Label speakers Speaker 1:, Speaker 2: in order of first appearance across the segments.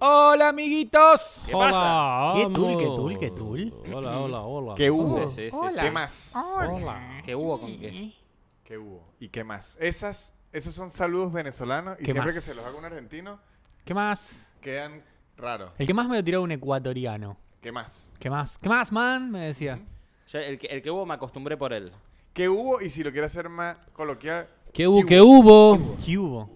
Speaker 1: Hola, amiguitos.
Speaker 2: ¿Qué pasa?
Speaker 3: ¿Qué tul, qué tul, qué tul?
Speaker 2: Hola, hola, hola.
Speaker 4: ¿Qué hubo?
Speaker 2: Sí, sí, sí, sí.
Speaker 4: ¿Qué más?
Speaker 3: Hola.
Speaker 2: ¿Qué hubo con qué?
Speaker 4: ¿Qué hubo? ¿Y qué más? Esas, esos son saludos venezolanos y
Speaker 3: ¿Qué
Speaker 4: siempre
Speaker 3: más?
Speaker 4: que se los haga un argentino
Speaker 3: ¿Qué más?
Speaker 4: quedan raros.
Speaker 3: El que más me lo tiró un ecuatoriano.
Speaker 4: ¿Qué más?
Speaker 3: ¿Qué más? ¿Qué más, man? Me decía.
Speaker 2: Yo, el, que, el que hubo me acostumbré por él.
Speaker 4: ¿Qué hubo? Y si lo quiere hacer más coloquial,
Speaker 5: ¿Qué hubo? ¿Qué hubo?
Speaker 3: ¿Qué hubo?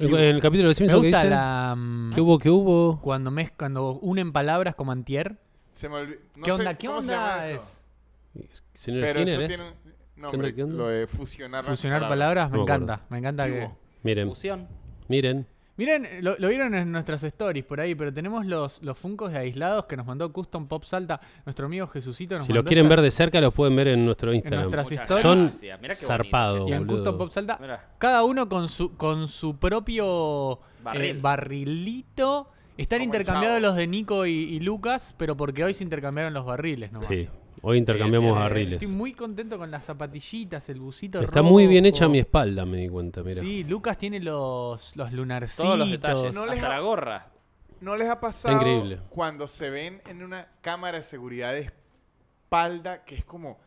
Speaker 5: En el capítulo de
Speaker 3: Me
Speaker 5: Simpson que
Speaker 3: gusta
Speaker 5: dice.
Speaker 3: la. mm,
Speaker 5: ¿Qué hubo? ¿Qué hubo?
Speaker 3: Cuando, mez- cuando unen palabras como antier.
Speaker 4: se me olvidó.
Speaker 3: ¿Qué onda? ¿Qué
Speaker 4: Se llama
Speaker 3: onda?
Speaker 4: eso?
Speaker 3: Es
Speaker 5: Señor
Speaker 4: Pero
Speaker 5: Skinner,
Speaker 4: eso
Speaker 5: ¿es?
Speaker 4: tiene un nombre.
Speaker 5: ¿Qué onda?
Speaker 4: Lo de fusionar las
Speaker 3: fusionar palabras. Me
Speaker 5: No me acuerdo.
Speaker 3: encanta. Me encanta
Speaker 4: ¿Qué
Speaker 3: que.
Speaker 4: hubo?
Speaker 5: Miren,
Speaker 2: Fusión.
Speaker 5: miren.
Speaker 3: Miren, lo, lo vieron en nuestras stories por ahí, pero tenemos los, los funcos de aislados que nos mandó Custom Pop Salta. Nuestro amigo Jesucito nos
Speaker 5: Si
Speaker 3: mandó
Speaker 5: los quieren ver
Speaker 3: estas-
Speaker 5: de cerca, los pueden ver en nuestro Instagram.
Speaker 3: nuestras- Las
Speaker 2: Muchas
Speaker 3: historias-
Speaker 5: Son
Speaker 2: gracias. Mirá qué bonito.
Speaker 5: zarpado,
Speaker 3: Y en Custom Pop
Speaker 5: boludo.
Speaker 3: Salta.
Speaker 2: Mirá.
Speaker 3: Cada uno con su, con su propio
Speaker 2: Barril.
Speaker 3: eh, barrilito. Están
Speaker 4: Como el
Speaker 3: intercambiados
Speaker 4: chavo.
Speaker 3: los de Nico y, y Lucas, pero porque hoy se intercambiaron los barriles nomás.
Speaker 5: Sí, hoy intercambiamos
Speaker 2: sí, sí.
Speaker 5: barriles.
Speaker 3: Estoy muy contento con las zapatillitas, el busito
Speaker 5: Está muy bien
Speaker 3: rojo.
Speaker 5: hecha mi espalda, me di cuenta, mira.
Speaker 3: Sí, Lucas tiene los, los lunarcitos.
Speaker 2: Todos los detalles.
Speaker 4: No les-
Speaker 2: Hasta la gorra.
Speaker 4: ¿No les ha pasado
Speaker 5: increíble.
Speaker 4: cuando se ven en una cámara de seguridad de espalda que es como...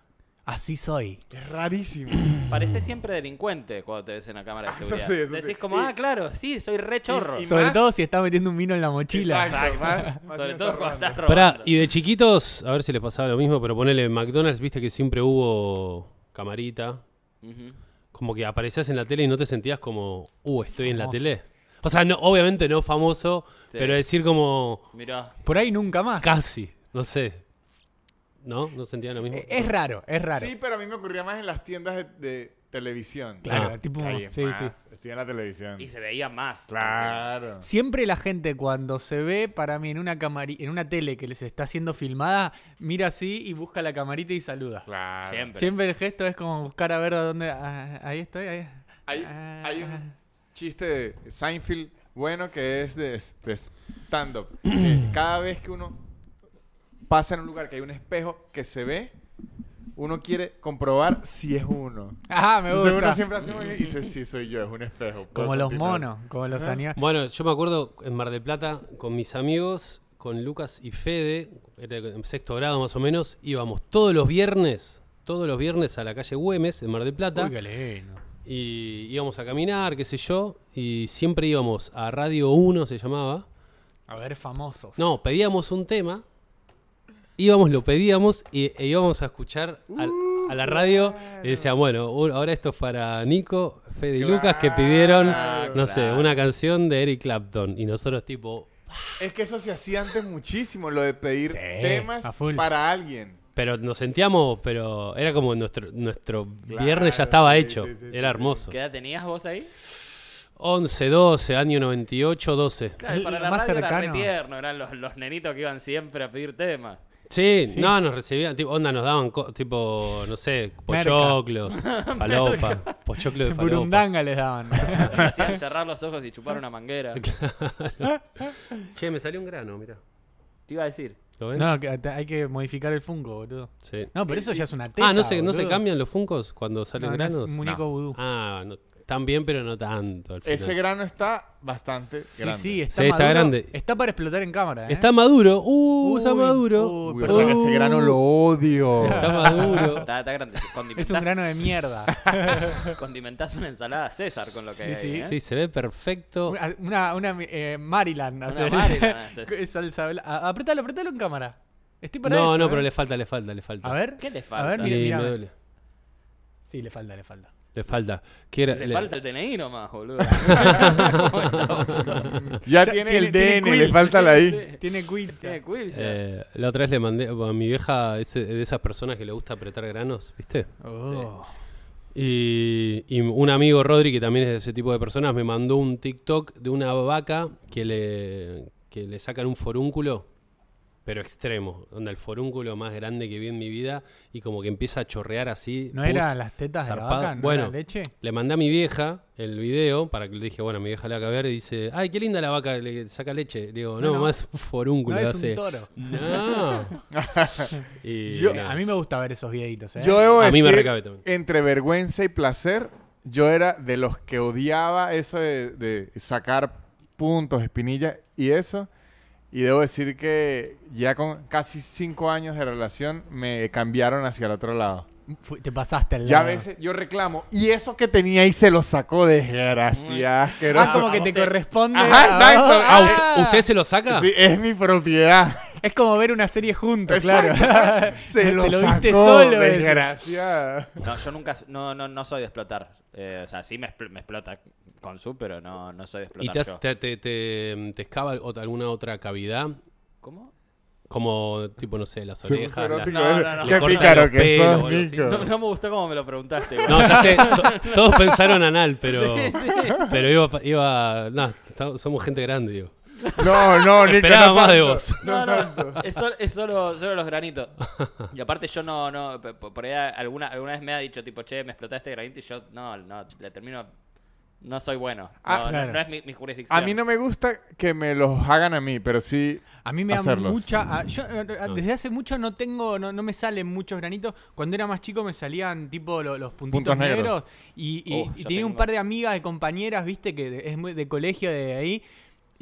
Speaker 3: Así soy.
Speaker 4: Es rarísimo.
Speaker 2: Parece siempre delincuente cuando te ves en la cámara de
Speaker 4: Ah, eso
Speaker 2: seguridad.
Speaker 4: sí, eso
Speaker 2: Decís
Speaker 4: sí.
Speaker 2: como,
Speaker 4: Y-
Speaker 2: ah, claro, sí, soy re chorro.
Speaker 4: y-
Speaker 3: Sobre
Speaker 4: más-
Speaker 3: todo si está metiendo un vino en la mochila.
Speaker 4: Exacto, más- más
Speaker 2: Sobre
Speaker 4: bien
Speaker 2: todo
Speaker 4: está
Speaker 2: cuando estás
Speaker 4: raro.
Speaker 2: robando.
Speaker 5: Pará, y de chiquitos, a ver si les pasaba lo mismo, pero ponele McDonald's, viste que siempre hubo camarita.
Speaker 2: Ujú.
Speaker 5: Como que aparecías en la tele y no te sentías como, uh, estoy en la tele. O sea, no, obviamente no famoso,
Speaker 2: Sí.
Speaker 5: pero decir como,
Speaker 2: Mirá.
Speaker 3: Por ahí nunca más.
Speaker 5: casi, no sé. ¿No? ¿No sentían lo mismo?
Speaker 3: Eh, Es raro, es raro.
Speaker 4: Sí, pero a mí me ocurría más en las tiendas de, de televisión.
Speaker 3: Claro,
Speaker 5: Ah,
Speaker 3: tipo.
Speaker 4: Que ahí es
Speaker 3: sí, sí.
Speaker 4: más, Estoy en la televisión.
Speaker 2: Y se veía más.
Speaker 4: Claro.
Speaker 3: Siempre la gente cuando se ve para mí en una camari- en una tele que les está siendo filmada, mira así y busca la camarita y saluda.
Speaker 4: Claro.
Speaker 2: Siempre.
Speaker 3: Siempre el gesto es como buscar a ver a dónde ah, ahí estoy, ahí.
Speaker 4: Hay,
Speaker 3: Ah.
Speaker 4: hay un chiste de Seinfeld bueno que es de, de stand-up. que cada vez que uno pasa en un lugar que hay un espejo que se ve, uno quiere comprobar si es uno.
Speaker 3: Ah, me
Speaker 4: Entonces uno
Speaker 3: gusta.
Speaker 4: siempre hace un movimiento y dice, sí, soy yo, es un espejo. Pues, puedo
Speaker 3: Como los
Speaker 4: continuar".
Speaker 3: monos, como los animales.
Speaker 5: Bueno, yo me acuerdo en Mar del Plata con mis amigos, con Lucas y Fede, era en sexto grado más o menos, íbamos todos los viernes, todos los viernes a la calle Güemes en Mar del Plata.
Speaker 3: Uy, qué lindo.
Speaker 5: Y íbamos a caminar, qué sé yo, y siempre íbamos a Radio 1, se llamaba.
Speaker 3: A ver famosos.
Speaker 5: No, pedíamos un tema, íbamos, lo pedíamos y, e íbamos a escuchar al-
Speaker 4: Uh,
Speaker 5: a la radio y decían, bueno, u- ahora esto es para Nico, Fede y Lucas que pidieron,
Speaker 4: Claro,
Speaker 5: no sé, una canción de Eric Clapton y nosotros tipo,
Speaker 4: Es que eso se hacía antes muchísimo, lo de pedir
Speaker 3: Sí,
Speaker 4: temas
Speaker 3: a full.
Speaker 4: para alguien.
Speaker 5: pero nos sentíamos, pero era como nuestro, nuestro
Speaker 4: Claro,
Speaker 5: viernes ya estaba
Speaker 4: sí,
Speaker 5: hecho,
Speaker 4: sí, sí, sí,
Speaker 5: era hermoso.
Speaker 2: ¿Qué edad tenías vos ahí?
Speaker 5: 11, 12, año 98, 12.
Speaker 2: Claro, y para
Speaker 3: Lo
Speaker 2: la
Speaker 3: más
Speaker 2: radio era
Speaker 3: cercano.
Speaker 2: re tierno, eran los, los nenitos que iban siempre a pedir temas.
Speaker 5: Sí, no, nos recibían, tipo, onda, nos daban co- tipo, no sé, pochoclos, falopa, pochoclos de falopa.
Speaker 3: Burundanga les daban.
Speaker 2: Me hacían cerrar los ojos y chupar una manguera. Te
Speaker 5: Che, me salió un grano, mira.
Speaker 2: iba a decir.
Speaker 5: ¿Lo ven?
Speaker 3: no, que- te- hay que modificar el funko, boludo.
Speaker 5: Sí.
Speaker 3: No, pero eso ya es una teta,
Speaker 5: ah, no se, no se
Speaker 3: boludo.
Speaker 5: cambian los funcos cuando salen
Speaker 3: No, no es
Speaker 5: granos.
Speaker 3: un muñeco
Speaker 4: No.
Speaker 3: vudú.
Speaker 5: Ah, no, tan bien, pero no tanto. al final.
Speaker 4: Ese grano está bastante
Speaker 3: Sí,
Speaker 4: grande.
Speaker 3: sí, está,
Speaker 5: Sí, está
Speaker 3: maduro.
Speaker 5: grande.
Speaker 3: Está para explotar en cámara. ¿eh?
Speaker 5: Está maduro. Uh, está
Speaker 3: Uy,
Speaker 5: maduro.
Speaker 3: uy,
Speaker 4: Uy,
Speaker 3: perdón.
Speaker 4: o sea que ese grano lo odio.
Speaker 5: Está maduro.
Speaker 2: Está, está grande. Condimentás,
Speaker 3: Es un grano de mierda.
Speaker 2: condimentás una ensalada César con lo que hay. ahí, ¿eh?
Speaker 5: Sí, se ve perfecto.
Speaker 3: Una, una, una, eh, Maryland. hace-
Speaker 2: Maryland, hace.
Speaker 3: Es salsa blan- a- Apretalo, apretalo en cámara. Estoy para
Speaker 5: No,
Speaker 3: eso,
Speaker 5: no,
Speaker 3: ¿eh?
Speaker 5: pero le falta, le falta, le falta.
Speaker 3: A ver.
Speaker 2: ¿Qué le
Speaker 3: A ver,
Speaker 2: falta?
Speaker 3: mira,
Speaker 5: Y
Speaker 3: mira.
Speaker 5: me duele.
Speaker 3: Sí, le falta, le falta.
Speaker 5: Le falta. Que era-
Speaker 2: Le
Speaker 5: le-
Speaker 2: falta el DNI nomás, boludo.
Speaker 4: Ya
Speaker 3: sea,
Speaker 4: tiene,
Speaker 3: tiene-
Speaker 4: el
Speaker 3: tiene
Speaker 4: DN, le
Speaker 3: quill.
Speaker 4: falta la I.
Speaker 3: Tiene quit.
Speaker 2: Qué quill, ya.
Speaker 5: eh, la otra vez le mandé a mi vieja es de esas personas que le gusta apretar granos, ¿viste?
Speaker 3: Oh.
Speaker 5: Y, y un amigo Rodri, que también es de ese tipo de personas, me mandó un TikTok de una vaca que le, que le sacan un forúnculo, pero extremo, donde el forúnculo más grande que vi en mi vida y como que empieza a chorrear así.
Speaker 3: ¿No
Speaker 5: pus
Speaker 3: eran las tetas de la
Speaker 5: zarpada.
Speaker 3: vaca? ¿No
Speaker 5: bueno,
Speaker 3: era leche?
Speaker 5: le mandé a mi vieja el video para que le dije, bueno, mi vieja la va a ver y dice, ay, qué linda la vaca, le saca leche. Le digo,
Speaker 3: No,
Speaker 5: no,
Speaker 3: no.
Speaker 5: más un
Speaker 3: No,
Speaker 5: forúnculo.
Speaker 3: es
Speaker 5: hace".
Speaker 3: un toro.
Speaker 5: No. Y
Speaker 4: Yo-
Speaker 5: nada,
Speaker 3: A mí me gusta ver esos videitos, ¿eh?
Speaker 4: Yo debo
Speaker 5: A mí
Speaker 4: decir,
Speaker 5: me recabe también.
Speaker 4: entre vergüenza y placer, yo era de los que odiaba eso de, de sacar puntos, espinillas y eso. Y debo decir que ya con casi cinco años de relación me cambiaron hacia el otro lado.
Speaker 3: Fu- Te pasaste al
Speaker 4: Ya a
Speaker 3: lado.
Speaker 4: veces yo reclamo, y eso que tenía ahí se lo sacó desgracia, asqueroso.
Speaker 3: Ah, como que
Speaker 2: vos
Speaker 3: te
Speaker 2: te-
Speaker 3: corresponde.
Speaker 4: Ajá,
Speaker 3: a-
Speaker 4: exacto.
Speaker 5: Ah,
Speaker 3: Ah,
Speaker 5: ¿usted, usted se lo saca?
Speaker 4: Sí, es mi propiedad.
Speaker 3: Es como ver una serie juntos,
Speaker 4: Exacto.
Speaker 3: claro. Te
Speaker 4: Se lo,
Speaker 3: lo viste
Speaker 4: sacó,
Speaker 3: solo, ese.
Speaker 4: desgracia.
Speaker 2: No, yo nunca, no, no, no soy de explotar. Eh, o sea, sí me, expl- me explota con su, pero no, no soy de explotar
Speaker 5: ¿Y te, has-
Speaker 2: yo.
Speaker 5: te, te- te- te excava ot- alguna otra cavidad?
Speaker 2: ¿Cómo?
Speaker 5: Como, tipo, no sé, las
Speaker 4: Súper
Speaker 5: orejas. las-
Speaker 4: erótico,
Speaker 2: No,
Speaker 4: ¿eh?
Speaker 2: no, no.
Speaker 5: Le
Speaker 4: Qué
Speaker 5: cortan
Speaker 4: pícaro
Speaker 5: los
Speaker 4: que
Speaker 5: pelos,
Speaker 4: sos,
Speaker 5: algo así.
Speaker 4: Nico.
Speaker 2: No, no me gustó como me lo preguntaste.
Speaker 5: No,
Speaker 2: igual.
Speaker 5: ya sé, so- todos pensaron anal, pero,
Speaker 2: Sí, sí.
Speaker 5: pero iba, pa- iba no, está- somos gente grande, digo.
Speaker 4: No, no, Nico.
Speaker 5: Esperaba
Speaker 4: no
Speaker 5: más de
Speaker 4: tanto,
Speaker 5: vos.
Speaker 2: No,
Speaker 4: No, tanto.
Speaker 2: no, es solo, es solo, solo los granitos. Y aparte yo no, no, p- p- por ahí alguna, alguna vez me ha dicho tipo, che, me explotaste este granito y yo, no, no, le termino, no soy bueno. No,
Speaker 4: Ah,
Speaker 2: no-
Speaker 3: claro.
Speaker 2: no es mi, mi jurisdicción.
Speaker 4: A mí no me gusta que me los hagan a mí, pero sí.
Speaker 3: A mí me da
Speaker 4: Hacerlos.
Speaker 3: mucha. a- yo, eh, eh, desde hace mucho no tengo, no, no me salen muchos granitos. Cuando era más chico me salían tipo lo- los puntitos
Speaker 4: Puntos negros.
Speaker 3: negros. Y, y-
Speaker 2: Oh,
Speaker 3: y
Speaker 2: yo
Speaker 3: tenía un
Speaker 2: tengo.
Speaker 3: par de amigas, de compañeras, viste, que de- es muy de colegio de ahí.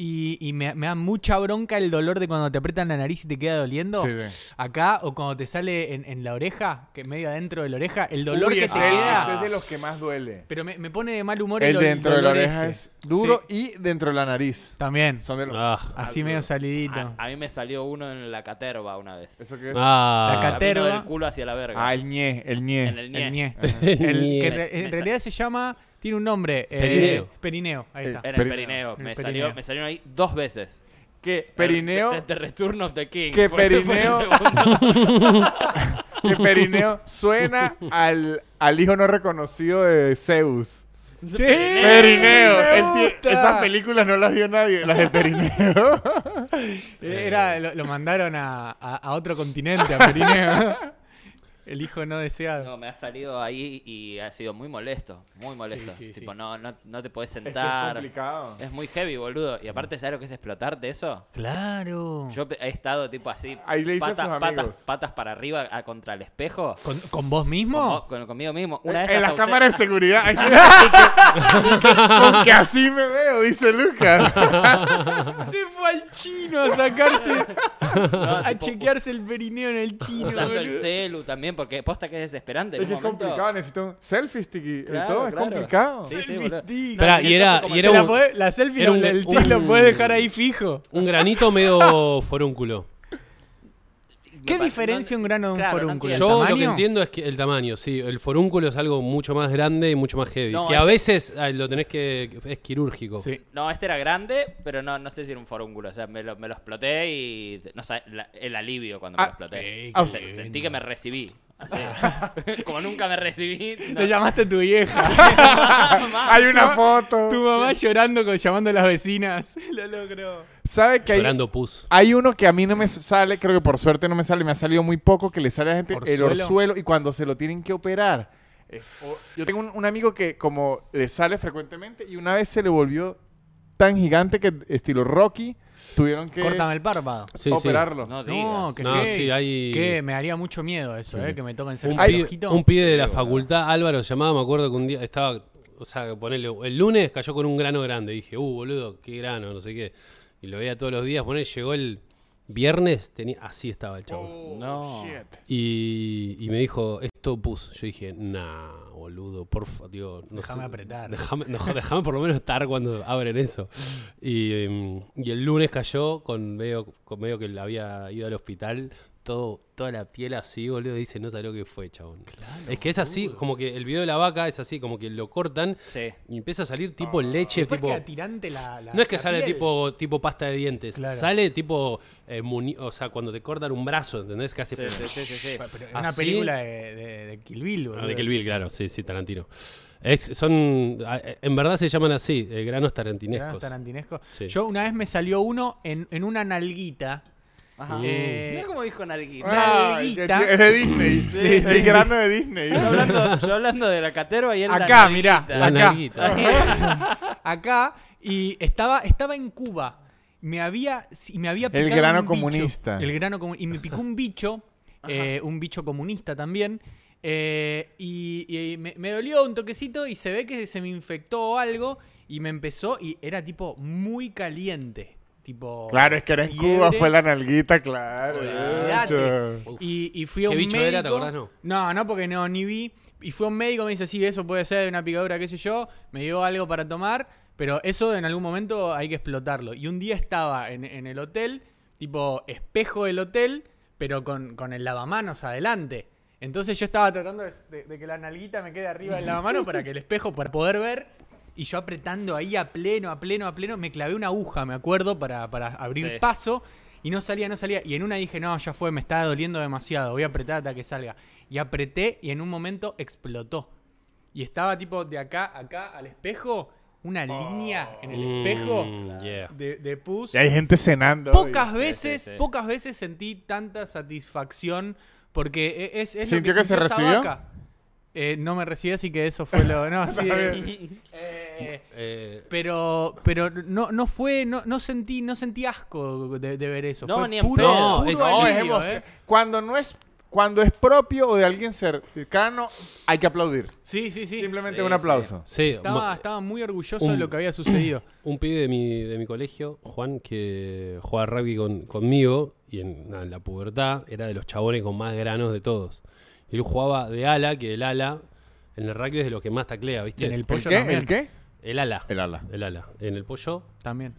Speaker 3: Y, y me, me da mucha bronca el dolor de cuando te aprietan la nariz y te queda doliendo.
Speaker 4: Sí, sí.
Speaker 3: Acá, o cuando te sale en, en la oreja, que medio adentro de la oreja, el dolor
Speaker 4: Uy,
Speaker 3: que te
Speaker 4: ese es el-
Speaker 3: queda.
Speaker 4: ese es de los que más duele.
Speaker 3: Pero me, me pone de mal humor el,
Speaker 4: El
Speaker 3: do- el
Speaker 4: dentro de la
Speaker 3: dolor
Speaker 4: oreja
Speaker 3: ese.
Speaker 4: es duro
Speaker 3: Sí,
Speaker 4: y dentro de la nariz.
Speaker 3: también.
Speaker 4: Son de los.
Speaker 5: Ah,
Speaker 3: Así medio salidito.
Speaker 2: A, a mí me salió uno en la caterva una vez.
Speaker 4: ¿Eso qué es?
Speaker 5: ah.
Speaker 3: La cate-
Speaker 2: Vino
Speaker 3: Caterva.
Speaker 2: del culo hacia la verga.
Speaker 4: Ah, el ñe, el
Speaker 2: en
Speaker 4: ñe.
Speaker 2: el ñe.
Speaker 3: El ñe. El
Speaker 5: Ni-
Speaker 3: que
Speaker 2: Me-
Speaker 3: re- en
Speaker 2: me
Speaker 3: realidad se llama, tiene un nombre, eh,
Speaker 5: Perineo.
Speaker 3: Perineo, ahí está.
Speaker 2: Era el
Speaker 4: Perineo.
Speaker 2: perineo.
Speaker 3: El
Speaker 2: Me,
Speaker 3: perineo.
Speaker 2: Salió, me salieron ahí dos veces.
Speaker 4: Que
Speaker 2: The,
Speaker 4: perineo,
Speaker 2: the Return of the King.
Speaker 4: Que
Speaker 2: Fue- fue el
Speaker 4: perineo-
Speaker 2: segundo.
Speaker 4: que perineo suena al, al hijo no reconocido de Zeus.
Speaker 3: Sí,
Speaker 4: Perineo.
Speaker 3: me
Speaker 4: Él tie-
Speaker 3: gusta.
Speaker 4: esas películas no las vio nadie, las de Perineo.
Speaker 3: Eh, Era, lo, lo mandaron a, a- a otro continente, a Perineo. el hijo no deseado.
Speaker 2: No, me ha salido ahí y ha sido muy molesto. Muy molesto.
Speaker 3: sí, sí.
Speaker 2: tipo, No, no, no te podés
Speaker 4: Es que es
Speaker 2: sentar.
Speaker 4: complicado.
Speaker 2: Es muy heavy, boludo. Y aparte, ¿sabes lo que es explotarte eso?
Speaker 3: Claro.
Speaker 2: Yo he estado tipo así,
Speaker 4: Mm. Ahí le hice a
Speaker 2: patas-
Speaker 4: sus amigos.
Speaker 2: patas, patas para arriba a- contra el espejo.
Speaker 3: ¿Con, con vos mismo?
Speaker 2: Con- con- conmigo mismo. Una vez
Speaker 4: Eh, en
Speaker 2: hasta
Speaker 4: las
Speaker 2: usé-
Speaker 4: cámaras de seguridad. ahí se- que- que- con que así me veo, dice Lucas.
Speaker 3: Se fue al chino a sacarse,
Speaker 2: No,
Speaker 3: a
Speaker 2: tipo,
Speaker 3: chequearse el perineo en el chino.
Speaker 2: Usando el
Speaker 3: boludo.
Speaker 2: celu también, porque posta que es desesperante. en
Speaker 4: es que
Speaker 2: un
Speaker 4: es
Speaker 2: momento.
Speaker 4: complicado, necesito un selfie stick y- y
Speaker 2: Claro,
Speaker 4: todo, es
Speaker 2: claro.
Speaker 4: complicado.
Speaker 2: Sí, sí,
Speaker 3: Selfie
Speaker 2: boludo.
Speaker 3: stick.
Speaker 2: No,
Speaker 5: Pará,
Speaker 2: en
Speaker 5: y
Speaker 2: el
Speaker 5: era-
Speaker 2: caso como
Speaker 5: y
Speaker 2: el
Speaker 5: era
Speaker 3: Te la,
Speaker 5: un-
Speaker 3: podés- la selfie,
Speaker 5: era
Speaker 3: no-
Speaker 5: un-
Speaker 3: el tic lo
Speaker 5: un-
Speaker 3: podés dejar ahí fijo.
Speaker 5: Un granito medio forúnculo.
Speaker 2: Me
Speaker 3: ¿Qué
Speaker 2: pa-
Speaker 3: diferencia
Speaker 2: no-
Speaker 3: un grano de un
Speaker 2: claro, no
Speaker 3: forúnculo?
Speaker 2: entiendo.
Speaker 5: Yo lo que
Speaker 3: tamaño?
Speaker 5: entiendo es que el tamaño, sí. El forúnculo es algo mucho más grande y mucho más heavy.
Speaker 2: No,
Speaker 5: que
Speaker 2: es-
Speaker 5: a veces ah, lo tenés que. Es quirúrgico.
Speaker 3: Sí.
Speaker 2: No, este era grande, pero no, no sé si era un forúnculo. O sea, me lo, me lo exploté y. No sé, la- el alivio cuando me
Speaker 4: Ah,
Speaker 2: lo exploté.
Speaker 3: ey,
Speaker 4: qué
Speaker 2: Se-
Speaker 3: lindo.
Speaker 2: sentí que me recibí. Así. Como nunca me recibí. no-
Speaker 3: Le llamaste a tu vieja.
Speaker 2: Mamá.
Speaker 4: Hay una foto.
Speaker 3: Tu mamá llorando con, llamando a las vecinas. Lo logró.
Speaker 4: ¿Sabe que hay,
Speaker 5: Llorando pus.
Speaker 4: hay uno que a mí no me sale? Creo que por suerte no me sale. Me ha salido muy poco que le sale a la gente el
Speaker 3: ¿Orzuelo?
Speaker 4: orzuelo y cuando se lo tienen que operar. es- o- yo tengo un, un amigo que como le sale frecuentemente y una vez se le volvió tan gigante que estilo Rocky tuvieron que
Speaker 3: Córtame el párpado.
Speaker 5: Sí, sí.
Speaker 4: operarlo.
Speaker 2: No digas.
Speaker 3: No, que
Speaker 5: No,
Speaker 3: heavy.
Speaker 5: sí, hay-
Speaker 3: Que me haría mucho miedo eso, eh, que me tomen
Speaker 5: Un,
Speaker 3: cerca el
Speaker 5: pibe-
Speaker 3: ojito.
Speaker 5: un pibe de la facultad, Álvaro, llamaba, me acuerdo que un día estaba, o sea, ponele, el lunes cayó con un grano grande. Dije, uh, boludo, qué grano, no sé qué. Y lo veía todos los días, ponele, llegó el viernes, tenía, así estaba el chabón.
Speaker 4: Oh,
Speaker 2: No.
Speaker 5: Y, y me dijo, esto pus. Yo dije, nah, boludo, porfa, tío. No
Speaker 3: Déjame
Speaker 5: sé,
Speaker 3: apretar.
Speaker 5: Déjame, no, déjame por lo menos estar cuando abren eso. Y, em, y el lunes cayó con medio, con medio que le había ido al hospital. Todo, toda la piel así, boludo. Dice, no sabía lo que fue, chabón. es que es así, como que el video de la vaca es así, como que lo cortan
Speaker 2: Sí.
Speaker 5: y empieza a salir tipo leche,
Speaker 3: Ah, Después
Speaker 5: tipo.
Speaker 3: queda tirante la, la-
Speaker 5: No es que
Speaker 3: la
Speaker 5: sale
Speaker 3: piel.
Speaker 5: tipo, tipo pasta de dientes,
Speaker 3: Claro.
Speaker 5: sale tipo, eh, muñe- o sea, cuando te cortan un brazo, ¿entendés? Casi
Speaker 2: Sí, sí, sí, sí, sí.
Speaker 3: Pero es una
Speaker 5: así. Ah,
Speaker 3: película de, de, de Kill Bill, boludo.
Speaker 5: de Kill Bill, claro, sí, sí, Tarantino. Es- son, a- en verdad se llaman así, eh, granos tarantinescos.
Speaker 3: Granos tarantinescos.
Speaker 5: Sí.
Speaker 3: Yo una vez me salió uno en, en una nalguita.
Speaker 2: Ajá.
Speaker 3: Eh,
Speaker 2: Mira cómo dijo Nalguita.
Speaker 4: Ay, que
Speaker 3: Nalguita.
Speaker 4: es de Disney.
Speaker 3: Sí,
Speaker 4: es
Speaker 3: sí,
Speaker 4: el
Speaker 3: sí.
Speaker 4: grano de Disney.
Speaker 2: Yo hablando, yo hablando de la caterva y él la
Speaker 3: Acá,
Speaker 2: nalguita.
Speaker 3: mirá.
Speaker 5: La
Speaker 3: acá.
Speaker 5: nalguita.
Speaker 3: acá y estaba, estaba en Cuba. Me había, si- me había picado
Speaker 4: grano
Speaker 3: un bicho.
Speaker 4: comunista.
Speaker 3: el grano comu- Y me picó un bicho, eh, un bicho comunista también. eh, y y me, me dolió un toquecito y se ve que se me infectó o algo y me empezó y era tipo muy caliente. tipo.
Speaker 4: Claro, es que era en Cuba,
Speaker 3: fiebre.
Speaker 4: fue la nalguita, claro.
Speaker 3: Olvídate.
Speaker 4: bicho.
Speaker 3: Y, y fui a
Speaker 5: ¿Qué
Speaker 3: un
Speaker 5: bicho
Speaker 3: médico.
Speaker 5: era? ¿Te acordás? No.
Speaker 3: no, no, porque no, ni vi. Y fue a un médico, me dice, sí, eso puede ser de una picadura, qué sé yo. Me dio algo para tomar, pero eso en algún momento hay que explotarlo. Y un día estaba en, en el hotel, tipo espejo del hotel, pero con, con el lavamanos adelante. Entonces yo estaba tratando de, de- de que la nalguita me quede arriba del lavamanos para que el espejo, para poder ver. Y yo apretando ahí a pleno, a pleno, a pleno, me clavé una aguja, me acuerdo, para, para abrir
Speaker 2: Sí.
Speaker 3: paso paso, y no salía, no salía. Y en una dije, no, ya fue, me está doliendo demasiado, voy a apretar hasta que salga. Y apreté y en un momento explotó. Y estaba tipo de acá, acá al espejo, una línea en el espejo
Speaker 5: Mm, yeah.
Speaker 3: de, de pus.
Speaker 4: Oh. Y hay gente cenando.
Speaker 3: Pocas
Speaker 4: y-
Speaker 3: veces,
Speaker 2: sí, sí.
Speaker 3: pocas veces sentí tanta satisfacción porque e- es, es lo
Speaker 4: ¿Sintió que se
Speaker 3: sintió esa
Speaker 4: recibió?
Speaker 3: vaca. Eh, no me recibí, así que eso fue lo... No, sí,
Speaker 2: bien.
Speaker 3: eh,
Speaker 5: Eh,
Speaker 3: pero, pero no, no fue, no, no sentí, no sentí asco de, de ver eso.
Speaker 2: No,
Speaker 3: Fue
Speaker 2: ni en
Speaker 3: puro-
Speaker 5: pedo.
Speaker 3: puro
Speaker 5: Es-
Speaker 4: No, es
Speaker 3: alivio,
Speaker 4: emoción.
Speaker 3: ¿eh?
Speaker 4: Cuando no es cuando es propio o de alguien cercano, hay que aplaudir.
Speaker 3: Sí, sí, sí.
Speaker 4: Simplemente
Speaker 2: Sí,
Speaker 4: un aplauso.
Speaker 5: sí,
Speaker 3: Estaba,
Speaker 5: mo-
Speaker 3: estaba muy orgulloso de
Speaker 5: un-
Speaker 3: lo que había sucedido.
Speaker 5: un pibe de mi, de mi colegio, Juan, que jugaba rugby con- conmigo y en, nada, en la pubertad era de los chabones con más granos de todos. Y él jugaba de ala, que el ala en el rugby es de los que más taclea, ¿viste?
Speaker 3: Y en el
Speaker 4: ¿El
Speaker 3: pollo
Speaker 4: qué?
Speaker 3: también.
Speaker 4: ¿El qué?
Speaker 5: El ala.
Speaker 4: El ala.
Speaker 5: El ala. En el pollo.
Speaker 3: También.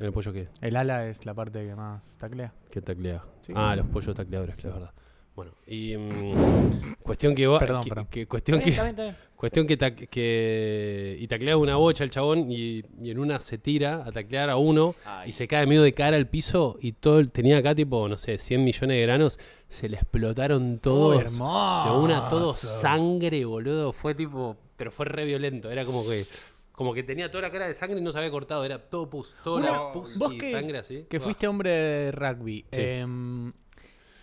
Speaker 5: ¿En el pollo qué?
Speaker 3: El ala es la parte que más taclea.
Speaker 5: ¿Qué taclea?
Speaker 3: Sí.
Speaker 5: Ah, los pollos tacleadores, que es verdad. Bueno, y. mm, cuestión que va.
Speaker 3: Perdón,
Speaker 5: que-
Speaker 3: perdón.
Speaker 5: que- cuestión que.
Speaker 2: Está bien, está bien.
Speaker 5: Cuestión que, tac- que y taclea una bocha el chabón y, y en una se tira a taclear a uno
Speaker 2: Ay.
Speaker 5: y se cae medio de cara al piso y todo el- tenía acá tipo, no sé, 100 millones de granos, se le explotaron todos.
Speaker 3: Oh, hermoso.
Speaker 5: De una todo sangre, boludo, fue tipo, pero fue re violento, era como que como que tenía toda la cara de sangre y no se había cortado, era todo pus, todo
Speaker 3: Una-
Speaker 5: era pus
Speaker 3: vos
Speaker 5: y
Speaker 3: que-
Speaker 5: sangre así.
Speaker 3: Que
Speaker 5: Buah.
Speaker 3: fuiste hombre de rugby. em,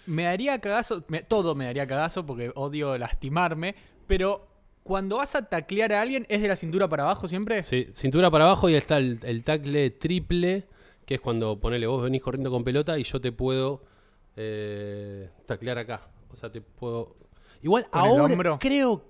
Speaker 3: me daría cagazo, me- todo me daría cagazo porque odio lastimarme, pero cuando vas a taclear a alguien, ¿es de la cintura para abajo siempre?
Speaker 5: Sí, cintura para abajo y ahí está el, el tackle triple, que es cuando ponele vos venís corriendo con pelota y yo te puedo eh, taclear acá. O sea, te puedo. Igual
Speaker 3: ¿Con el
Speaker 5: ahora
Speaker 3: hombro?
Speaker 5: creo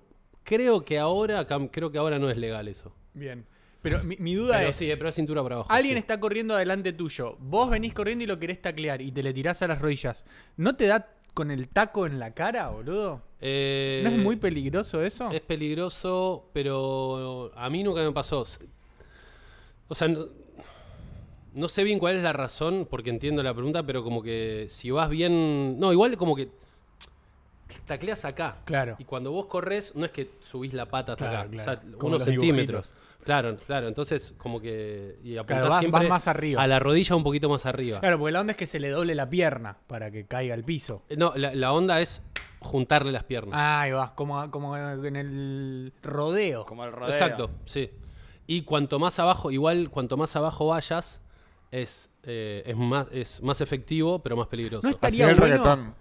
Speaker 5: creo que ahora cam- creo que ahora no es legal eso.
Speaker 3: Bien. Pero mi, mi duda
Speaker 5: Pero
Speaker 3: es...
Speaker 5: sí, eh, pero es cintura para abajo.
Speaker 3: Alguien
Speaker 5: sí.
Speaker 3: está corriendo adelante tuyo. Vos venís corriendo y lo querés taclear y te le tirás a las rodillas. ¿No te da con el taco en la cara, boludo?
Speaker 5: Eh,
Speaker 3: ¿No es muy peligroso eso?
Speaker 5: Es peligroso, pero a mí nunca me pasó. Se- O sea, no, no sé bien cuál es la razón, porque entiendo la pregunta, pero como que si vas bien. No, igual como que tacleas acá.
Speaker 3: Claro.
Speaker 5: Y cuando vos corres, no es que subís la pata hasta
Speaker 3: Claro,
Speaker 5: acá,
Speaker 3: claro.
Speaker 5: o sea,
Speaker 3: Como
Speaker 5: unos
Speaker 3: los
Speaker 5: centímetros. Claro, claro. Entonces, como que. Y apuntás
Speaker 3: Claro, vas-
Speaker 5: siempre
Speaker 3: vas más arriba.
Speaker 5: A la rodilla un poquito más arriba.
Speaker 3: Claro, porque la onda es que se le doble la pierna para que caiga al piso. Ah,
Speaker 5: Eh, No, la, la onda es juntarle las piernas.
Speaker 3: Ahí vas, como, como en el rodeo.
Speaker 2: Como el rodeo.
Speaker 5: Exacto, sí. Y cuanto más abajo, igual cuanto más abajo vayas, es, eh, es, más, es más efectivo, pero más peligroso.
Speaker 3: No
Speaker 4: Así
Speaker 3: Estaría
Speaker 4: es el
Speaker 3: bueno-
Speaker 4: reggaetón.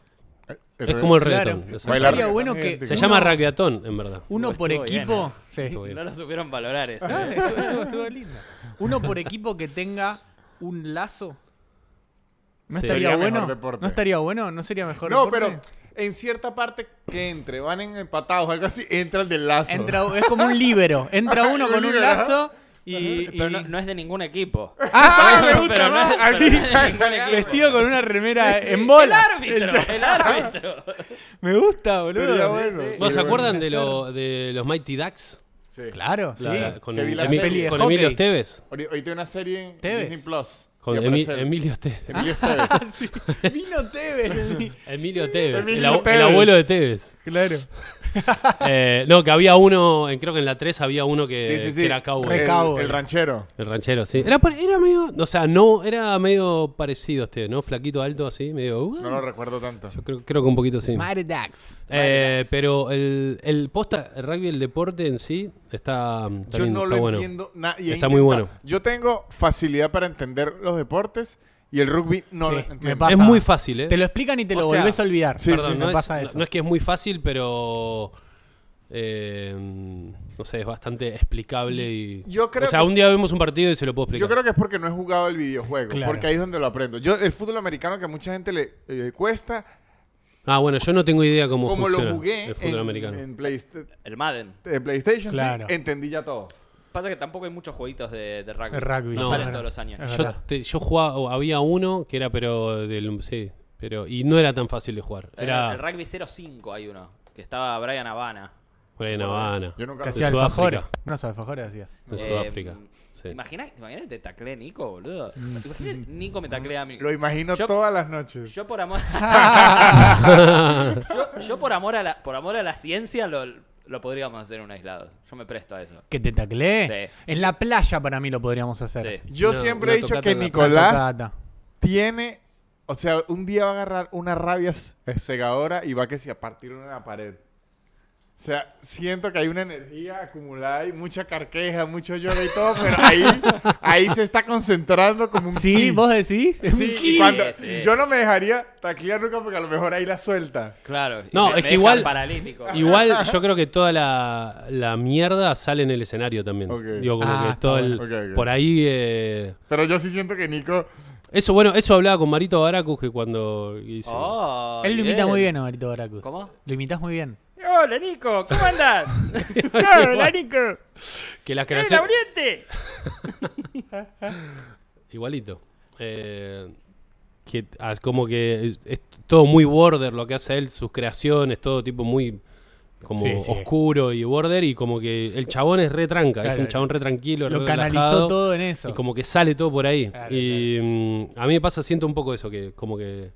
Speaker 4: El
Speaker 5: Es como el
Speaker 3: Claro.
Speaker 5: reggaetón. exacto.
Speaker 4: Bailar
Speaker 3: Estaría
Speaker 4: reggaetón
Speaker 3: bueno
Speaker 4: es
Speaker 3: que-
Speaker 4: idéntico.
Speaker 5: Se
Speaker 3: uno-
Speaker 5: llama ragbeatón, en verdad.
Speaker 3: Uno por
Speaker 2: Estuvo bien,
Speaker 3: equipo. Sí.
Speaker 5: ¿eh? Estuvo bien.
Speaker 2: No lo supieron valorar eso.
Speaker 3: Ah, estuvo- estuvo- estuvo lindo. Uno por equipo que tenga un lazo. ¿No
Speaker 5: Sí.
Speaker 3: estaría
Speaker 4: Sería mejor
Speaker 3: bueno?
Speaker 4: deporte.
Speaker 3: ¿No estaría bueno? ¿No sería mejor
Speaker 4: No,
Speaker 3: deporte?
Speaker 4: pero en cierta parte que entre, van en empatados, algo así, entra el del lazo.
Speaker 3: Entra- es como un líbero. Entra uno
Speaker 4: Un
Speaker 3: con un
Speaker 4: líbero,
Speaker 3: lazo y,
Speaker 2: Pero
Speaker 3: y-
Speaker 2: no, no es de ningún equipo.
Speaker 3: ¡Ah! me gusta
Speaker 2: pero no
Speaker 3: más!
Speaker 2: es- pero no es de ningún equipo.
Speaker 3: Vestido con una remera en bolas.
Speaker 2: El árbitro, el árbitro.
Speaker 3: Me gusta, boludo.
Speaker 4: Sería bueno.
Speaker 5: ¿No
Speaker 4: Sería
Speaker 5: se acuerdan
Speaker 4: bueno.
Speaker 5: de, lo- de los Mighty Ducks?
Speaker 4: Sí.
Speaker 3: Claro, sí.
Speaker 5: La- la- con
Speaker 4: que vi la
Speaker 5: Emi-
Speaker 4: serie.
Speaker 5: con
Speaker 3: Peli de
Speaker 5: Emilio
Speaker 3: hockey.
Speaker 5: Esteves.
Speaker 4: Hoy, hoy tengo una serie en
Speaker 3: Teves.
Speaker 4: Disney Plus.
Speaker 5: Con
Speaker 4: Y
Speaker 5: Emi-
Speaker 4: aparece el-
Speaker 5: Emilio Esteves.
Speaker 4: Emilio Esteves.
Speaker 3: Sí. Vino Tevez.
Speaker 5: Emilio Esteves. El,
Speaker 4: Emilio
Speaker 5: abu- el
Speaker 4: Esteves.
Speaker 5: abuelo de Tevez.
Speaker 3: claro.
Speaker 5: Eh, no, que había uno, en- creo que en la 3 había uno que,
Speaker 4: Sí, sí, sí.
Speaker 5: que era cowboy.
Speaker 3: Re-
Speaker 4: El,
Speaker 3: Cowboy.
Speaker 4: el ranchero.
Speaker 5: El ranchero, sí. Era, pa- era medio, o sea, no, era medio parecido a este, ¿no? Flaquito, alto, así, medio... uh.
Speaker 4: No lo recuerdo tanto.
Speaker 5: Yo creo, creo que un poquito sí.
Speaker 3: Mighty Ducks.
Speaker 5: Eh, pero el, el posta, el rugby, el deporte en sí, está, está
Speaker 4: Yo
Speaker 5: lindo,
Speaker 4: no
Speaker 5: está
Speaker 4: lo
Speaker 5: bueno.
Speaker 4: entiendo nada. y he
Speaker 5: Está muy
Speaker 4: intentado.
Speaker 5: bueno.
Speaker 4: Yo tengo facilidad para entender los deportes y el rugby no
Speaker 3: Sí,
Speaker 4: lo
Speaker 3: me
Speaker 4: entiendo.
Speaker 3: pasa.
Speaker 5: Es muy fácil, ¿eh?
Speaker 3: Te lo explican y te
Speaker 5: O
Speaker 3: lo
Speaker 5: sea,
Speaker 3: volvés a olvidar.
Speaker 4: sí,
Speaker 5: Perdón,
Speaker 4: sí,
Speaker 5: no,
Speaker 3: me
Speaker 5: es,
Speaker 3: pasa
Speaker 5: no-
Speaker 3: eso.
Speaker 5: no es que es muy fácil, pero... eh, no sé, es bastante explicable y...
Speaker 4: Yo creo
Speaker 5: o sea,
Speaker 4: que-
Speaker 5: un día vemos un partido y se lo puedo explicar.
Speaker 4: Yo creo que es porque no he jugado el videojuego,
Speaker 3: Claro.
Speaker 4: porque ahí es donde lo aprendo. Yo el fútbol americano que a mucha gente le eh, cuesta,
Speaker 5: Ah, bueno, yo no tengo idea cómo
Speaker 4: como
Speaker 5: funciona
Speaker 4: lo jugué
Speaker 5: el fútbol
Speaker 4: en,
Speaker 5: americano.
Speaker 4: en Playsta-
Speaker 2: El Madden.
Speaker 4: en PlayStation, sí,
Speaker 3: Claro.
Speaker 4: entendí ya todo.
Speaker 2: Pasa que tampoco hay muchos jueguitos de, de rugby.
Speaker 3: De rugby.
Speaker 2: No,
Speaker 5: No.
Speaker 2: salen
Speaker 5: No.
Speaker 2: todos los años.
Speaker 3: Es
Speaker 5: Yo,
Speaker 3: verdad.
Speaker 5: te- yo jugaba, o había uno que era pero del sí, pero y no era tan fácil de jugar.
Speaker 4: Eh,
Speaker 2: El-
Speaker 5: Era
Speaker 2: El rugby 05 hay uno, que estaba Brian Habana.
Speaker 5: por ahí en Habana,
Speaker 4: Yo nunca
Speaker 5: Casi-
Speaker 3: Que
Speaker 4: lo
Speaker 3: hacía
Speaker 5: de Sudáfrica.
Speaker 3: alfajores. Unos alfajores hacía.
Speaker 5: en
Speaker 2: Eh,
Speaker 5: Sudáfrica. Sí.
Speaker 2: ¿Te imaginas, ¿Te imaginas que te taclee Nico, boludo? ¿Te imaginas que Nico me taclea a mí?
Speaker 4: Lo imagino
Speaker 2: Yo-
Speaker 4: todas las noches.
Speaker 2: Yo por amor. yo, yo por amor a la, por amor a la ciencia lo, lo podríamos hacer en un aislado. Yo me presto a eso.
Speaker 3: Que te tacleé.
Speaker 2: Sí.
Speaker 3: En la playa para mí lo podríamos hacer.
Speaker 2: Sí.
Speaker 4: Yo
Speaker 5: Una-
Speaker 4: siempre
Speaker 5: una
Speaker 4: he dicho
Speaker 5: tocata
Speaker 4: que
Speaker 5: en la
Speaker 4: Nicolás
Speaker 3: Tocata.
Speaker 4: tiene. O sea, un día va a agarrar una rabia s- eh, cegadora y va que si a partir una pared. O sea, siento que hay una energía acumulada y mucha carqueja, mucho lloro y todo, pero ahí, ahí se está concentrando como un
Speaker 3: Sí,
Speaker 4: ki.
Speaker 3: vos decís. Es
Speaker 4: Sí,
Speaker 3: un
Speaker 4: y
Speaker 3: ki.
Speaker 4: cuando-
Speaker 2: Sí, sí.
Speaker 4: Yo no me dejaría taquillar nunca porque a lo mejor ahí la suelta.
Speaker 2: Claro.
Speaker 5: No,
Speaker 2: me-
Speaker 5: es
Speaker 2: me
Speaker 5: que igual-
Speaker 2: dejan Paralítico.
Speaker 5: Igual yo creo que toda la, la mierda sale en el escenario también.
Speaker 4: Ok.
Speaker 5: Digo, como
Speaker 3: Ah,
Speaker 5: que todo
Speaker 3: está
Speaker 5: el,
Speaker 4: bueno. Ok, ok.
Speaker 5: por ahí eh,
Speaker 4: Pero yo sí siento que Nico
Speaker 5: eso bueno, eso hablaba con Marito Baracus que cuando hice-
Speaker 3: Ah.
Speaker 2: Oh,
Speaker 3: Él lo imita muy bien a Marito Baracus.
Speaker 2: ¿Cómo?
Speaker 3: Lo imitas muy bien.
Speaker 2: Hola Nico, ¿cómo andas?
Speaker 5: Hola,
Speaker 2: Nico.
Speaker 5: que las creaciones
Speaker 2: Oriente!
Speaker 5: Igualito. Eh, que as- como que es, es todo muy border lo que hace él, sus creaciones, todo tipo muy como
Speaker 3: Sí, sí.
Speaker 5: oscuro y border y como que el chabón es re tranca, es
Speaker 3: Claro,
Speaker 5: un chabón re tranquilo,
Speaker 3: Lo
Speaker 5: re
Speaker 3: canalizó
Speaker 5: relajado,
Speaker 3: todo en eso.
Speaker 5: y como que sale todo por ahí.
Speaker 3: Claro,
Speaker 5: y mm, a mí me pasa siento un poco eso que como que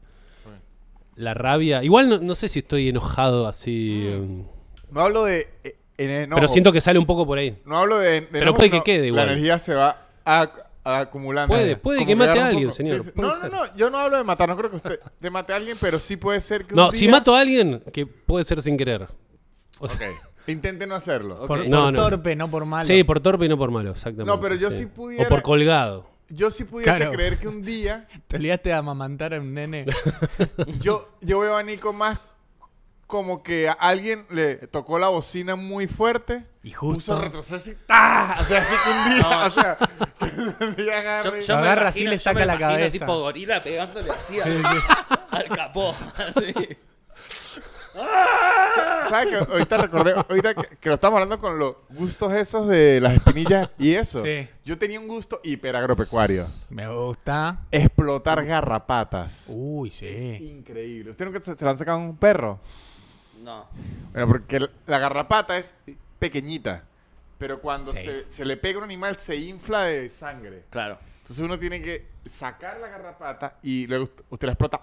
Speaker 5: la rabia, igual no, no sé si estoy enojado así, em,
Speaker 4: No hablo de eh, en enojo.
Speaker 5: pero siento que sale un poco por ahí.
Speaker 4: No hablo de, de
Speaker 5: Pero
Speaker 4: enojo,
Speaker 5: puede que
Speaker 4: sino
Speaker 5: quede igual.
Speaker 4: La energía se va a- a- acumulando.
Speaker 5: Puede, puede
Speaker 4: Como
Speaker 5: que mate
Speaker 4: agarra un
Speaker 5: a alguien,
Speaker 4: poco.
Speaker 5: señor, puede
Speaker 4: No, no,
Speaker 5: ser.
Speaker 4: no. Yo no hablo de matar. No creo que usted te mate a alguien, pero sí puede ser que
Speaker 5: No,
Speaker 4: un
Speaker 5: si
Speaker 4: día-
Speaker 5: mato a alguien que puede ser sin querer. O sea,
Speaker 4: Ok. Intente no hacerlo.
Speaker 2: Ok.
Speaker 3: Por,
Speaker 5: No,
Speaker 3: por
Speaker 5: no.
Speaker 3: torpe, no por malo.
Speaker 5: Sí, por torpe y no por malo, exactamente.
Speaker 4: No, pero yo
Speaker 5: sí.
Speaker 4: si pudiera-
Speaker 5: O por colgado.
Speaker 4: Yo sí pudiese
Speaker 3: Claro.
Speaker 4: creer que un día
Speaker 3: Te olvidaste de amamantar a un nene.
Speaker 4: yo, yo veo a Nico más como que a alguien le tocó la bocina muy fuerte.
Speaker 3: Y
Speaker 4: Puso a
Speaker 3: justo.
Speaker 4: retrocederse y ¡tá! O sea, así que un día,
Speaker 2: No.
Speaker 4: o sea, que un día agarre.
Speaker 3: Lo
Speaker 2: me
Speaker 3: agarra
Speaker 2: imagino-
Speaker 3: así y le
Speaker 2: yo me
Speaker 3: saca la
Speaker 2: imagino
Speaker 3: cabeza.
Speaker 2: tipo gorila pegándole así
Speaker 3: Sí,
Speaker 2: al,
Speaker 3: sí.
Speaker 2: al capó. así.
Speaker 4: ¿Sabes que Ahorita recordé, ahorita que, que lo estamos hablando con los gustos esos de las espinillas y eso.
Speaker 3: Sí.
Speaker 4: Yo tenía un gusto hiperagropecuario.
Speaker 3: Me gusta.
Speaker 4: Explotar garrapatas.
Speaker 3: Uy, sí.
Speaker 4: Increíble. ¿Usted nunca se, se lo han sacado a un perro?
Speaker 2: No.
Speaker 4: Bueno, porque la- la garrapata es pequeñita. Pero cuando
Speaker 3: Sí.
Speaker 4: se, se le pega a un animal, se infla de sangre.
Speaker 2: Claro.
Speaker 4: Entonces uno tiene que sacar la garrapata y luego ust- usted la explota.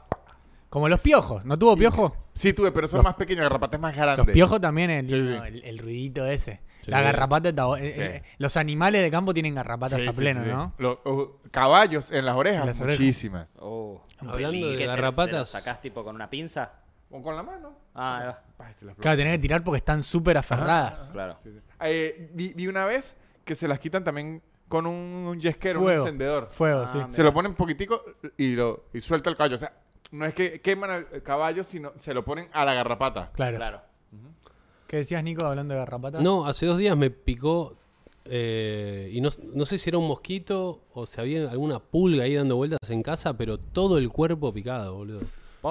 Speaker 3: Como los piojos. ¿No tuvo piojo?
Speaker 4: Sí, tuve, pero son
Speaker 3: Los-
Speaker 4: más pequeños. La garrapata es más grande.
Speaker 3: Los piojos también, el,
Speaker 4: Sí, sí.
Speaker 3: El, el ruidito ese.
Speaker 5: Sí.
Speaker 3: La garrapata. está bu- eh,
Speaker 4: Sí.
Speaker 3: eh, los animales de campo tienen garrapatas
Speaker 4: Sí,
Speaker 3: a
Speaker 4: sí,
Speaker 3: pleno,
Speaker 4: sí, sí.
Speaker 3: ¿no?
Speaker 4: Los, uh, caballos en las orejas,
Speaker 3: En las orejas.
Speaker 4: muchísimas.
Speaker 2: Oh.
Speaker 5: Hablando
Speaker 2: ¿Qué
Speaker 5: de
Speaker 2: se- se lo
Speaker 5: garrapatas.
Speaker 2: sacás tipo con una pinza?
Speaker 4: O con la mano.
Speaker 2: Ah, ahí va.
Speaker 4: Pa, se las
Speaker 3: Claro, tenés que tirar porque están súper aferradas.
Speaker 2: Claro.
Speaker 4: Sí, sí. Eh, vi, vi una vez que se las quitan también con un, un yesquero,
Speaker 3: Fuego.
Speaker 4: un encendedor.
Speaker 3: Fuego,
Speaker 2: Ah,
Speaker 3: sí.
Speaker 2: mira.
Speaker 4: Se lo ponen poquitico y lo y suelta el caballo. O sea, no es que queman al caballo, sino se lo ponen a la garrapata.
Speaker 3: Claro.
Speaker 2: Claro.
Speaker 3: ¿Qué decías, Nico, hablando de garrapatas?
Speaker 5: No, hace dos días me picó. eh, y no, no sé si era un mosquito o si había alguna pulga ahí dando vueltas en casa, pero todo el cuerpo picado, boludo.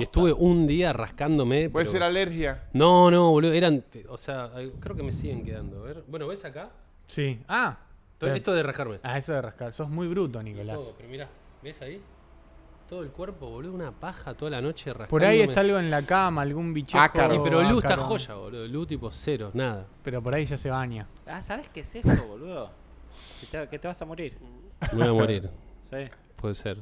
Speaker 5: Y estuve un día rascándome.
Speaker 4: Puede
Speaker 5: pero-
Speaker 4: ser alergia.
Speaker 5: No, no, boludo. Eran. O sea, ay, creo que me siguen quedando. A ver, Bueno, ¿ves acá?
Speaker 3: Sí. Ah.
Speaker 5: Todo
Speaker 3: Bien.
Speaker 5: Esto de rascarme.
Speaker 3: Ah, eso de rascar. Sos muy bruto, Nicolás.
Speaker 5: Todo, pero mirá, ¿ves ahí? Todo el cuerpo, boludo. Una paja toda la noche rascándome.
Speaker 3: Por ahí es algo en la cama, algún bichaco.
Speaker 4: Ácaro.
Speaker 5: Y pero Lu está
Speaker 3: ácaro.
Speaker 5: joya, boludo. Lu tipo cero, nada.
Speaker 3: Pero por ahí ya se baña.
Speaker 2: Ah, ¿sabes qué es eso, boludo? Que te, que te vas a morir.
Speaker 5: Me voy a morir.
Speaker 2: Sí.
Speaker 5: Puede ser.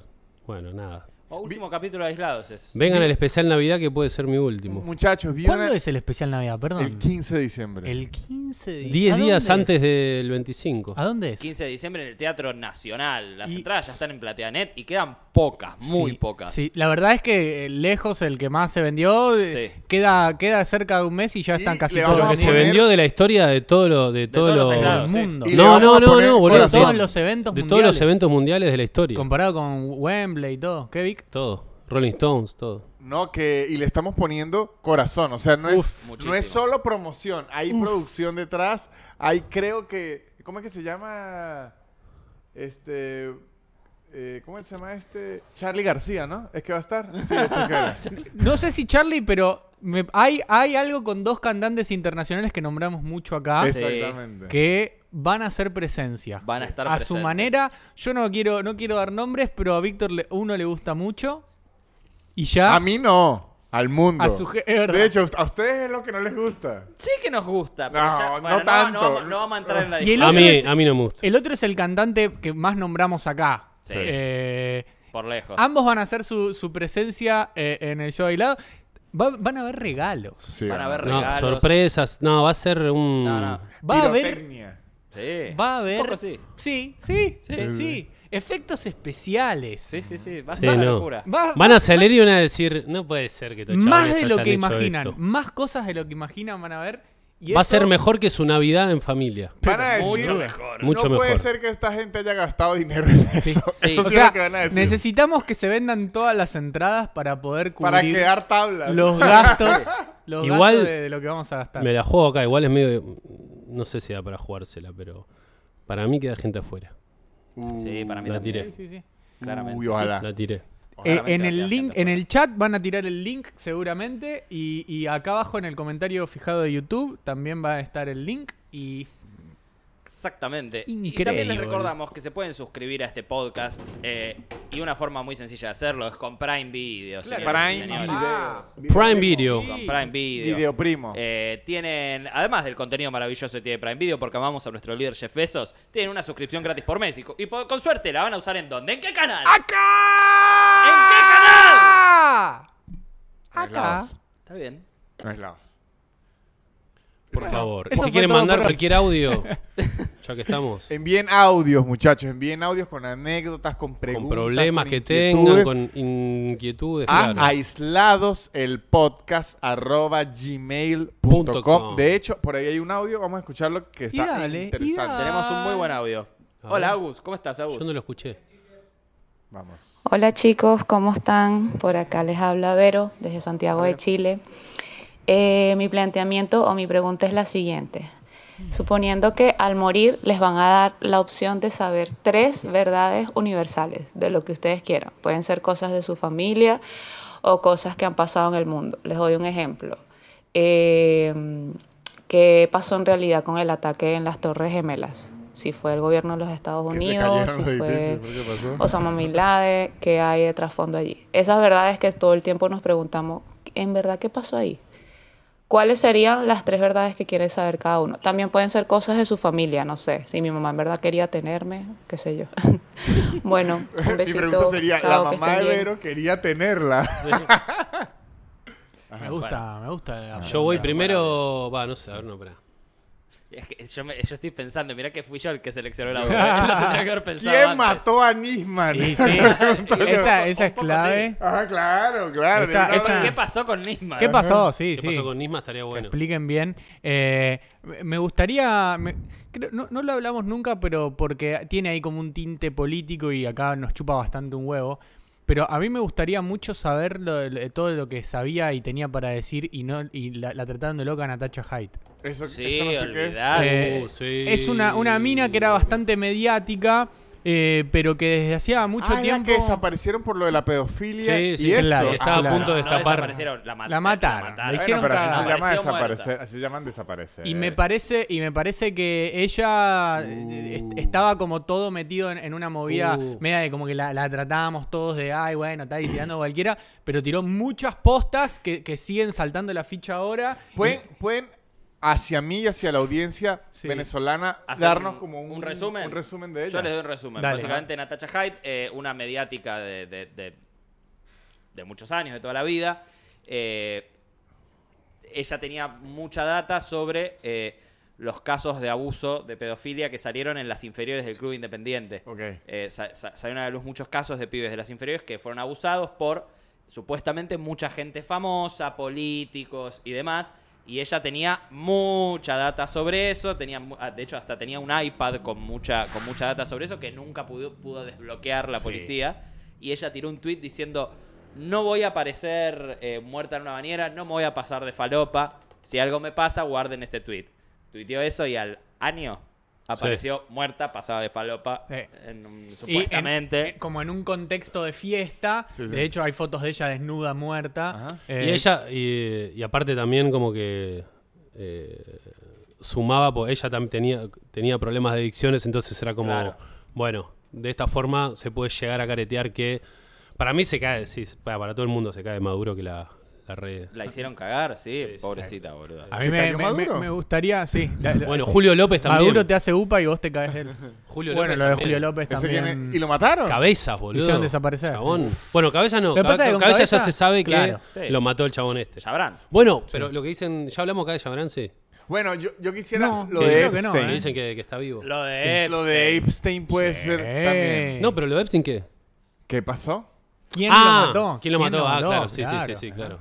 Speaker 5: Bueno, nada.
Speaker 2: O último capítulo de Aislados es.
Speaker 5: Vengan al especial Navidad que puede ser mi último.
Speaker 4: Muchachos, vi
Speaker 3: ¿Cuándo
Speaker 4: una-
Speaker 3: es el especial Navidad? Perdón.
Speaker 4: el 15 de diciembre.
Speaker 3: El 15 de ¿A
Speaker 5: 10
Speaker 3: dónde
Speaker 5: días
Speaker 3: es?
Speaker 5: antes del 25.
Speaker 3: ¿A dónde es?
Speaker 2: 15 de diciembre en el Teatro Nacional. Las
Speaker 3: Y-
Speaker 2: entradas ya están en Plateanet y quedan pocas, muy
Speaker 3: Sí,
Speaker 2: pocas.
Speaker 3: Sí, la verdad es que eh, lejos el que más se vendió eh,
Speaker 2: Sí.
Speaker 3: queda, queda cerca de un mes y ya
Speaker 4: Y
Speaker 3: están casi
Speaker 4: le
Speaker 3: todos.
Speaker 5: Lo que
Speaker 4: vamos a
Speaker 5: se
Speaker 4: poner-
Speaker 5: vendió de la historia de todo lo, de todos
Speaker 2: todos los
Speaker 5: los-
Speaker 2: aislados.
Speaker 3: el
Speaker 2: sí.
Speaker 3: mundo.
Speaker 4: Y le
Speaker 5: No,
Speaker 4: vamos
Speaker 5: no,
Speaker 4: a
Speaker 5: no,
Speaker 4: poner
Speaker 5: no, boludo.
Speaker 3: de
Speaker 4: corazón.
Speaker 5: todo-
Speaker 3: todos los eventos
Speaker 5: de todos
Speaker 3: mundiales,
Speaker 5: los eventos mundiales de la historia.
Speaker 3: Comparado con Wembley y todo. ¿Qué, Vic?
Speaker 5: Todo. Rolling Stones, todo.
Speaker 4: No, que y le estamos poniendo corazón, o sea, no
Speaker 2: Uf,
Speaker 4: es
Speaker 2: muchísimo.
Speaker 4: no es solo promoción, hay producción detrás, hay creo que ¿cómo es que se llama? Este eh, ¿Cómo se llama este? Charlie García, ¿no? ¿Es que va a estar? Sí, es el que era.
Speaker 3: No sé si Charlie, pero me- hay, hay algo con dos cantantes internacionales que nombramos mucho acá
Speaker 2: Es-
Speaker 4: Exactamente.
Speaker 3: que van a hacer presencia.
Speaker 2: Van a estar
Speaker 3: a su
Speaker 2: presentes.
Speaker 3: manera. Yo no quiero, no quiero dar nombres, pero a Víctor le- uno le gusta mucho. Y ya.
Speaker 4: A mí no. Al mundo.
Speaker 3: A su ge- es verdad.
Speaker 4: de hecho, a ustedes es lo que no les gusta.
Speaker 2: Sí que nos gusta. pero
Speaker 4: No,
Speaker 2: ya-
Speaker 4: no
Speaker 2: bueno,
Speaker 4: tanto.
Speaker 2: No, vamos, no vamos a entrar en la
Speaker 3: Y el
Speaker 2: discusión.
Speaker 5: A
Speaker 3: otro
Speaker 5: mí,
Speaker 3: es-
Speaker 5: a mí no me gusta.
Speaker 3: El otro es el cantante que más nombramos acá.
Speaker 2: Sí.
Speaker 3: Eh,
Speaker 2: Por lejos.
Speaker 3: ambos van a hacer su, su presencia eh, en el show bailado. Va- van a haber regalos.
Speaker 4: Sí,
Speaker 2: Van a ver
Speaker 5: No,
Speaker 2: regalos.
Speaker 5: sorpresas. No, va a ser un.
Speaker 2: No, no.
Speaker 3: Va a haber
Speaker 4: Pirotecnia.
Speaker 2: Sí.
Speaker 3: Mm. Va a haber.
Speaker 2: Un poco sí.
Speaker 3: Sí, sí,
Speaker 2: Sí.
Speaker 3: sí, Efectos especiales.
Speaker 2: Sí, sí, sí. Va a
Speaker 5: Sí,
Speaker 2: ser una
Speaker 5: no.
Speaker 2: locura.
Speaker 3: Va-
Speaker 5: Van a salir y van a decir, no puede ser que estos
Speaker 3: más
Speaker 5: chabones
Speaker 3: de lo
Speaker 5: hayan
Speaker 3: que
Speaker 5: hecho
Speaker 3: imaginan.
Speaker 5: esto".
Speaker 3: Más cosas de lo que imaginan van a ver. y
Speaker 5: Va a
Speaker 3: eso-
Speaker 5: ser mejor que su Navidad en familia.
Speaker 4: Van a decir,
Speaker 2: Mucho mejor.
Speaker 5: Mucho
Speaker 4: no puede
Speaker 5: mejor.
Speaker 4: ser que esta gente haya gastado dinero en eso.
Speaker 2: sí.
Speaker 4: Eso
Speaker 3: O
Speaker 4: sí es
Speaker 3: sea,
Speaker 4: lo que van a decir.
Speaker 3: necesitamos que se vendan todas las entradas para poder cubrir
Speaker 4: Para quedar tablas.
Speaker 3: los gastos, los
Speaker 5: Igual-
Speaker 3: gastos de, de lo que vamos a gastar.
Speaker 5: Me la juego acá, igual es medio. de- No sé si da para jugársela, pero para mí queda gente afuera.
Speaker 3: Mm,
Speaker 2: Sí, para mí
Speaker 5: La
Speaker 2: también.
Speaker 5: tiré.
Speaker 3: Sí, sí, sí.
Speaker 2: Claramente.
Speaker 4: Uy, ojalá.
Speaker 5: La tiré.
Speaker 3: Eh,
Speaker 2: Claramente
Speaker 3: en
Speaker 2: va a
Speaker 3: el
Speaker 2: quedar
Speaker 3: link,
Speaker 2: gente
Speaker 3: en el chat van a tirar el link seguramente y, y acá abajo en el comentario fijado de YouTube también va a estar el link y
Speaker 2: Exactamente. Y también
Speaker 3: Increíble.
Speaker 2: les recordamos que se pueden suscribir a este podcast eh, y una forma muy sencilla de hacerlo es con Prime Video. señores y
Speaker 4: Prime
Speaker 2: señores.
Speaker 4: Video.
Speaker 5: Prime Video.
Speaker 3: Sí.
Speaker 2: Con Prime Video.
Speaker 4: Video primo.
Speaker 2: Eh, tienen, además del contenido maravilloso que tiene Prime Video, porque amamos a nuestro líder Jeff Bezos, tienen una suscripción gratis por mes y, co- y po- con suerte la van a usar en dónde, en qué canal.
Speaker 4: ¡Ah! ¡Acá!
Speaker 2: ¿En qué canal?
Speaker 3: ¡Ah! Acá.
Speaker 4: Laos.
Speaker 2: Está bien.
Speaker 4: No es Laos.
Speaker 5: Por favor. Y si
Speaker 3: eso fue
Speaker 5: quieren
Speaker 3: todo
Speaker 5: mandar
Speaker 3: por hoy.
Speaker 5: cualquier audio, ya que estamos.
Speaker 4: Envíen audios, muchachos. Envíen audios con anécdotas, con preguntas.
Speaker 5: Con problemas
Speaker 4: con
Speaker 5: que
Speaker 4: inquietudes,
Speaker 5: tengan, con inquietudes.
Speaker 3: Ah,
Speaker 4: A
Speaker 5: claro.
Speaker 4: aislados el podcast arroba
Speaker 5: Punto com.
Speaker 4: gmail.com. De hecho, por ahí hay un audio. Vamos a escucharlo que está
Speaker 3: Y dale, y
Speaker 4: interesante.
Speaker 3: dale.
Speaker 2: Tenemos un muy
Speaker 4: Ah.
Speaker 2: buen audio.
Speaker 5: A
Speaker 2: Hola,
Speaker 5: ver.
Speaker 2: Agus. ¿Cómo estás, Agus?
Speaker 5: Yo no lo escuché.
Speaker 4: Vamos.
Speaker 1: Hola chicos, ¿cómo están? Por acá les habla Vero desde Santiago de Chile. Eh, mi planteamiento o mi pregunta es la siguiente. Suponiendo que al morir les van a dar la opción de saber tres verdades universales de lo que ustedes quieran. Pueden ser cosas de su familia o cosas que han pasado en el mundo. Les doy un ejemplo. Eh, ¿Qué pasó en realidad con el ataque en las Torres Gemelas? Si fue el gobierno de los Estados
Speaker 4: Que se
Speaker 1: Unidos, si
Speaker 4: cayeron los
Speaker 1: fue
Speaker 4: edificios, ¿por qué pasó?
Speaker 1: Osama Bin Laden, qué hay de trasfondo allí. Esas verdades que todo el tiempo nos preguntamos, ¿en verdad qué pasó ahí? ¿Cuáles serían las tres verdades que quiere saber cada uno? También pueden ser cosas de su familia, no sé, si mi mamá en verdad quería tenerme, qué sé yo. bueno, un
Speaker 4: Mi
Speaker 1: besito.
Speaker 4: pregunta sería,
Speaker 1: chao,
Speaker 4: la
Speaker 1: que
Speaker 4: mamá de
Speaker 1: estén bien.
Speaker 4: Vero quería tenerla.
Speaker 3: Me gusta, me gusta. la-
Speaker 5: Yo voy primero. Va, no sé, a ver, no, pará.
Speaker 2: Es que yo, me- yo estoy pensando, mirá que fui yo el que seleccionó el audio. Lo tendría que haber pensado
Speaker 4: ¿Quién
Speaker 2: antes.
Speaker 4: mató a Nisman?
Speaker 3: Sí, sí. esa, esa es
Speaker 2: Un poco
Speaker 3: clave.
Speaker 4: ah, claro, claro.
Speaker 3: Esa-
Speaker 4: No, no,
Speaker 3: esa-
Speaker 2: ¿Qué pasó con Nisman?
Speaker 3: ¿Qué pasó? Sí,
Speaker 5: ¿Qué
Speaker 3: sí.
Speaker 5: pasó con Nisma? Estaría
Speaker 3: Que
Speaker 5: bueno.
Speaker 3: expliquen bien. Eh, me- me gustaría. me- creo- no, no lo hablamos nunca, pero porque tiene ahí como un tinte político y acá nos chupa bastante un huevo. Pero a mí me gustaría mucho saber lo- lo- todo lo que sabía y tenía para decir y no y la, la trataron de loca a Natasha Hyde.
Speaker 4: Eso,
Speaker 2: Sí,
Speaker 4: eso no sé qué es.
Speaker 2: olvidá. Ah,
Speaker 3: Eh,
Speaker 5: uh, sí.
Speaker 3: Es una, una mina que era bastante mediática, eh, pero que desde hacía mucho
Speaker 4: Ah, es la
Speaker 3: tiempo.
Speaker 4: que desapareestaron por lo de la pedofilia.
Speaker 5: Sí, sí,
Speaker 4: y eso.
Speaker 5: claro,
Speaker 4: Ah,
Speaker 5: estaba a
Speaker 4: claro.
Speaker 5: punto
Speaker 2: No,
Speaker 5: de destapar.
Speaker 2: desaparecieron, la, mat-
Speaker 3: La mataron, la
Speaker 4: Bueno,
Speaker 3: hicieron
Speaker 4: pero así se,
Speaker 3: cagada.
Speaker 4: llama
Speaker 2: Apareció muerta.
Speaker 4: desaparecer, así se llaman desaparecer. Eh,
Speaker 3: Y me parece, y me parece que ella eh,
Speaker 4: Uh.
Speaker 3: est- estaba como todo metido en, en una movida
Speaker 5: Uh.
Speaker 3: media de como que la, la tratábamos todos de ay bueno, está ahí tirando cualquiera, pero tiró muchas postas que, que siguen saltando la ficha ahora.
Speaker 4: ¿Pueden, pueden hacia mí y hacia la audiencia
Speaker 3: Sí.
Speaker 4: venezolana
Speaker 2: Hacer
Speaker 4: darnos como un,
Speaker 2: resumen.
Speaker 4: un resumen de ella?
Speaker 2: Yo les doy un resumen.
Speaker 3: Dale.
Speaker 2: Básicamente, Natasha Hyde, eh, una mediática de, de- de- de muchos años, de toda la vida. eh, ella tenía mucha data sobre eh, los casos de abuso de pedofilia que salieron en las inferiores del Club Independiente.
Speaker 4: Ok.
Speaker 2: Eh, sa- sa- salieron a la luz muchos casos de pibes de las inferiores que fueron abusados por supuestamente mucha gente famosa, políticos y demás. Y ella tenía mucha data sobre eso, tenía, mu- ah, de hecho hasta tenía un iPad con mucha, con mucha data sobre eso que nunca pudo, pudo desbloquear la policía. Y ella tiró un tuit diciendo, no voy a aparecer eh, muerta en una bañera, no me voy a pasar de falopa, si algo me pasa, guarden este tuit. Tuiteó eso y al año apareció muerta, pasada de falopa,
Speaker 3: Sí.
Speaker 2: en un-
Speaker 3: Y en-
Speaker 2: supuestamente.
Speaker 3: eh, como en un contexto de fiesta.
Speaker 4: Sí, sí.
Speaker 3: De hecho, hay fotos de ella desnuda, muerta.
Speaker 4: Ajá.
Speaker 3: Eh,
Speaker 5: Y ella, y, y aparte también como que eh, sumaba, porque ella también tenía, tenía problemas de adicciones, entonces era como,
Speaker 2: Claro.
Speaker 5: bueno, de esta forma se puede llegar a caretear que, para mí se cae, sí, para, para todo el mundo se cae maduro que la, la red.
Speaker 2: La hicieron cagar, sí,
Speaker 5: Sí, sí.
Speaker 2: pobrecita, boludo.
Speaker 3: A mí
Speaker 4: ¿Se
Speaker 3: me,
Speaker 4: cayó
Speaker 3: me-
Speaker 4: Maduro?
Speaker 3: me- me gustaría, sí. La- la-
Speaker 5: Bueno, Julio López también.
Speaker 3: Maduro te hace upa y vos te caes de él.
Speaker 5: Julio
Speaker 3: bueno,
Speaker 5: López
Speaker 3: lo de
Speaker 5: también.
Speaker 3: Julio López
Speaker 4: Ese
Speaker 3: también. Eh.
Speaker 4: tiene- ¿Y lo mataron?
Speaker 5: Cabezas, boludo.
Speaker 3: hicieron desaparecer.
Speaker 5: Chabón. Bueno, cabeza no.
Speaker 3: Lo que
Speaker 5: Cabe-
Speaker 3: pasa es que con
Speaker 5: cabeza, ya
Speaker 3: cabeza-
Speaker 5: se sabe
Speaker 3: Claro.
Speaker 5: que
Speaker 2: Sí.
Speaker 5: lo mató el chabón este.
Speaker 2: Sabrán.
Speaker 5: Bueno, pero lo que dicen, ya hablamos acá de Chabrán, sí.
Speaker 4: Bueno, yo, yo quisiera
Speaker 3: No,
Speaker 4: lo
Speaker 5: que
Speaker 4: de
Speaker 5: dice
Speaker 3: que no,
Speaker 4: Epstein.
Speaker 5: Que
Speaker 3: ¿eh?
Speaker 5: dicen que, que está vivo.
Speaker 2: Lo de
Speaker 4: Lo de Epstein puede
Speaker 3: Sí.
Speaker 4: ser también.
Speaker 5: No, pero lo de Epstein, ¿qué?
Speaker 4: ¿Qué pasó?
Speaker 3: ¿Quién
Speaker 5: ah,
Speaker 3: lo mató?
Speaker 5: ¿Quién lo mató? ah, claro, sí, sí, sí, sí, claro.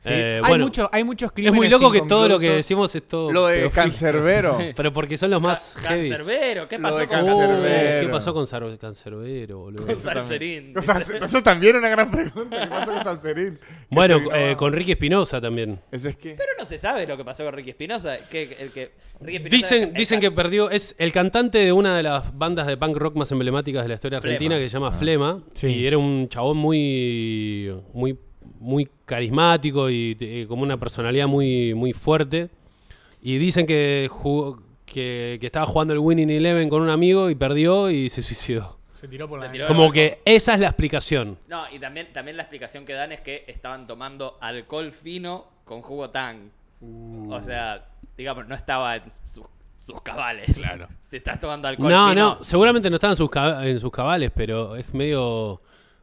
Speaker 3: Sí.
Speaker 5: Eh,
Speaker 3: hay,
Speaker 5: bueno,
Speaker 3: muchos, hay muchos
Speaker 5: es
Speaker 3: crímenes
Speaker 5: muy loco que todo lo que
Speaker 3: inconclusos.
Speaker 5: decimos es todo.
Speaker 4: Lo de
Speaker 5: pedofilia.
Speaker 4: Cancerbero.
Speaker 5: Pero porque son los más heavy.
Speaker 2: Cancerbero, ¿qué
Speaker 4: Lo
Speaker 2: pasó
Speaker 4: de
Speaker 2: con
Speaker 5: Oh,
Speaker 4: Cancerbero.
Speaker 5: ¿Qué pasó con Sar- Cancerbero, boludo?
Speaker 2: con Salserín?
Speaker 4: O sea, eso también es una gran pregunta. ¿Qué pasó con Salserín? Que
Speaker 5: Bueno,
Speaker 4: se vino
Speaker 5: eh,
Speaker 4: abajo.
Speaker 5: con Ricky Espinosa también.
Speaker 4: Ese es que...
Speaker 2: Pero no se sabe lo que pasó con Ricky Espinosa. Que, el que, Ricky Espinosa-
Speaker 5: Dicen,
Speaker 2: el-
Speaker 5: dicen que perdió, es el cantante de una de las bandas de punk rock más emblemáticas de la historia
Speaker 2: Flema.
Speaker 5: argentina que se llama Flema.
Speaker 3: Sí.
Speaker 5: Y era un chabón muy, muy, muy carismático y eh, como una personalidad muy, muy fuerte. Y dicen que, jugó- que, que estaba jugando el Winning Eleven con un amigo y perdió y se suicidó.
Speaker 3: Se tiró por
Speaker 2: Se
Speaker 3: la
Speaker 2: tiró-
Speaker 5: Como que esa es la explicación.
Speaker 2: No, y también, también la explicación que dan es que estaban tomando alcohol fino con jugo tan. O sea, digamos, no estaba en sus- sus cabales. Claro. Si estás tomando alcohol
Speaker 5: No,
Speaker 2: fino.
Speaker 5: no, seguramente no estaba en sus, cab- en sus cabales, pero es medio.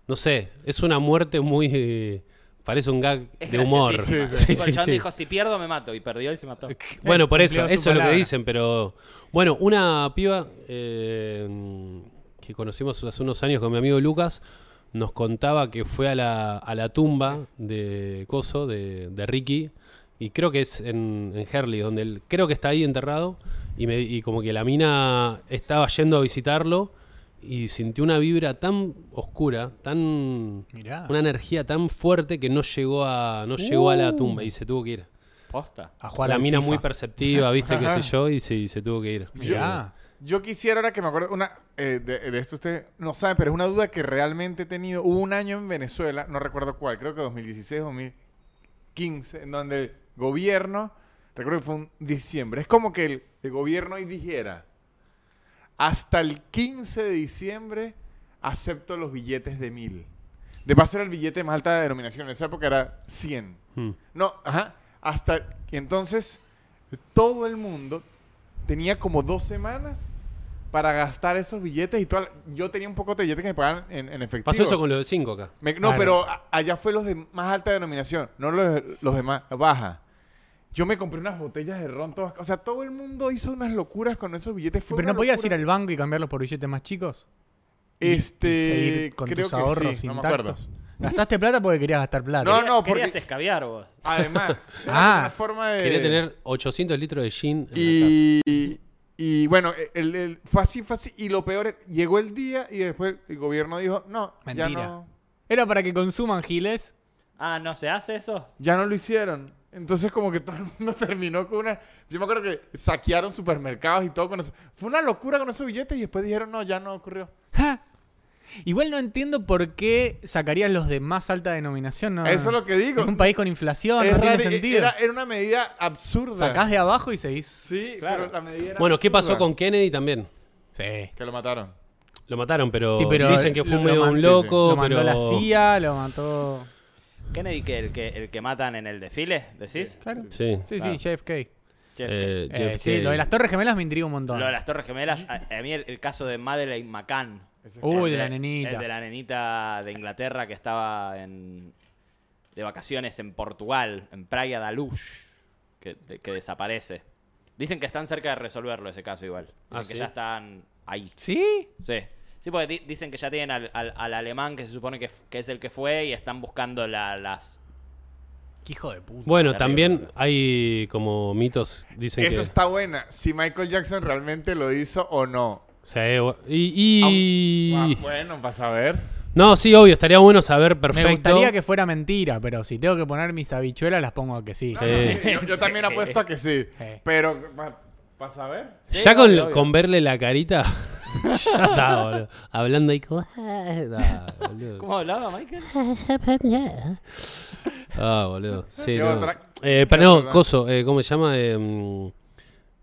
Speaker 5: No sé, es una muerte muy. eh, Parece un gag
Speaker 2: Es
Speaker 5: de humor.
Speaker 2: graciosísima.
Speaker 5: Sí,
Speaker 2: Tipo,
Speaker 5: sí,
Speaker 2: el chabón
Speaker 5: sí.
Speaker 2: dijo, si pierdo me mato. Y perdió y se mató.
Speaker 5: Bueno, por eso,
Speaker 3: Cumplió su
Speaker 5: eso es lo que
Speaker 3: palabra.
Speaker 5: dicen, pero. Bueno, una piba eh, que conocimos hace unos años con mi amigo Lucas nos contaba que fue a la, a la tumba de Coso, de, de Ricky, y creo que es en, en Herley, donde él, creo que está ahí enterrado, y, me- y como que la mina estaba yendo a visitarlo y sintió una vibra tan oscura, tan
Speaker 3: Mirá.
Speaker 5: una energía tan fuerte que no llegó a no llegó a la tumba y se tuvo que ir
Speaker 2: Posta.
Speaker 3: A jugar
Speaker 5: la
Speaker 3: al
Speaker 5: mina
Speaker 3: FIFA.
Speaker 5: muy perceptiva, viste, qué sé yo, y sí, se tuvo que ir.
Speaker 3: Mirá.
Speaker 4: Yo quisiera ahora que me acuerdo, una, eh, de, de esto ustedes no saben, pero es una duda que realmente he tenido. Hubo un año en Venezuela, no recuerdo cuál, creo que 2016 o 2015, en donde el gobierno, recuerdo que fue un diciembre, es como que el, el gobierno ahí dijera, hasta el 15 de diciembre acepto los billetes de mil. De paso era el billete más alta de denominación, en esa época era 100.
Speaker 5: Mm.
Speaker 4: No, ajá. Hasta. Y entonces, todo el mundo tenía como dos semanas para gastar esos billetes y toda la- yo tenía un poco de billetes que me pagaban en, en efectivo.
Speaker 5: Pasó eso con lo de 5 acá.
Speaker 4: Me- no,
Speaker 3: Claro.
Speaker 4: pero a- allá fue los de más alta denominación, no los, los de más baja. Yo me compré unas botellas de ron, todas. O sea, todo el mundo hizo unas locuras con esos billetes. Fue
Speaker 3: Pero
Speaker 4: una
Speaker 3: no podías ir
Speaker 4: locura.
Speaker 3: al banco y cambiarlos por billetes más chicos. Y- y
Speaker 4: Este.
Speaker 3: seguir con
Speaker 4: creo
Speaker 3: tus
Speaker 4: que
Speaker 3: ahorros
Speaker 4: sí, no me acuerdo.
Speaker 3: intactos. Gastaste plata porque querías gastar plata.
Speaker 4: No, no, porque-
Speaker 2: Querías escabiar vos.
Speaker 4: Además,
Speaker 3: Ah.
Speaker 4: era una forma de.
Speaker 5: Quería tener 800 litros de gin en la
Speaker 4: eh, Y, y bueno, e, el, el- fue así, fue así. Y lo peor, es, llegó el día y después el gobierno dijo, no,
Speaker 3: Mentira.
Speaker 4: ya no,
Speaker 3: Era para que consuman giles.
Speaker 2: Ah, ¿no se hace eso?
Speaker 4: ya no lo hicieron. Entonces como que todo el mundo terminó con una... Yo me acuerdo que saquearon supermercados y todo con eso. Fue una locura con esos billetes y después dijeron, no, ya no ocurrió.
Speaker 3: ¡Ja! Igual no entiendo por qué sacarías los de más alta denominación. ¿no?
Speaker 4: Eso es lo que digo.
Speaker 3: En un país con inflación
Speaker 4: Es
Speaker 3: no tiene
Speaker 4: raro, e-
Speaker 3: sentido.
Speaker 4: era, era una medida absurda.
Speaker 3: Sacás de abajo y seguís.
Speaker 4: Sí,
Speaker 2: Claro.
Speaker 4: pero la medida era
Speaker 5: casa. Bueno, ¿qué pasó
Speaker 4: absurda.
Speaker 5: con Kennedy también?
Speaker 3: Sí.
Speaker 4: Que lo mataron.
Speaker 5: Lo mataron, pero,
Speaker 3: Sí, pero
Speaker 5: dicen que fue
Speaker 3: lo-
Speaker 5: medio
Speaker 3: lo
Speaker 5: un
Speaker 4: mandó-
Speaker 5: loco,
Speaker 3: Lo mandó
Speaker 5: pero
Speaker 3: la CIA, lo mató.
Speaker 2: Kennedy, que el que, el que matan en el desfile, ¿decís?
Speaker 3: Claro. Sí,
Speaker 5: Sí.
Speaker 3: sí,
Speaker 2: Claro.
Speaker 3: JFK. Eh,
Speaker 2: Jeff,
Speaker 5: Eh, Jeff
Speaker 3: sí,
Speaker 5: K.
Speaker 3: lo de las Torres Gemelas me intriga un montón.
Speaker 2: Lo de las Torres Gemelas, a, a mí el, el caso de Madeleine McCann.
Speaker 3: Uy,
Speaker 2: El
Speaker 3: de la nenita.
Speaker 2: El de la nenita de Inglaterra que estaba en, de vacaciones en Portugal, en Praia da Luz, que, de- que desaparece. Dicen que están cerca de resolverlo ese caso igual. Dicen
Speaker 5: Ah,
Speaker 2: que
Speaker 5: ¿sí?
Speaker 2: ya están ahí.
Speaker 3: ¿Sí?
Speaker 2: Sí. Sí, porque di- dicen que ya tienen al, al- al alemán que se supone que, f- que es el que fue y están buscando la- las...
Speaker 3: Qué hijo de puta.
Speaker 5: Bueno,
Speaker 2: Terrible,
Speaker 5: también
Speaker 2: boludo.
Speaker 5: hay como mitos, dicen
Speaker 4: Eso
Speaker 5: que...
Speaker 4: está buena. Si Michael Jackson realmente lo hizo o no.
Speaker 5: O sea, eh, bu- y...
Speaker 4: Ah,
Speaker 5: y-
Speaker 4: bueno, vas a ver.
Speaker 5: No, sí, obvio, estaría bueno saber
Speaker 3: Me
Speaker 5: perfecto.
Speaker 3: gustaría que fuera mentira, pero si tengo que poner mis habichuelas, las pongo a que sí. Eh,
Speaker 5: Sí.
Speaker 4: Yo, yo también apuesto a que sí.
Speaker 3: Sí.
Speaker 4: Pero ma- ¿Para saber?
Speaker 2: Sí,
Speaker 5: ya con,
Speaker 2: obvio, obvio.
Speaker 5: con verle la carita, ya está, boludo. Hablando ahí como... Ah, boludo.
Speaker 2: ¿Cómo hablaba, Michael?
Speaker 5: Ah, boludo. Sí,
Speaker 4: ¿Qué
Speaker 5: no.
Speaker 4: otra?
Speaker 5: Eh,
Speaker 4: ¿Qué
Speaker 5: pero no,
Speaker 4: otra?
Speaker 5: Coso, eh, ¿cómo se llama? Eh, mm,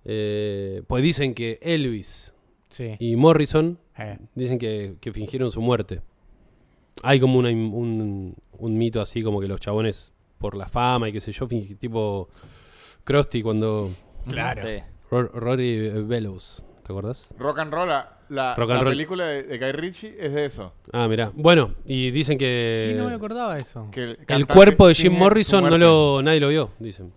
Speaker 5: eh, pues dicen que Elvis
Speaker 3: Sí.
Speaker 5: y Morrison
Speaker 3: Eh.
Speaker 5: dicen que, que fingieron su muerte. Hay como una- un, un mito así, como que los chabones, por la fama y qué sé yo, fingi- tipo Krusty cuando...
Speaker 3: Claro.
Speaker 2: Sí.
Speaker 5: Ro- Rory Bellows, ¿te acordás?
Speaker 4: Rock and Roll, la, la-
Speaker 5: Rock
Speaker 4: la
Speaker 5: and roll.
Speaker 4: película de, de Guy Ritchie es de eso.
Speaker 5: Ah, mirá. Bueno, y dicen que...
Speaker 3: Sí, no me lo acordaba eso.
Speaker 4: que el,
Speaker 5: El
Speaker 4: cantante
Speaker 5: cuerpo de Jim
Speaker 4: finge su
Speaker 5: Morrison no
Speaker 4: muerte.
Speaker 5: lo, nadie lo vio, dicen.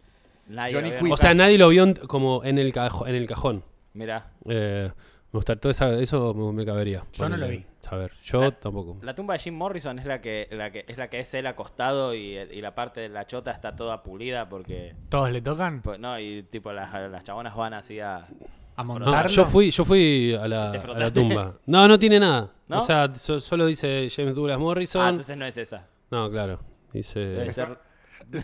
Speaker 2: Nadie
Speaker 4: Johnny
Speaker 2: lo
Speaker 4: Quinn.
Speaker 5: O sea, nadie lo vio en- como en el, cajo- en el cajón.
Speaker 2: Mira,
Speaker 5: Eh, me gusta, todo esa- eso me, me cabería.
Speaker 3: Yo no lo vi. Ah.
Speaker 5: Saber. Yo
Speaker 2: La-
Speaker 5: tampoco.
Speaker 2: la tumba de Jim Morrison es la que, la que es la que es él acostado y, y la parte de la chota está toda pulida porque
Speaker 3: ¿Todos le tocan?
Speaker 2: pues, no y tipo las, las chabonas van así a
Speaker 3: ¿A
Speaker 5: No,
Speaker 3: montarlo?
Speaker 5: Ah, yo fui, yo fui a la,
Speaker 2: ¿Te
Speaker 5: a la
Speaker 2: frotaste?
Speaker 5: tumba. No, no tiene nada.
Speaker 2: ¿No?
Speaker 5: O sea, so- solo dice James Douglas
Speaker 2: Ah,
Speaker 5: Morrison.
Speaker 2: entonces no es esa.
Speaker 5: no, claro. Dice.
Speaker 2: Debe ser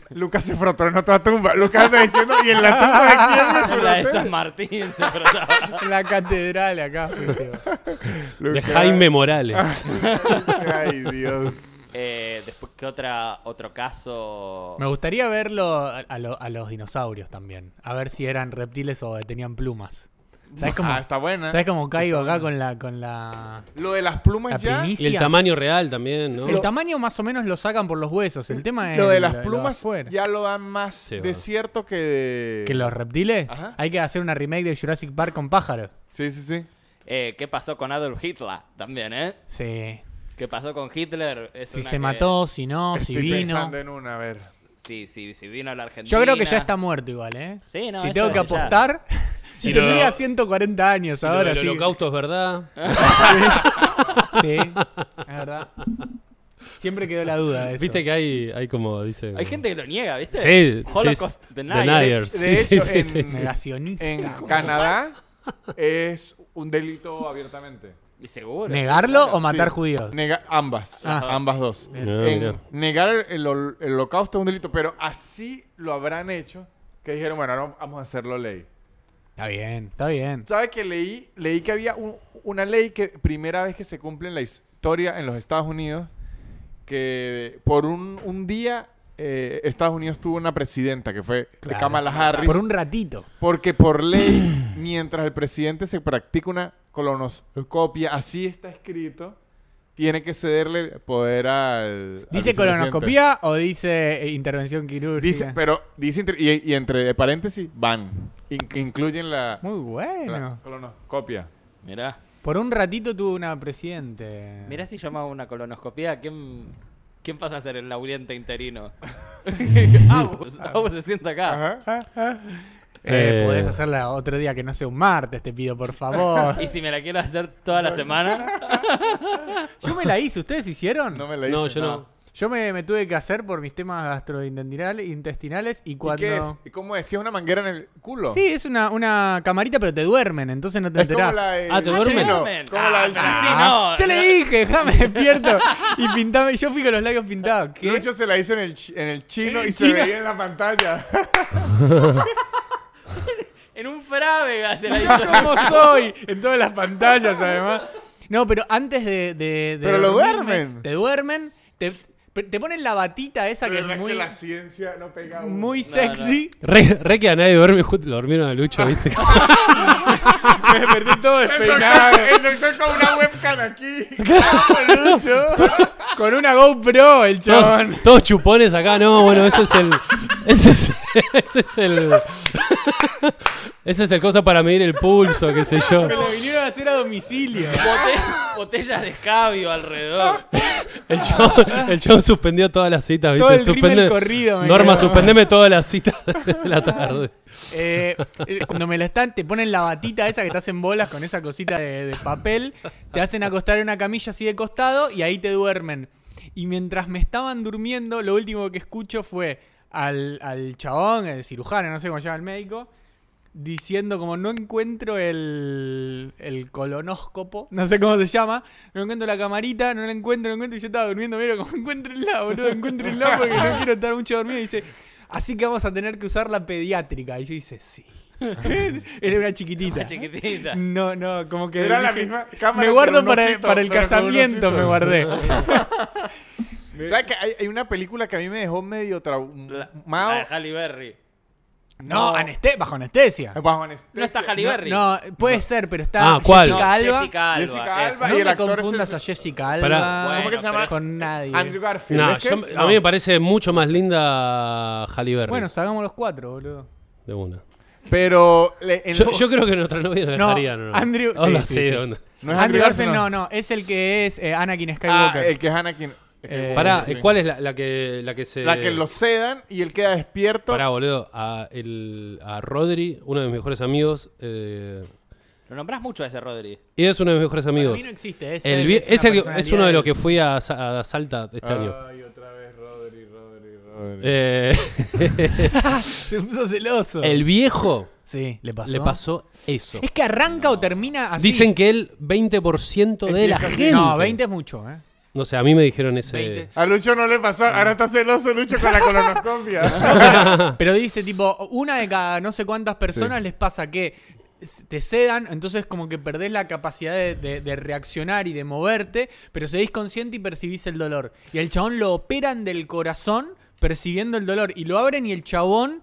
Speaker 4: Lucas se frotó en otra tumba. Lucas anda diciendo, ¿y en la tumba de quién me
Speaker 2: la de
Speaker 4: froté?"
Speaker 2: San Martín se frotaba.
Speaker 3: En la catedral acá. fuiste vos.
Speaker 5: De
Speaker 4: Lucas-
Speaker 5: Jaime Morales.
Speaker 3: Ah.
Speaker 4: Ay, Dios.
Speaker 2: Eh, después qué otra otro caso
Speaker 3: Me gustaría verlo a, a lo- a los dinosaurios también. A ver si eran reptiles o tenían plumas. ¿Sabes cómo,
Speaker 4: Ah, está buena.
Speaker 3: ¿sabes cómo caigo acá con la, con la,
Speaker 4: Lo de las
Speaker 3: la
Speaker 4: plumas ya.
Speaker 5: y el
Speaker 3: primicia?
Speaker 5: tamaño real también, ¿no?
Speaker 3: El tamaño más o menos lo sacan por los huesos. El tema es.
Speaker 4: Lo de las
Speaker 3: de
Speaker 4: plumas
Speaker 3: afuera.
Speaker 4: ya lo dan más
Speaker 5: Sí,
Speaker 4: de
Speaker 5: bueno.
Speaker 4: cierto que de.
Speaker 3: Que los reptiles.
Speaker 4: Ajá.
Speaker 3: Hay que hacer una remake de Jurassic Park con pájaros.
Speaker 4: Sí, sí, sí.
Speaker 2: Eh, qué pasó con Adolf Hitler también eh
Speaker 3: Sí.
Speaker 2: qué pasó con Hitler Es
Speaker 3: Si
Speaker 2: una
Speaker 3: se
Speaker 2: que-
Speaker 3: mató, si no, si
Speaker 4: Estoy
Speaker 3: vino.
Speaker 4: pensando en una, a ver.
Speaker 2: sí sí sí vino a la Argentina
Speaker 3: Yo creo que ya está muerto igual, ¿eh?
Speaker 2: Sí, no,
Speaker 3: si
Speaker 2: eso
Speaker 3: tengo que
Speaker 2: es ya.
Speaker 3: apostar,
Speaker 5: Si lo-
Speaker 3: tendría 140 años
Speaker 5: Si lo
Speaker 3: ahora.
Speaker 5: del
Speaker 3: sí.
Speaker 5: holocausto es verdad.
Speaker 3: Sí, es verdad. Siempre quedó la duda de eso.
Speaker 5: Viste que hay, hay como dice.
Speaker 2: hay gente que lo niega viste
Speaker 5: Sí,
Speaker 2: Holocaust
Speaker 5: sí,
Speaker 2: deniers.
Speaker 5: deniers.
Speaker 4: De
Speaker 5: Sí, sí,
Speaker 4: hecho,
Speaker 5: sí,
Speaker 4: en-
Speaker 5: sí, sí.
Speaker 3: Negacionista.
Speaker 4: En Canadá es un delito abiertamente.
Speaker 2: Y seguro
Speaker 3: ¿Negarlo o matar
Speaker 4: Sí.
Speaker 3: judíos?
Speaker 4: Nega- ambas.
Speaker 3: Ah.
Speaker 4: Ambas dos.
Speaker 5: Ah,
Speaker 4: En-
Speaker 5: mirá.
Speaker 4: negar el, hol- el holocausto es un delito, pero así lo habrán hecho que dijeron, bueno, ahora vamos a hacerlo ley.
Speaker 3: Está bien, está bien.
Speaker 4: ¿Sabe que leí, leí que había un- una ley que primera vez que se cumple en la historia en los Estados Unidos, que por un, un día eh, Estados Unidos tuvo una presidenta que fue
Speaker 3: Claro.
Speaker 4: Kamala Harris.
Speaker 3: Por un ratito.
Speaker 4: Porque por ley, mientras el presidente se practica una colonoscopia, así está escrito, tiene que cederle poder al. al
Speaker 3: ¿Dice
Speaker 4: vicepresidente.
Speaker 3: colonoscopía o dice eh, intervención quirúrgica?
Speaker 4: Dice, pero dice, entre- y, y entre paréntesis, van. In- que incluyen la,
Speaker 3: Muy
Speaker 4: la
Speaker 3: bueno.
Speaker 4: colonoscopia.
Speaker 2: mira
Speaker 3: Por un ratito tuvo una presidente.
Speaker 2: mira si llamaba una colonoscopía quién quién pasa a ser el lauriente interino Agus Agus se sienta acá
Speaker 5: Eh.
Speaker 3: Eh, Podés hacerla otro día que no sea un martes, te pido, por favor.
Speaker 2: Y si me la quiero hacer toda la semana,
Speaker 3: Yo me la hice, ¿ustedes hicieron?
Speaker 4: No me la
Speaker 5: No,
Speaker 4: hice,
Speaker 5: yo no.
Speaker 3: Yo me, me tuve que hacer por mis temas gastrointestinales intestinales y
Speaker 4: ¿Y
Speaker 3: cuando...
Speaker 4: qué es? ¿Y ¿Cómo es? ¿Si es una manguera en el culo?
Speaker 3: Sí, es una, una camarita, pero te duermen, entonces no te
Speaker 4: Es
Speaker 3: enterás.
Speaker 4: como la de.
Speaker 5: Ah, ¿te duermen?
Speaker 4: Como la del
Speaker 2: Ah, pero
Speaker 4: chino.
Speaker 2: sí, no.
Speaker 3: Yo le dije, déjame despierto. Y pintame, yo fui con los labios pintados. ¿Qué?
Speaker 4: Lucho se la hizo en el, chi- en el chino
Speaker 3: ¿En
Speaker 4: y
Speaker 3: el
Speaker 4: se
Speaker 3: chino?
Speaker 4: veía en la pantalla.
Speaker 2: En un frávega se la hizo.
Speaker 3: ¿Cómo soy? En todas las pantallas, además. No, pero antes de. de- de
Speaker 4: Pero lo
Speaker 3: dormirme,
Speaker 4: duermen.
Speaker 3: Te duermen, te, te ponen la batita esa que
Speaker 4: Pero
Speaker 3: es
Speaker 4: es que
Speaker 3: muy,
Speaker 4: la ciencia no pega uno.
Speaker 3: muy
Speaker 2: no.
Speaker 3: sexy.
Speaker 5: Re, re que a nadie duerme, justo lo durmieron a Lucho, ¿viste?
Speaker 3: Me desperté todo
Speaker 4: El doctor-
Speaker 3: despeinado.
Speaker 4: El doctor con una webcam aquí. Claro, Lucho.
Speaker 3: con una GoPro, el chabón.
Speaker 5: todos, todos chupones acá, no, bueno, ese es el. Ese es, ese es el. Ese es el cosa para medir el pulso, qué sé yo.
Speaker 3: Me lo vinieron a hacer a domicilio.
Speaker 2: Bote- botellas de escabio alrededor.
Speaker 5: El chabón, el chabón suspendió todas las citas, ¿viste?
Speaker 3: Todo el
Speaker 5: Suspende-
Speaker 3: rímel corrido. me
Speaker 5: Norma,
Speaker 3: quedó.
Speaker 5: suspendeme todas las citas de la tarde.
Speaker 3: Eh, eh, cuando me la están, te ponen la batita esa que te hacen bolas con esa cosita de, de papel, te hacen acostar en una camilla así de costado y ahí te duermen. Y mientras me estaban durmiendo, lo último que escucho fue al, al chabón, el cirujano, no sé cómo se llama el médico, diciendo como no encuentro el, el colonoscopo, no sé cómo se llama, no encuentro la camarita, no la encuentro, no encuentro, y yo estaba durmiendo, mira como encuéntrenla, boludo, encuéntrenla porque no quiero estar mucho dormido, y dice, así que vamos a tener que usar la pediátrica. Y yo hice, sí. Era una chiquitita.
Speaker 2: Una chiquitita.
Speaker 3: No, no, como que.
Speaker 4: Era la
Speaker 3: dije,
Speaker 4: misma cámara,
Speaker 3: Me
Speaker 4: pero
Speaker 3: guardo
Speaker 4: un
Speaker 3: para,
Speaker 4: osito,
Speaker 3: para el
Speaker 4: pero con un
Speaker 3: casamiento, me
Speaker 4: osito.
Speaker 3: guardé.
Speaker 4: ¿Sabes que hay, hay una película que a mí me dejó medio
Speaker 2: La,
Speaker 4: traumado?
Speaker 2: la Ah, de Halle Berry.
Speaker 3: No, aneste- bajo anestesia.
Speaker 4: Bajo anestesia.
Speaker 2: No está Halle
Speaker 3: No,
Speaker 2: Berry.
Speaker 3: No, puede ser, pero está
Speaker 5: Ah, ¿cuál?
Speaker 2: No,
Speaker 3: Jessica Alba.
Speaker 2: Jessica Alba.
Speaker 4: Jessica
Speaker 2: esa.
Speaker 4: Alba.
Speaker 3: No
Speaker 4: Y el
Speaker 3: me
Speaker 4: actor es
Speaker 3: confundas
Speaker 4: el-
Speaker 3: a Jessica Alba
Speaker 5: Pará.
Speaker 2: Bueno,
Speaker 4: ¿Cómo que se llama?
Speaker 3: con nadie.
Speaker 4: Andrew Garfield.
Speaker 5: No,
Speaker 4: ¿ves que
Speaker 5: yo-
Speaker 4: es?
Speaker 5: a mí
Speaker 4: No.
Speaker 5: me parece mucho más linda Halle Berry.
Speaker 3: Bueno, salgamos los cuatro, boludo.
Speaker 5: de una.
Speaker 4: Pero le- en-
Speaker 5: Yo, yo creo que nuestra novia no
Speaker 3: No,
Speaker 5: dejaría. No, no.
Speaker 3: Andrew-
Speaker 5: Hola,
Speaker 3: sí,
Speaker 5: sí,
Speaker 3: sí, sí.
Speaker 5: onda.
Speaker 4: no es
Speaker 3: Andrew Garfield,
Speaker 4: no.
Speaker 3: no, no, es el que es eh, Anakin
Speaker 4: Ah,
Speaker 3: Skywalker.
Speaker 4: el que es Anakin.
Speaker 3: Eh,
Speaker 5: Pará,
Speaker 4: Sí.
Speaker 5: ¿cuál es la, la que, la que se.
Speaker 4: La que lo sedan y él queda despierto.
Speaker 5: Pará, boludo. A, el, a Rodri, uno de mis mejores amigos. eh,
Speaker 2: Lo nombrás mucho a ese Rodri.
Speaker 5: y es uno de mis mejores
Speaker 3: Para
Speaker 5: amigos.
Speaker 3: mí no existe ese.
Speaker 5: El vie-
Speaker 3: es,
Speaker 5: es,
Speaker 3: una
Speaker 5: el que- es
Speaker 3: personalidad
Speaker 5: uno de los
Speaker 3: del-
Speaker 5: que fui a, Sa- a Salta este año.
Speaker 4: Ay, otra vez Rodri, Rodri, Rodri.
Speaker 5: Eh,
Speaker 3: Se puso celoso.
Speaker 5: el viejo
Speaker 3: Sí, le pasó.
Speaker 5: le pasó eso.
Speaker 3: Es que arranca o termina así.
Speaker 5: Dicen que el 20% de la
Speaker 4: Empieza así.
Speaker 5: gente.
Speaker 3: No, 20 es mucho, ¿eh?
Speaker 5: No sé, a mí me dijeron ese.
Speaker 3: 20.
Speaker 4: A Lucho no le pasó, ahora está celoso Lucho con la colonoscopia.
Speaker 3: Pero dice, tipo, una de cada no sé cuántas personas les pasa que s- te sedan, entonces como que perdés la capacidad de, de- de reaccionar y de moverte, pero seguís consciente y percibís el dolor. Y al chabón lo operan del corazón percibiendo el dolor. Y lo abren y el chabón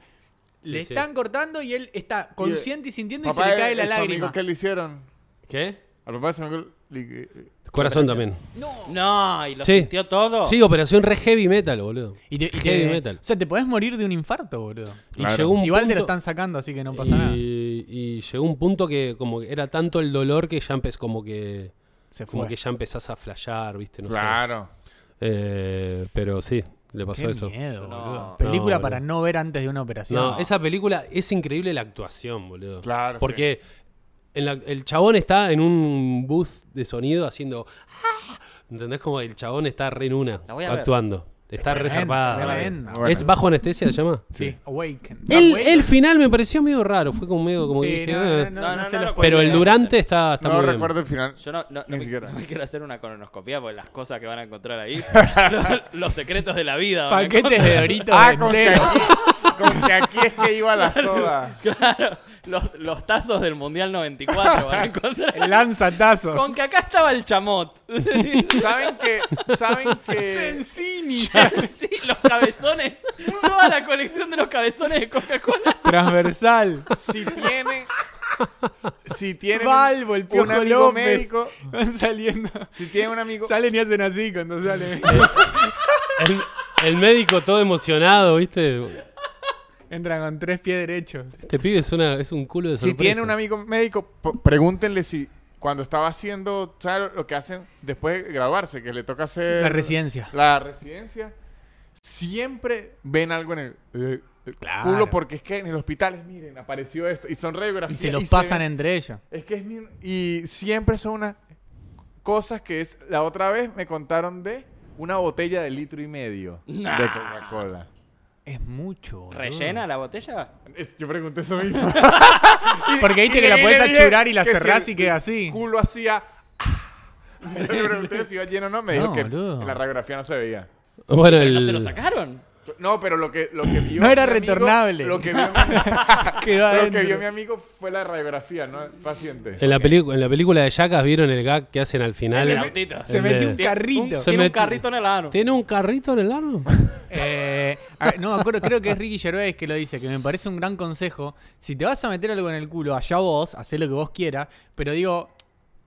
Speaker 3: le
Speaker 5: Sí, sí.
Speaker 3: están cortando y él está consciente y sintiendo y se
Speaker 4: Papá
Speaker 3: le
Speaker 4: de-
Speaker 3: cae la
Speaker 4: de su
Speaker 3: lágrima.
Speaker 4: amigo, ¿Qué le hicieron?
Speaker 5: ¿Qué?
Speaker 4: A papá de su amigo le-
Speaker 5: Corazón también.
Speaker 2: No, y lo
Speaker 5: Sí.
Speaker 2: sintió todo.
Speaker 5: Sí, operación re heavy metal, boludo.
Speaker 3: Y te, y te-
Speaker 5: heavy metal.
Speaker 3: O sea, te podés morir de un infarto, boludo.
Speaker 5: Y
Speaker 4: Claro.
Speaker 5: llegó un
Speaker 3: Igual te lo
Speaker 5: punto-
Speaker 3: están sacando, así que no pasa
Speaker 5: y,
Speaker 3: nada.
Speaker 5: y llegó un punto que como que era tanto el dolor que ya empezó como que
Speaker 3: Se
Speaker 5: como
Speaker 3: fue.
Speaker 5: que ya empezás a flashear, ¿viste? No sé.
Speaker 4: Claro.
Speaker 5: Eh, pero sí, le pasó
Speaker 3: Qué
Speaker 5: eso.
Speaker 3: miedo,
Speaker 2: No,
Speaker 3: boludo.
Speaker 2: no,
Speaker 3: Película
Speaker 5: boludo.
Speaker 3: para no ver antes de una operación.
Speaker 5: No, esa película es increíble la actuación, boludo.
Speaker 4: Claro,
Speaker 5: Porque en la- el chabón está en un booth de sonido haciendo. "Ah". ¿Entendés? Como el chabón está re en una,
Speaker 2: La voy a ver.
Speaker 5: actuando. Está re
Speaker 3: Tremendo,
Speaker 5: zarpada.
Speaker 3: tremendo.
Speaker 5: boludo. ¿Es bajo anestesia, se llama?
Speaker 3: Sí, Awaken.
Speaker 5: El,
Speaker 3: Awaken.
Speaker 5: el final me pareció medio raro. Fue como medio como
Speaker 3: Sí,
Speaker 5: que dije,
Speaker 3: no,
Speaker 5: "Eh".
Speaker 3: no, no, no se los
Speaker 2: lo
Speaker 5: Pero el
Speaker 2: spoilees.
Speaker 5: durante está, está
Speaker 4: No
Speaker 5: muy
Speaker 4: recuerdo el final.
Speaker 2: Yo no, no, no
Speaker 4: Ni
Speaker 2: me,
Speaker 4: siquiera.
Speaker 2: no me quiero hacer una colonoscopia porque las cosas que van a encontrar ahí, los, los secretos de la vida. van a
Speaker 3: Paquetes de Doritos
Speaker 4: Ah, con que,
Speaker 3: enteros.
Speaker 4: aquí, con que aquí es que iba la soda.
Speaker 2: encontrar- Claro, los, los tazos del Mundial 94 van a encontrar.
Speaker 3: Lanzatazos.
Speaker 2: Con que acá estaba el chamot.
Speaker 4: ¿Saben que, ¿Saben que
Speaker 3: Cencini.
Speaker 2: sí, los cabezones. Toda la colección de los cabezones de Coca-Cola.
Speaker 3: Transversal.
Speaker 4: si tienen... Si tienen
Speaker 3: Valvo, el Piojo
Speaker 4: un amigo
Speaker 3: López.
Speaker 4: médico...
Speaker 3: Van saliendo.
Speaker 4: Si tienen un amigo...
Speaker 3: Salen y hacen así cuando salen.
Speaker 5: El, el médico todo emocionado, ¿viste?
Speaker 3: Entran con tres pies derechos.
Speaker 5: Este pibe es, una, es un culo de
Speaker 4: Si
Speaker 5: sorpresa.
Speaker 4: tiene un amigo médico, p- pregúntenle si cuando estaba haciendo, ¿sabes lo que hacen después de graduarse? Que le toca hacer
Speaker 3: La residencia.
Speaker 4: la residencia. Siempre ven algo en el, eh, el
Speaker 3: Claro.
Speaker 4: culo porque es que en el hospital, es, miren, apareció esto y son
Speaker 3: Y
Speaker 4: radiografías.
Speaker 3: se los pasan
Speaker 4: ven-
Speaker 3: entre ellos.
Speaker 4: Es que es mi- Y siempre son unas cosas que es... La otra vez me contaron de una botella de litro y medio
Speaker 2: Nah.
Speaker 4: de Coca-Cola.
Speaker 3: Es mucho. boludo.
Speaker 2: ¿Rellena la botella?
Speaker 4: Es- Yo pregunté eso mismo.
Speaker 3: Porque viste
Speaker 4: Y
Speaker 3: que la
Speaker 4: le
Speaker 3: podés
Speaker 4: dije
Speaker 3: achurar y la
Speaker 4: que si
Speaker 3: cerrás
Speaker 4: el
Speaker 3: y queda así.
Speaker 4: culo hacía. ah. Yo le pregunté si iba lleno o no. Me dijo
Speaker 3: No,
Speaker 4: que
Speaker 3: boludo.
Speaker 4: en la radiografía no se veía.
Speaker 5: Bueno,
Speaker 2: ¿No
Speaker 5: el-
Speaker 2: se lo sacaron?
Speaker 4: No, pero lo que, lo que vio.
Speaker 3: No era
Speaker 4: mi amigo-
Speaker 3: retornable.
Speaker 4: lo, que vio, mi-
Speaker 3: Quedó
Speaker 4: lo que vio
Speaker 3: adentro.
Speaker 4: mi amigo fue la radiografía, ¿no? El Paciente.
Speaker 5: en, la pelicu- en la película de Jackas vieron el gag que hacen al final.
Speaker 2: Es el autito.
Speaker 3: Se
Speaker 5: El
Speaker 3: metió
Speaker 5: de-
Speaker 3: un carrito.
Speaker 5: Se
Speaker 2: tiene un
Speaker 5: metió-
Speaker 2: carrito en el ano.
Speaker 5: ¿Tiene un carrito en el árbol?
Speaker 3: Eh, a- no me acuerdo, creo que es Ricky Gervais que lo dice, que me parece un gran consejo. Si te vas a meter algo en el culo, allá vos, hacé lo que vos quieras, pero digo,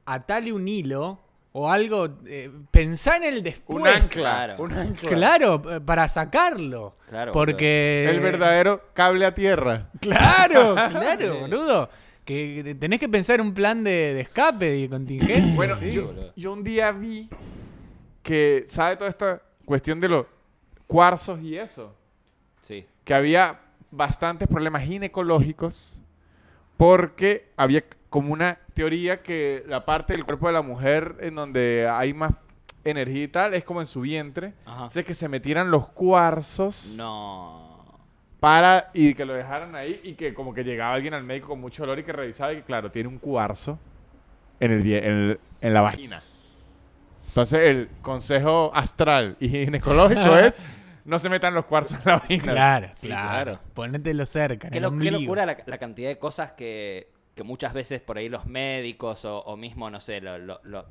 Speaker 3: atale un hilo o algo, eh, pensá en el después.
Speaker 4: Un ancla.
Speaker 2: claro.
Speaker 4: Un ancla.
Speaker 3: Claro, eh, para sacarlo.
Speaker 2: Claro,
Speaker 3: Porque...
Speaker 4: El verdadero cable a tierra.
Speaker 3: Claro, claro, boludo. Que que tenés que pensar un plan de, de escape y contingencia.
Speaker 4: Bueno,
Speaker 3: Sí.
Speaker 4: yo, yo un día vi que, ¿sabe toda esta cuestión de los cuarzos y eso?
Speaker 2: Sí.
Speaker 4: que había bastantes problemas ginecológicos porque había c- como una teoría que la parte del cuerpo de la mujer en donde hay más energía y tal es como en su vientre.
Speaker 2: Ajá.
Speaker 4: Entonces que se metieran los cuarzos
Speaker 2: No.
Speaker 4: para y que lo dejaran ahí y que como que llegaba alguien al médico con mucho dolor y que revisaba y que claro, tiene un cuarzo en, el, vie- en, el- en la vagina. Entonces el consejo astral y ginecológico es no se metan los cuarzos en la vaina.
Speaker 3: Claro,
Speaker 2: Sí,
Speaker 3: claro.
Speaker 2: claro.
Speaker 3: Ponételo cerca. en
Speaker 2: Qué,
Speaker 3: el
Speaker 2: lo- qué
Speaker 3: ombligo.
Speaker 2: locura la, la cantidad de cosas que, que muchas veces por ahí los médicos o, o mismo, no sé, lo- lo- lo-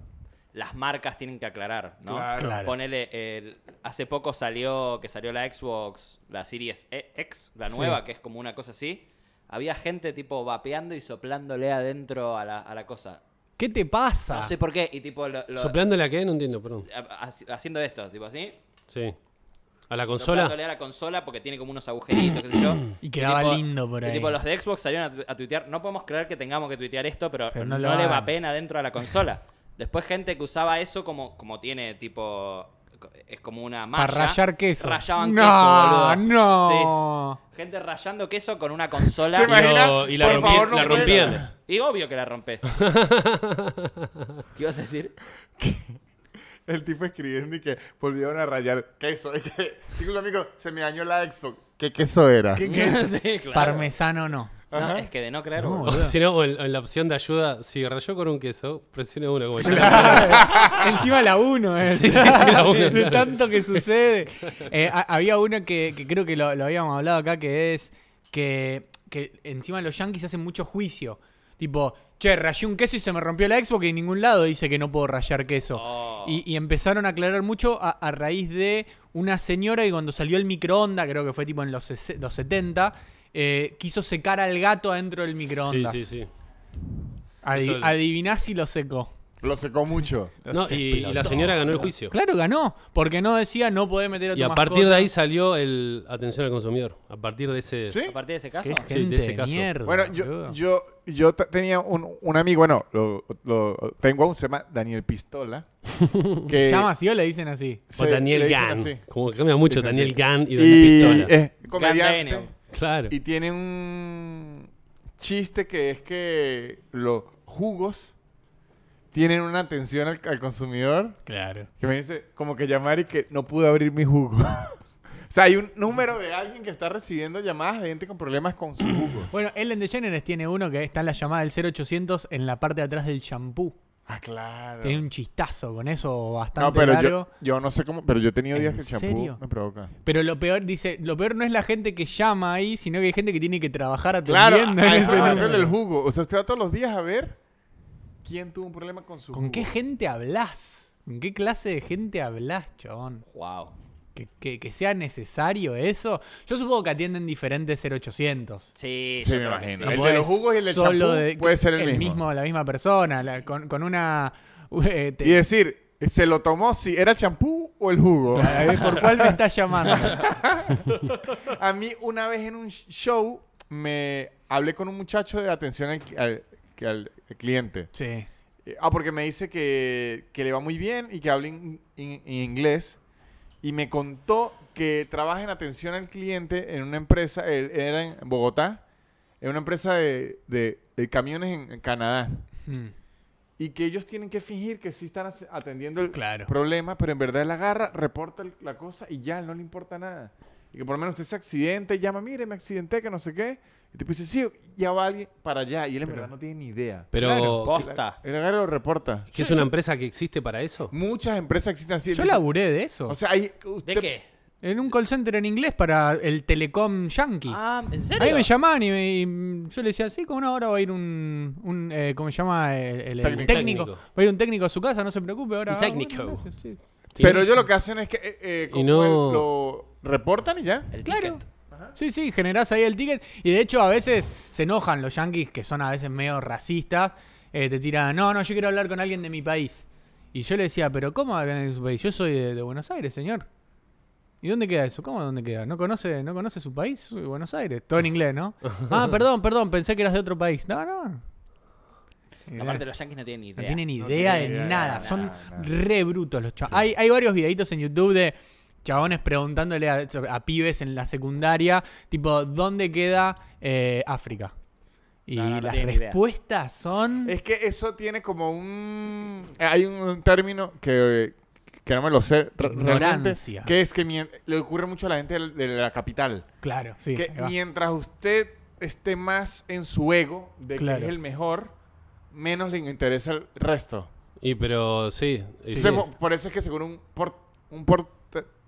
Speaker 2: las marcas tienen que aclarar, ¿no?
Speaker 4: Claro.
Speaker 3: Claro.
Speaker 2: Ponele, el- hace poco salió, que salió la Xbox, la Series E- X, la nueva, que es como una cosa así. Había gente tipo vapeando y soplándole adentro a la, a la cosa.
Speaker 3: ¿Qué te pasa?
Speaker 2: No sé por qué, y tipo lo- lo-
Speaker 5: ¿Soplándole a qué? No entiendo, perdón.
Speaker 2: ha- ha- haciendo esto, tipo así.
Speaker 5: Sí. ¿A la
Speaker 2: Soplándole
Speaker 5: consola?
Speaker 2: a la consola porque tiene como unos agujeritos, qué sé yo.
Speaker 3: Y quedaba lindo por
Speaker 2: y
Speaker 3: ahí.
Speaker 2: tipo, los de Xbox salieron a, tu- a tuitear, no podemos creer que tengamos que tuitear esto, pero,
Speaker 3: Pero no
Speaker 2: no,
Speaker 3: lo
Speaker 2: le va
Speaker 3: hagan".
Speaker 2: pena dentro de la consola. Después gente que usaba eso como, como tiene, tipo, co- es como una malla.
Speaker 3: Para rayar queso.
Speaker 2: Rayaban
Speaker 3: no,
Speaker 2: queso, boludo.
Speaker 3: no.
Speaker 2: Sí. Gente rayando queso con una consola.
Speaker 4: ¿Se
Speaker 5: Y, lo-
Speaker 4: Imagina,
Speaker 5: y la,
Speaker 4: por
Speaker 5: rompí-
Speaker 4: favor, no
Speaker 5: la
Speaker 4: puedo.
Speaker 5: rompían.
Speaker 2: Y obvio que la rompes. ¿Qué ibas a decir?
Speaker 4: El tipo escribiendo y que volvieron a rayar queso. Y que, digo un amigo, se me dañó la Xbox. ¿Qué queso era?
Speaker 2: sí, claro.
Speaker 3: Parmesano no.
Speaker 2: No, es que de no creer,
Speaker 3: No,
Speaker 2: boludo.
Speaker 5: O
Speaker 3: Boludo.
Speaker 5: si no, o en, o en la opción de ayuda, si rayó con un queso, presione uno como yo.
Speaker 3: Encima la 1, eh.
Speaker 5: Sí, sí, sí, la uno.
Speaker 3: De tanto que sucede. Eh, ha- había uno que, que creo que lo, lo habíamos hablado acá, que es que, que encima los yankees hacen mucho juicio. Tipo, che, rayé un queso y se me rompió la Xbox y en ningún lado dice que no puedo rayar queso.
Speaker 2: Oh.
Speaker 3: Y, y empezaron a aclarar mucho a, a raíz de una señora que cuando salió el microondas, creo que fue tipo en los, sese- los 70, eh, quiso secar al gato adentro del
Speaker 5: Sí,
Speaker 3: microondas.
Speaker 5: sí, sí.
Speaker 3: Adi-
Speaker 5: Eso-
Speaker 3: adiviná si lo secó.
Speaker 4: Lo secó mucho.
Speaker 5: No, y, y la señora ganó el juicio.
Speaker 3: Claro, ganó. Porque no decía no podés meter a tu
Speaker 5: Y a
Speaker 3: mascota.
Speaker 5: partir de ahí salió el atención al consumidor. A partir de ese.
Speaker 4: ¿Sí?
Speaker 2: A partir de ese caso.
Speaker 3: Qué
Speaker 5: Sí,
Speaker 3: gente
Speaker 5: de ese
Speaker 3: de
Speaker 5: caso.
Speaker 3: mierda,
Speaker 4: Bueno, yo,
Speaker 3: boludo.
Speaker 4: yo, yo t- tenía un, un amigo, bueno, lo, lo tengo aún, se llama Daniel Pistola. Que
Speaker 3: ¿Se llama así o le dicen así?
Speaker 5: O
Speaker 4: se-
Speaker 5: Daniel
Speaker 4: le dicen
Speaker 5: Gann.
Speaker 4: así.
Speaker 5: Como que cambia mucho
Speaker 4: Dicen
Speaker 5: Daniel
Speaker 4: así.
Speaker 5: Gann y
Speaker 4: Y
Speaker 5: Daniel Pistola.
Speaker 4: es comediante.
Speaker 2: Daniel.
Speaker 5: claro.
Speaker 4: Y tiene un chiste que es que los jugos tienen una atención al, al consumidor
Speaker 3: Claro.
Speaker 4: que me dice como que llamar y que no pude abrir mi jugo. o sea, hay un número de alguien que está recibiendo llamadas de gente con problemas con sus jugos.
Speaker 3: Bueno, Ellen DeGeneres tiene uno que está en la llamada del 0800 en la parte de atrás del shampoo.
Speaker 4: ah, claro.
Speaker 3: Tiene un chistazo con eso bastante
Speaker 4: No, pero
Speaker 3: largo.
Speaker 4: yo, yo no sé cómo, pero yo he tenido
Speaker 3: ¿En
Speaker 4: días que el champú
Speaker 3: serio?
Speaker 4: me provoca.
Speaker 3: Pero lo peor, dice, lo peor no es la gente que llama ahí, sino que hay gente que tiene que trabajar
Speaker 4: Claro,
Speaker 3: atendiendo en
Speaker 4: a eso
Speaker 3: ese
Speaker 4: me
Speaker 3: número.
Speaker 4: refiero el jugo. O sea, usted va todos los días a ver quién tuvo un problema con su
Speaker 3: ¿Con
Speaker 4: jugo.
Speaker 3: qué gente hablas? ¿Con qué clase de gente hablas, chabón?
Speaker 2: Wow.
Speaker 3: ¿Que, que- que sea necesario eso. Yo supongo que atienden diferentes 0800.
Speaker 2: Sí,
Speaker 4: Sí,
Speaker 2: yo
Speaker 4: me
Speaker 2: creo que
Speaker 4: imagino.
Speaker 2: sí.
Speaker 4: El de
Speaker 3: podés
Speaker 4: los jugos y el del champú puede ser el mismo.
Speaker 3: La misma persona, la- con, con una... eh, te-
Speaker 4: Y decir, ¿se lo tomó si era champú o el jugo?
Speaker 3: a ver, ¿Por cuál me estás llamando?
Speaker 4: A mí una vez en un show me hablé con un muchacho de atención al, al- que al- al cliente.
Speaker 3: Sí.
Speaker 4: Eh, Ah, porque me dice que, que le va muy bien y que habla in- in- en inglés. Y me contó que trabaja en atención al cliente en una empresa, él, él era en Bogotá, en una empresa de, de- de camiones en- en Canadá.
Speaker 3: Mm.
Speaker 4: y que ellos tienen que fingir que sí están as- atendiendo el
Speaker 3: Claro.
Speaker 4: problema, pero en verdad él agarra, reporta el- la cosa y ya, no le importa nada. Y que por lo menos usted se accidente y llama, mire, me accidenté, que no sé qué. Y el tipo dice, sí, ya va alguien para allá. Y él en verdad no tiene ni idea.
Speaker 5: Pero
Speaker 4: Claro.
Speaker 2: Posta.
Speaker 4: Él agarra y lo reporta.
Speaker 5: ¿que es una empresa que existe para eso?
Speaker 4: Muchas empresas existen así.
Speaker 3: Yo
Speaker 4: Dice-
Speaker 3: laburé de eso.
Speaker 4: O sea, ahí usted...
Speaker 2: ¿De qué?
Speaker 3: en un call center en inglés para el telecom yankee.
Speaker 2: Ah, ¿en serio?
Speaker 3: Ahí me llamaban y, me- y, mm, yo le decía, sí, como una hora va a ir un, un, eh, ¿cómo se llama? El, el- el
Speaker 4: Técnico.
Speaker 3: técnico. Va a ir un técnico a su casa, no se preocupe, ahora.
Speaker 5: Un
Speaker 3: ah,
Speaker 5: técnico.
Speaker 3: bueno, gracias, sí.
Speaker 4: Pero ellos lo que hacen es que eh, eh,
Speaker 5: Y
Speaker 4: como
Speaker 5: no-
Speaker 4: él, lo reportan y ya.
Speaker 2: El
Speaker 3: Claro.
Speaker 2: ticket.
Speaker 3: Sí, sí, generás ahí el ticket. Y de hecho, a veces se enojan los yankees, que son a veces medio racistas. eh, te tiran, no, no, yo quiero hablar con alguien de mi país. Y yo le decía, ¿pero cómo hablan de su país? Yo soy de, de Buenos Aires, señor. ¿Y dónde queda eso? ¿Cómo dónde queda? ¿No conoce, ¿No conoce su país? Soy de Buenos Aires. Todo en inglés, ¿no? Ah, perdón, perdón, pensé que eras de otro país. No, no.
Speaker 2: Aparte, los yankees no tienen ni idea.
Speaker 3: No tienen idea,
Speaker 4: tienen
Speaker 3: de
Speaker 4: idea de
Speaker 3: nada.
Speaker 4: nada,
Speaker 3: Son
Speaker 4: nada.
Speaker 3: re brutos los chavos. Hay, hay varios videitos en YouTube de chabones preguntándole a, a pibes en la secundaria, tipo, ¿dónde queda eh, África? Y
Speaker 2: No, no, no
Speaker 3: las
Speaker 2: tienen ni idea.
Speaker 3: respuestas son...
Speaker 4: Es que eso tiene como un... Hay un, un término que, que no me lo sé. re- realmente,
Speaker 3: Ignorancia.
Speaker 4: Que es que mien- le ocurre mucho a la gente del- de, la capital.
Speaker 3: Claro, sí.
Speaker 4: que
Speaker 3: ahí va.
Speaker 4: mientras usted esté más en su ego de que
Speaker 3: Claro.
Speaker 4: es el mejor, menos le interesa el resto.
Speaker 5: Y pero sí. y
Speaker 4: O
Speaker 5: sí.
Speaker 4: sea, po- Por eso es que según un, por, un por-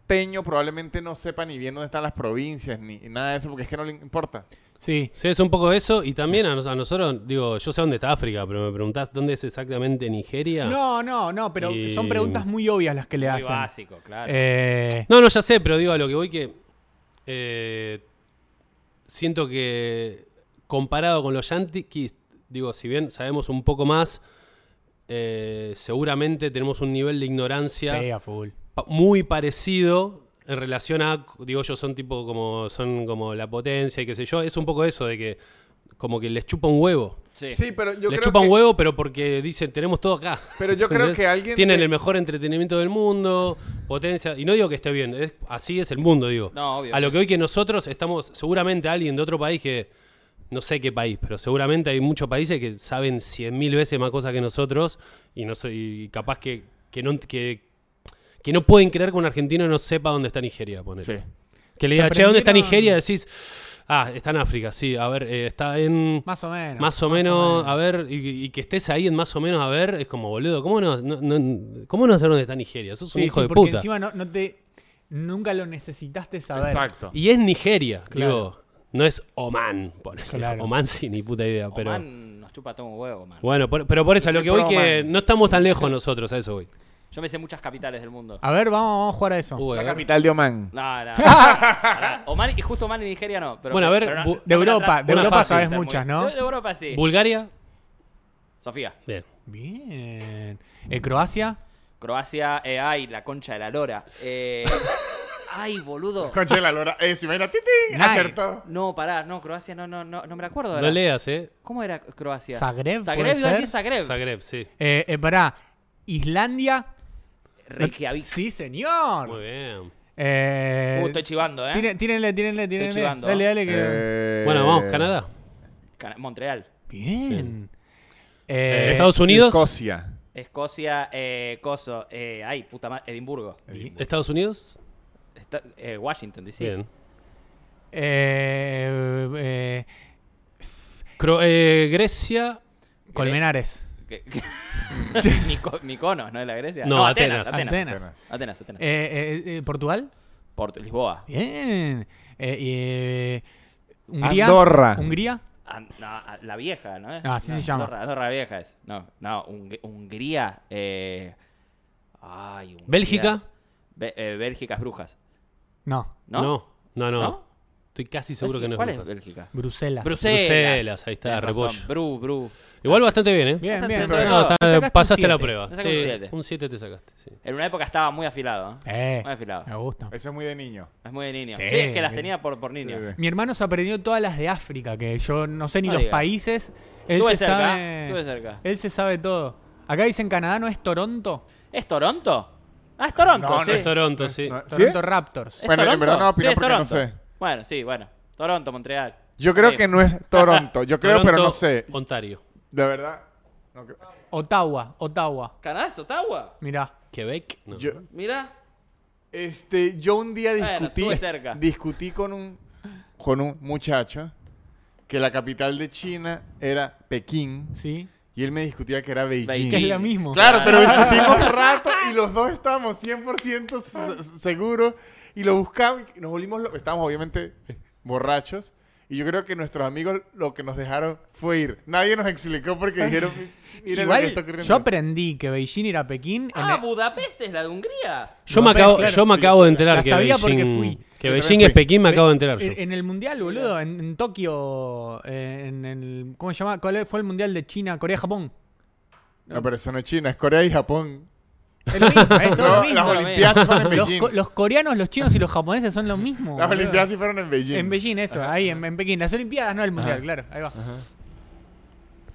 Speaker 4: costeño probablemente no sepa ni bien dónde están las provincias ni nada de eso porque es que no le importa.
Speaker 3: Sí.
Speaker 5: Sí, es un poco eso. Y también a, nos- a nosotros, digo, yo sé dónde está África, pero me preguntás dónde es exactamente Nigeria.
Speaker 3: No, no, no, pero
Speaker 5: Y-
Speaker 3: son preguntas muy obvias las que le
Speaker 2: Muy
Speaker 3: hacen.
Speaker 2: básico, claro.
Speaker 3: Eh,
Speaker 5: No, no, ya sé, pero digo a lo que voy que. eh, siento que comparado con los Yankees, digo, si bien sabemos un poco más, eh, seguramente tenemos un nivel de ignorancia
Speaker 3: sí, a full.
Speaker 5: pa- muy parecido en relación a, digo yo, son tipo como son como la potencia y qué sé yo, es un poco eso de que como que les chupa un huevo.
Speaker 2: sí.
Speaker 4: Sí, pero yo
Speaker 5: les
Speaker 4: creo
Speaker 5: chupa
Speaker 4: que,
Speaker 5: un huevo, pero porque dicen, tenemos todo acá.
Speaker 4: Pero yo creo que alguien
Speaker 5: Tienen
Speaker 4: de-
Speaker 5: el mejor entretenimiento del mundo, potencia. Y no digo que esté bien, es- así es el mundo, digo.
Speaker 2: No, obvio.
Speaker 5: A lo que hoy que nosotros estamos, seguramente alguien de otro país que. No sé qué país, pero seguramente hay muchos países que saben cien mil veces más cosas que nosotros y no sé, y capaz que, que no que, que no pueden creer que un argentino no sepa dónde está Nigeria, ponele.
Speaker 4: Sí.
Speaker 5: Que le
Speaker 3: Se
Speaker 5: diga, che, ¿dónde está
Speaker 3: aprendieron-
Speaker 5: Nigeria? Decís, ah, está en África, sí, a ver, eh, está en...
Speaker 3: Más o menos.
Speaker 5: Más o menos, a ver, y, y que estés ahí en más o menos a ver, es como, boludo, ¿cómo no, no, no- cómo no saber dónde está Nigeria? Sos ah, un
Speaker 3: Sí,
Speaker 5: hijo
Speaker 3: sí,
Speaker 5: de
Speaker 3: porque
Speaker 5: puta.
Speaker 3: encima no, no te, nunca lo necesitaste saber.
Speaker 4: Exacto.
Speaker 5: Y es Nigeria,
Speaker 3: Claro.
Speaker 5: digo, no es Oman. por ejemplo.
Speaker 3: Claro.
Speaker 5: Oman sí, ni puta idea, pero...
Speaker 2: Man, nos chupa todo un huevo, man.
Speaker 5: Bueno, por- pero por eso, a lo
Speaker 4: Soy
Speaker 5: que voy
Speaker 4: pro
Speaker 5: que
Speaker 4: Oman.
Speaker 5: no estamos tan lejos nosotros, a eso voy.
Speaker 2: Yo me sé muchas capitales del mundo.
Speaker 3: A ver, vamos, vamos a jugar a eso.
Speaker 5: Uy, a
Speaker 4: La
Speaker 5: ver.
Speaker 4: capital de Oman.
Speaker 2: No, no. Pará. Oman, y justo Oman y Nigeria no. Pero,
Speaker 5: Bueno, a ver,
Speaker 2: pero no-
Speaker 5: bu-
Speaker 2: no
Speaker 3: de
Speaker 2: me la
Speaker 3: Europa,
Speaker 2: tra-
Speaker 3: de
Speaker 5: una
Speaker 3: Europa
Speaker 5: fácil,
Speaker 3: sabes
Speaker 2: esa es
Speaker 3: muchas,
Speaker 2: muy-
Speaker 3: ¿no?
Speaker 2: De, de Europa sí.
Speaker 5: Bulgaria,
Speaker 2: Sofía.
Speaker 5: bien.
Speaker 3: Bien. Eh, Croacia.
Speaker 2: Croacia, eh, ay, la concha de la lora. Eh, ay, boludo.
Speaker 4: Concha de la lora. Eh, si imagina, tin, tin,
Speaker 3: Nice.
Speaker 4: acertó.
Speaker 2: No, pará, no, Croacia, no, no, no, no me la acuerdo.
Speaker 5: No
Speaker 2: ahora.
Speaker 5: leas, ¿eh?
Speaker 2: ¿Cómo era Croacia?
Speaker 3: Zagreb,
Speaker 2: Zagreb,
Speaker 3: puede
Speaker 2: yo decía
Speaker 3: ser.
Speaker 2: Zagreb.
Speaker 5: Zagreb, sí.
Speaker 3: Eh, eh, pará. Islandia.
Speaker 2: Reykjavik.
Speaker 3: Sí, señor.
Speaker 5: Muy bien.
Speaker 3: Eh,
Speaker 2: Uh, estoy chivando, ¿eh?
Speaker 3: tíren- Tírenle, tírenle, tírenle.
Speaker 2: chivando,
Speaker 3: Dale,
Speaker 2: ¿eh?
Speaker 3: dale. Que...
Speaker 4: Eh,
Speaker 5: Bueno, vamos, Canadá.
Speaker 2: Cana- Montreal.
Speaker 3: Bien. Eh,
Speaker 5: Estados Unidos.
Speaker 4: Escocia.
Speaker 2: Escocia, eh, Coso, eh, ay, puta madre, Edimburgo.
Speaker 5: Estados Unidos.
Speaker 2: Está- eh, Washington, D.C.
Speaker 5: Bien.
Speaker 3: eh, eh,
Speaker 5: Cro- eh, Grecia.
Speaker 3: Colmenares.
Speaker 2: Que- que- Mico- Mykonos, ¿no es la Grecia?
Speaker 5: No,
Speaker 2: Atenas.
Speaker 5: Atenas.
Speaker 2: Atenas,
Speaker 3: Atenas.
Speaker 2: Atenas. Atenas.
Speaker 3: Eh, eh, eh, Portugal.
Speaker 2: Porto- Lisboa.
Speaker 3: Bien. Eh, eh, Hungría.
Speaker 4: Andorra.
Speaker 3: Hungría.
Speaker 2: An- Ah, no, a- la vieja, ¿no? es?
Speaker 3: Ah, así
Speaker 2: No,
Speaker 3: se llama.
Speaker 2: Andorra, Andorra vieja es. No, no, Hung- Hungría. eh, Ay, Hungría.
Speaker 5: Bélgica.
Speaker 2: Be- eh, Bélgica es brujas.
Speaker 3: No.
Speaker 2: ¿No?
Speaker 5: No, no, no.
Speaker 2: ¿No? Ah,
Speaker 5: Estoy casi seguro que no es
Speaker 2: ¿Cuál es
Speaker 5: Brujas.
Speaker 2: Bélgica?
Speaker 3: Bruselas.
Speaker 2: Bruselas.
Speaker 5: Bruselas, ahí está,
Speaker 2: Tenés razón,
Speaker 5: repollo.
Speaker 2: Bru, Bru.
Speaker 5: Igual bastante bien, ¿eh?
Speaker 3: bien,
Speaker 2: Bastante
Speaker 3: bien.
Speaker 2: dentro de
Speaker 5: No,
Speaker 2: todo.
Speaker 5: está-
Speaker 3: Te sacaste un
Speaker 5: pasaste la
Speaker 3: siete.
Speaker 5: prueba.
Speaker 2: Te sacaste un
Speaker 5: Sí,
Speaker 2: siete.
Speaker 5: un 7 te sacaste. sí.
Speaker 2: En una época estaba muy afilado. ¿eh?
Speaker 3: Eh,
Speaker 2: Muy afilado.
Speaker 3: me gusta.
Speaker 4: Eso es muy de niño.
Speaker 2: Es muy de niño. Sí,
Speaker 3: Sí.
Speaker 2: es que las tenía por, por niño.
Speaker 4: Sí, sí.
Speaker 3: Mi hermano se aprendió todas las de África, que yo no sé ni
Speaker 2: No
Speaker 3: los
Speaker 2: digas.
Speaker 3: países. Él
Speaker 2: Estuve
Speaker 3: se
Speaker 2: cerca,
Speaker 3: sabe.
Speaker 2: estuve cerca.
Speaker 3: Él se sabe todo. Acá dicen Canadá, ¿no es Toronto?
Speaker 2: ¿Es Toronto? Ah, es Toronto,
Speaker 4: No, no
Speaker 2: sí.
Speaker 5: Es Toronto, sí.
Speaker 4: No, ¿sí?
Speaker 3: Toronto Raptors.
Speaker 2: ¿Es
Speaker 4: Bueno, en
Speaker 2: Toronto?
Speaker 4: verdad no opino
Speaker 2: Sí, es
Speaker 4: porque no
Speaker 2: Toronto.
Speaker 4: sé.
Speaker 2: Bueno, sí, bueno. Toronto, Montreal.
Speaker 4: Yo creo
Speaker 2: Sí.
Speaker 4: que no es Toronto. Yo creo, pero no
Speaker 5: Toronto,
Speaker 4: sé.
Speaker 5: Ontario.
Speaker 4: De verdad. no creo.
Speaker 3: Ottawa, Ottawa.
Speaker 2: ¿Canadá es Ottawa?
Speaker 3: Mirá.
Speaker 5: Quebec. No.
Speaker 4: Yo,
Speaker 2: Mirá.
Speaker 4: este, yo un día
Speaker 2: Bueno,
Speaker 4: discutí,
Speaker 2: estuve cerca.
Speaker 4: discutí con un con un muchacho que la capital de China era Pekín
Speaker 3: Sí.
Speaker 4: y él me discutía que era Beijing.
Speaker 2: Beijing.
Speaker 3: Que es lo mismo.
Speaker 4: Claro, pero
Speaker 2: Claro.
Speaker 4: discutimos rato y los dos estábamos 100% se- se- seguros y lo buscamos y nos volvimos locos. Estábamos obviamente eh, borrachos y yo creo que nuestros amigos lo que nos dejaron fue ir. Nadie nos explicó porque dijeron, miren lo que está
Speaker 3: Igual
Speaker 4: ocurriendo.
Speaker 3: yo aprendí que Beijing era Pekín. en
Speaker 2: Ah,
Speaker 3: el-
Speaker 2: Budapest es la de Hungría.
Speaker 5: Yo me
Speaker 3: Budapest,
Speaker 5: acabo,
Speaker 3: claro,
Speaker 5: yo me
Speaker 4: sí.
Speaker 5: acabo de enterar
Speaker 3: La
Speaker 5: que
Speaker 3: sabía
Speaker 5: Beijing,
Speaker 3: porque fui.
Speaker 5: que
Speaker 4: Yo
Speaker 5: Beijing
Speaker 4: también
Speaker 5: es
Speaker 4: fui. Eh,
Speaker 5: Pekín, me acabo de enterar yo.
Speaker 3: en, en el mundial, boludo, en, en Tokio, eh, en el. ¿Cómo se llama? ¿Cuál fue el mundial de China, Corea, Japón?
Speaker 4: No, pero eso no es China, es Corea y Japón.
Speaker 3: Es lo mismo, es todo lo
Speaker 4: No, las
Speaker 3: mismo.
Speaker 2: lo
Speaker 4: Olimpiadas sí fueron en
Speaker 3: Los,
Speaker 4: Beijing.
Speaker 3: co- los coreanos, los chinos y los japoneses son lo mismo.
Speaker 4: Las
Speaker 3: boludo.
Speaker 4: Olimpiadas sí fueron en Beijing.
Speaker 3: En Beijing, eso, ahí en, en Pekín. Las Olimpiadas, no el Mundial,
Speaker 4: Ajá.
Speaker 3: claro. Ahí va.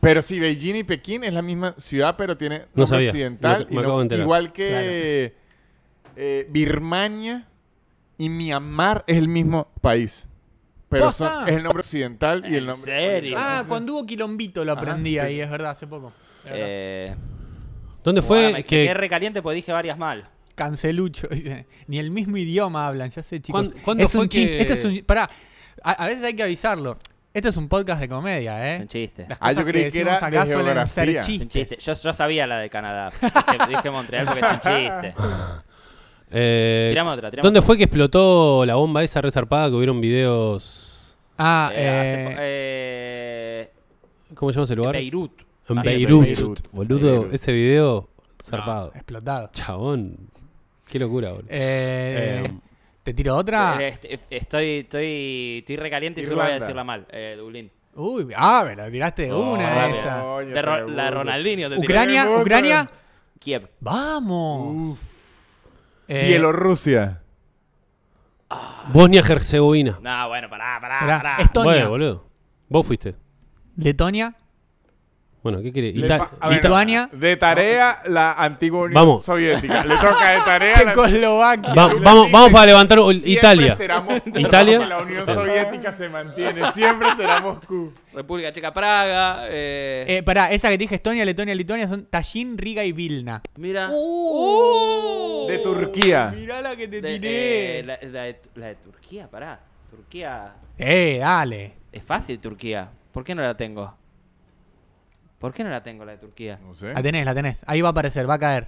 Speaker 4: Pero sí, Beijing y Pekín es la misma ciudad, pero tiene nombre
Speaker 5: sabía.
Speaker 4: occidental.
Speaker 5: Me- me
Speaker 4: y no-
Speaker 5: acabo de enterar.
Speaker 4: igual que eh, Birmania y Myanmar es el mismo país. Pero son-
Speaker 3: ¿Posta?
Speaker 4: es el nombre occidental y el
Speaker 2: ¿En
Speaker 4: nombre.
Speaker 2: serio?
Speaker 4: oriental.
Speaker 3: Ah, cuando hubo Quilombito lo
Speaker 4: Ajá,
Speaker 3: aprendí
Speaker 4: sí.
Speaker 3: ahí, es verdad, hace poco. Es verdad.
Speaker 2: Eh,
Speaker 5: ¿Dónde
Speaker 2: ahora
Speaker 5: fue
Speaker 2: me
Speaker 5: que
Speaker 2: quedé recaliente porque dije varias mal.
Speaker 3: ¿Eh? Cancelucho. dice. Ni el mismo idioma hablan, ya sé, chicos.
Speaker 5: ¿Cuán- cuándo
Speaker 3: es
Speaker 5: fue
Speaker 3: un chiste.
Speaker 5: que-
Speaker 3: Este es un. Pará, a, a veces hay que avisarlo. Este es un podcast de comedia,
Speaker 2: Es
Speaker 3: ¿eh?
Speaker 2: un chiste.
Speaker 3: Las
Speaker 4: Ah, yo
Speaker 3: cosas
Speaker 4: creí que era
Speaker 3: decimos acá
Speaker 4: de
Speaker 3: suelen ser
Speaker 4: geografía.
Speaker 2: Es un
Speaker 3: chistes.
Speaker 2: chiste. Yo, yo sabía la de Canadá. Dije, dije Montreal porque es un chiste.
Speaker 5: Eh,
Speaker 2: Tirame otra, tirame
Speaker 5: ¿Dónde
Speaker 2: otra.
Speaker 5: fue que explotó la bomba esa resarpada que hubieron videos?
Speaker 3: Ah,
Speaker 2: Eh, hace
Speaker 3: eh,
Speaker 2: po- eh,
Speaker 5: ¿Cómo se llama ese lugar?
Speaker 2: Beirut.
Speaker 5: En
Speaker 2: Sí,
Speaker 5: Beirut.
Speaker 4: Ah, Beirut.
Speaker 5: Boludo,
Speaker 4: Beirut. Eh.
Speaker 5: ese video zarpado.
Speaker 3: explotado.
Speaker 5: Chabón. Qué locura, boludo.
Speaker 3: Eh,
Speaker 5: Eh,
Speaker 3: ¿Te tiro otra?
Speaker 2: Eh, este- Estoy, estoy, estoy recaliente y solo voy
Speaker 4: Irlanda.
Speaker 2: a decirla mal. Eh, Dublín.
Speaker 3: Uy, ah, me la tiraste de
Speaker 2: Oh,
Speaker 3: una
Speaker 2: rápido.
Speaker 3: esa.
Speaker 4: Coño,
Speaker 2: De Ro-
Speaker 4: se me
Speaker 2: la
Speaker 4: burla.
Speaker 2: Ronaldinho. te tiré.
Speaker 3: Ucrania,
Speaker 4: Hermoso.
Speaker 3: Ucrania.
Speaker 2: Kiev.
Speaker 3: Vamos. Eh,
Speaker 4: Bielorrusia.
Speaker 5: Bosnia-Herzegovina.
Speaker 2: No, bueno, pará, pará,
Speaker 3: Pará,
Speaker 2: pará.
Speaker 3: esto- Estonia.
Speaker 5: Bueno, boludo. Vos fuiste.
Speaker 3: Letonia.
Speaker 5: Bueno, ¿qué querés?
Speaker 4: Le
Speaker 5: Ita-
Speaker 4: fa- a ver,
Speaker 5: Ita-
Speaker 3: Lituania.
Speaker 4: De tarea, la antigua Unión
Speaker 5: Vamos.
Speaker 4: Soviética. Le toca de tarea. la-
Speaker 3: Checoslovaquia.
Speaker 5: Va- vamos, vamos para levantar ol-
Speaker 4: Siempre
Speaker 5: Italia.
Speaker 4: será Moscú.
Speaker 5: Italia.
Speaker 4: Porque La Unión Soviética se mantiene. Siempre será Moscú.
Speaker 2: República Checa, Praga. eh,
Speaker 3: Eh, pará, esa que te dije Estonia, Letonia, Lituania son Tallin, Riga y Vilna.
Speaker 2: mira.
Speaker 3: uh.
Speaker 2: Uh.
Speaker 4: De Turquía.
Speaker 3: Mirá la que te
Speaker 2: De-
Speaker 3: tiré.
Speaker 2: eh, la, la de, la de Turquía, pará. Turquía.
Speaker 3: Eh, dale.
Speaker 2: Es fácil Turquía. ¿Por qué no la tengo? ¿Por qué no la tengo la de Turquía?
Speaker 4: No sé.
Speaker 3: La tenés, la tenés. Ahí va a aparecer, va a caer.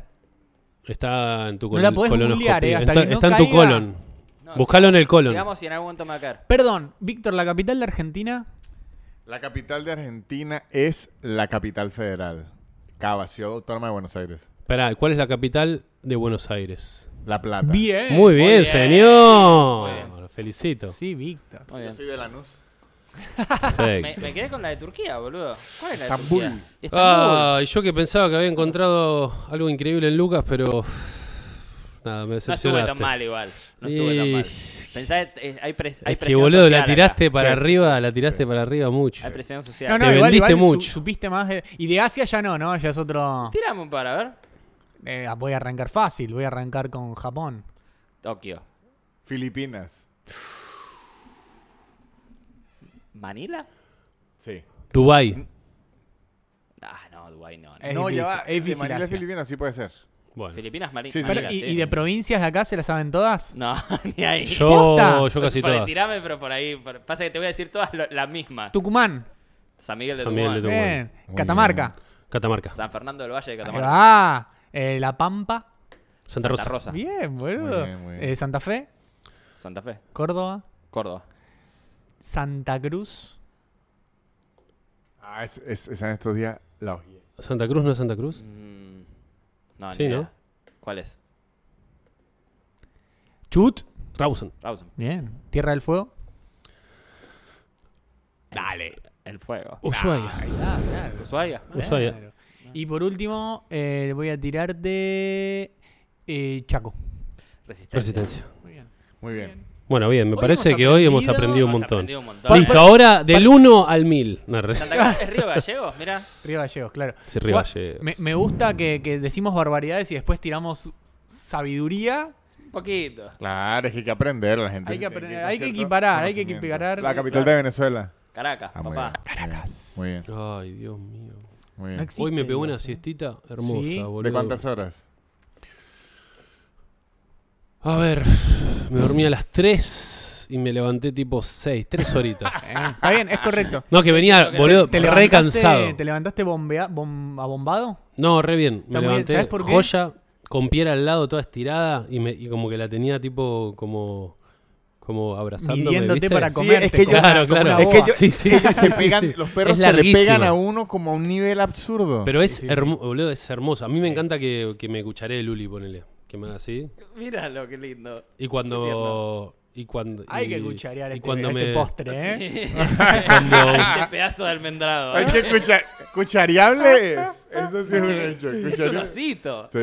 Speaker 5: Está en tu
Speaker 3: No la podés
Speaker 5: colonoscopio.
Speaker 3: googlear, eh, hasta
Speaker 5: está
Speaker 3: que no
Speaker 5: está en tu
Speaker 3: caiga.
Speaker 5: colon.
Speaker 2: No,
Speaker 5: Buscalo en el colon.
Speaker 2: Sigamos y en algún momento me va a caer.
Speaker 3: Perdón, Víctor, la capital de Argentina.
Speaker 4: La capital de Argentina es la capital federal. Cava, Ciudad Autónoma de Buenos Aires.
Speaker 5: Esperá, ¿cuál es la capital de Buenos Aires?
Speaker 4: La Plata.
Speaker 3: Bien.
Speaker 5: Muy bien,
Speaker 2: Eh, bien.
Speaker 5: señor.
Speaker 2: Muy bien.
Speaker 5: Lo felicito.
Speaker 3: Sí, Víctor.
Speaker 2: Muy bien.
Speaker 4: de Lanús.
Speaker 2: Me,
Speaker 5: Perfecto.
Speaker 2: me quedé con la de Turquía, boludo. ¿Cuál es la
Speaker 4: Estambul.
Speaker 2: de Turquía? Estambul.
Speaker 5: Ah, y yo que pensaba que había encontrado algo increíble en Lucas, pero. Nada, me
Speaker 2: No estuve
Speaker 5: decepcionaste.
Speaker 2: tan mal igual. No estuve tan mal.
Speaker 5: Y-
Speaker 2: Pensá, eh, hay, pres- hay
Speaker 5: es que
Speaker 2: presión
Speaker 5: boludo, la
Speaker 2: social
Speaker 5: tiraste
Speaker 2: acá.
Speaker 5: para
Speaker 4: Sí, sí,
Speaker 5: arriba, la tiraste para arriba mucho.
Speaker 2: Hay presión social.
Speaker 3: No, no,
Speaker 5: Te
Speaker 3: igual,
Speaker 5: vendiste
Speaker 3: igual su-
Speaker 5: mucho.
Speaker 3: supiste más. de- y de Asia ya no, ¿no? Ya es otro.
Speaker 2: Tirame un par, a ver.
Speaker 3: Eh, voy a arrancar fácil, voy a arrancar con Japón.
Speaker 2: Tokio.
Speaker 4: Filipinas.
Speaker 2: ¿Manila?
Speaker 4: Sí.
Speaker 2: Mm.
Speaker 5: Dubai.
Speaker 2: Ah, no, Dubái no. no.
Speaker 3: Eh, Es
Speaker 4: no,
Speaker 3: difícil,
Speaker 4: ya va.
Speaker 3: es
Speaker 4: de
Speaker 3: difícil
Speaker 4: Manila a
Speaker 3: Asia.
Speaker 4: Filipinas, sí puede ser.
Speaker 5: Bueno.
Speaker 2: Filipinas, Mari-
Speaker 4: Sí, sí.
Speaker 2: Manila.
Speaker 3: Pero,
Speaker 2: sí.
Speaker 3: ¿y, y de provincias de acá se las saben todas?
Speaker 2: No, ni ahí.
Speaker 5: Yo,
Speaker 2: No
Speaker 5: yo
Speaker 2: sé,
Speaker 5: casi
Speaker 2: por ahí
Speaker 5: todas.
Speaker 2: Tirame, pero por ahí. por- Pasa que te voy a decir todas lo- las mismas.
Speaker 3: Tucumán,
Speaker 2: San Miguel de
Speaker 5: San Miguel de
Speaker 2: Tucumán.
Speaker 5: Tucumán.
Speaker 3: bien.
Speaker 4: Muy
Speaker 3: Catamarca,
Speaker 5: Catamarca.
Speaker 2: San Fernando del Valle de
Speaker 3: Ahí
Speaker 2: Catamarca.
Speaker 3: va. Eh, La Pampa,
Speaker 5: Santa Rosa.
Speaker 2: Rosa.
Speaker 3: bien, boludo.
Speaker 4: Muy bien, muy bien.
Speaker 3: Eh, Santa Fe,
Speaker 2: Santa Fe.
Speaker 3: Córdoba,
Speaker 2: Córdoba.
Speaker 3: Santa Cruz.
Speaker 4: Ah, es, es- es en estos días la ojeé.
Speaker 5: Santa Cruz no es Santa Cruz.
Speaker 2: Mm, no,
Speaker 5: Sí,
Speaker 2: ni
Speaker 5: ¿no?
Speaker 2: idea. ¿Cuál es?
Speaker 3: Chut,
Speaker 5: Rawson.
Speaker 2: Rawson.
Speaker 3: bien. Tierra del Fuego.
Speaker 2: Dale. El fuego.
Speaker 5: Ushuaia.
Speaker 3: Ahí está, claro.
Speaker 2: Ushuaia.
Speaker 5: Uh. Ushuaia.
Speaker 3: Ah, Claro. Y por último, eh, voy a tirar de eh, Chaco.
Speaker 2: Resistencia.
Speaker 5: Resistencia.
Speaker 3: Muy bien.
Speaker 4: Muy bien.
Speaker 5: Bueno, bien, me
Speaker 3: Hoy
Speaker 5: parece
Speaker 3: hemos
Speaker 5: que hoy hemos aprendido
Speaker 3: aprendido-
Speaker 5: un
Speaker 2: Hemos
Speaker 5: montón.
Speaker 2: aprendido un montón.
Speaker 5: Listo,
Speaker 2: Eh,
Speaker 5: ahora del 1 al 1000. No, re-
Speaker 2: Santa Cruz es Río Gallegos, mira.
Speaker 3: Río Gallegos, claro.
Speaker 5: Sí, Río
Speaker 3: Gua-
Speaker 5: Gallegos.
Speaker 3: Me, me gusta que, que decimos barbaridades y después tiramos sabiduría.
Speaker 2: Un poquito.
Speaker 4: Claro, es que hay que aprender la gente.
Speaker 3: Hay que
Speaker 4: tiene
Speaker 3: aprender,
Speaker 4: ir con
Speaker 3: hay que
Speaker 4: cierto
Speaker 3: equiparar, hay que
Speaker 4: conocimiento.
Speaker 3: equiparar.
Speaker 4: La capital de Venezuela.
Speaker 2: Caracas,
Speaker 4: Ah, muy
Speaker 2: papá.
Speaker 4: bien,
Speaker 3: Caracas.
Speaker 4: Muy bien.
Speaker 5: Ay, Dios mío.
Speaker 3: No
Speaker 4: Muy bien.
Speaker 3: existe,
Speaker 5: Hoy me pegó
Speaker 3: digo,
Speaker 5: una
Speaker 3: ¿eh?
Speaker 5: siestita hermosa,
Speaker 3: Sí. ¿De
Speaker 5: boludo.
Speaker 4: ¿De cuántas horas?
Speaker 5: A ver, me dormí a las 3 y me levanté tipo 6, 3 horitas.
Speaker 3: Eh, Está bien, es correcto.
Speaker 5: No, que venía, boludo,
Speaker 3: ¿Te
Speaker 5: re
Speaker 3: levantaste-
Speaker 5: cansado.
Speaker 3: ¿Te levantaste bombea, bom- abombado?
Speaker 5: No, re bien.
Speaker 3: muy
Speaker 5: Me
Speaker 3: bien.
Speaker 5: levanté
Speaker 3: ¿Sabes por qué?
Speaker 5: joya, con piedra al lado, toda estirada, y, me, y como que la tenía tipo como, como abrazándome,
Speaker 3: Midiéndote
Speaker 5: ¿viste?
Speaker 3: para
Speaker 5: Sí,
Speaker 3: comerte.
Speaker 4: es que
Speaker 3: como
Speaker 4: yo-
Speaker 3: una-
Speaker 5: Claro,
Speaker 3: como
Speaker 5: claro.
Speaker 3: una
Speaker 5: Es
Speaker 4: que
Speaker 3: boa.
Speaker 4: yo-
Speaker 5: Sí, sí,
Speaker 4: ellas
Speaker 5: sí,
Speaker 4: se
Speaker 5: sí,
Speaker 4: pegan-
Speaker 5: sí.
Speaker 4: Los
Speaker 5: Es
Speaker 4: perros se le pegan
Speaker 5: larguísima.
Speaker 4: a uno como a un nivel absurdo.
Speaker 5: Pero es, hermo- boludo, es hermoso. A mí me encanta que, que me cucharé el Luli, ponele. Que me haga así.
Speaker 2: Mira lo que lindo.
Speaker 5: Y
Speaker 2: Qué tierno.
Speaker 5: cuando. Y cuando
Speaker 3: Hay
Speaker 5: y-
Speaker 3: que cucharear
Speaker 5: y
Speaker 3: este,
Speaker 5: cuando
Speaker 3: este
Speaker 5: me-
Speaker 3: postre, ¿eh?
Speaker 2: este pedazo de almendrado.
Speaker 4: Hay
Speaker 2: ¿eh?
Speaker 4: que cuchar- cuchareables. Eso sí es un hecho.
Speaker 2: Es un
Speaker 4: Cuchareables.
Speaker 2: osito.
Speaker 4: Sí.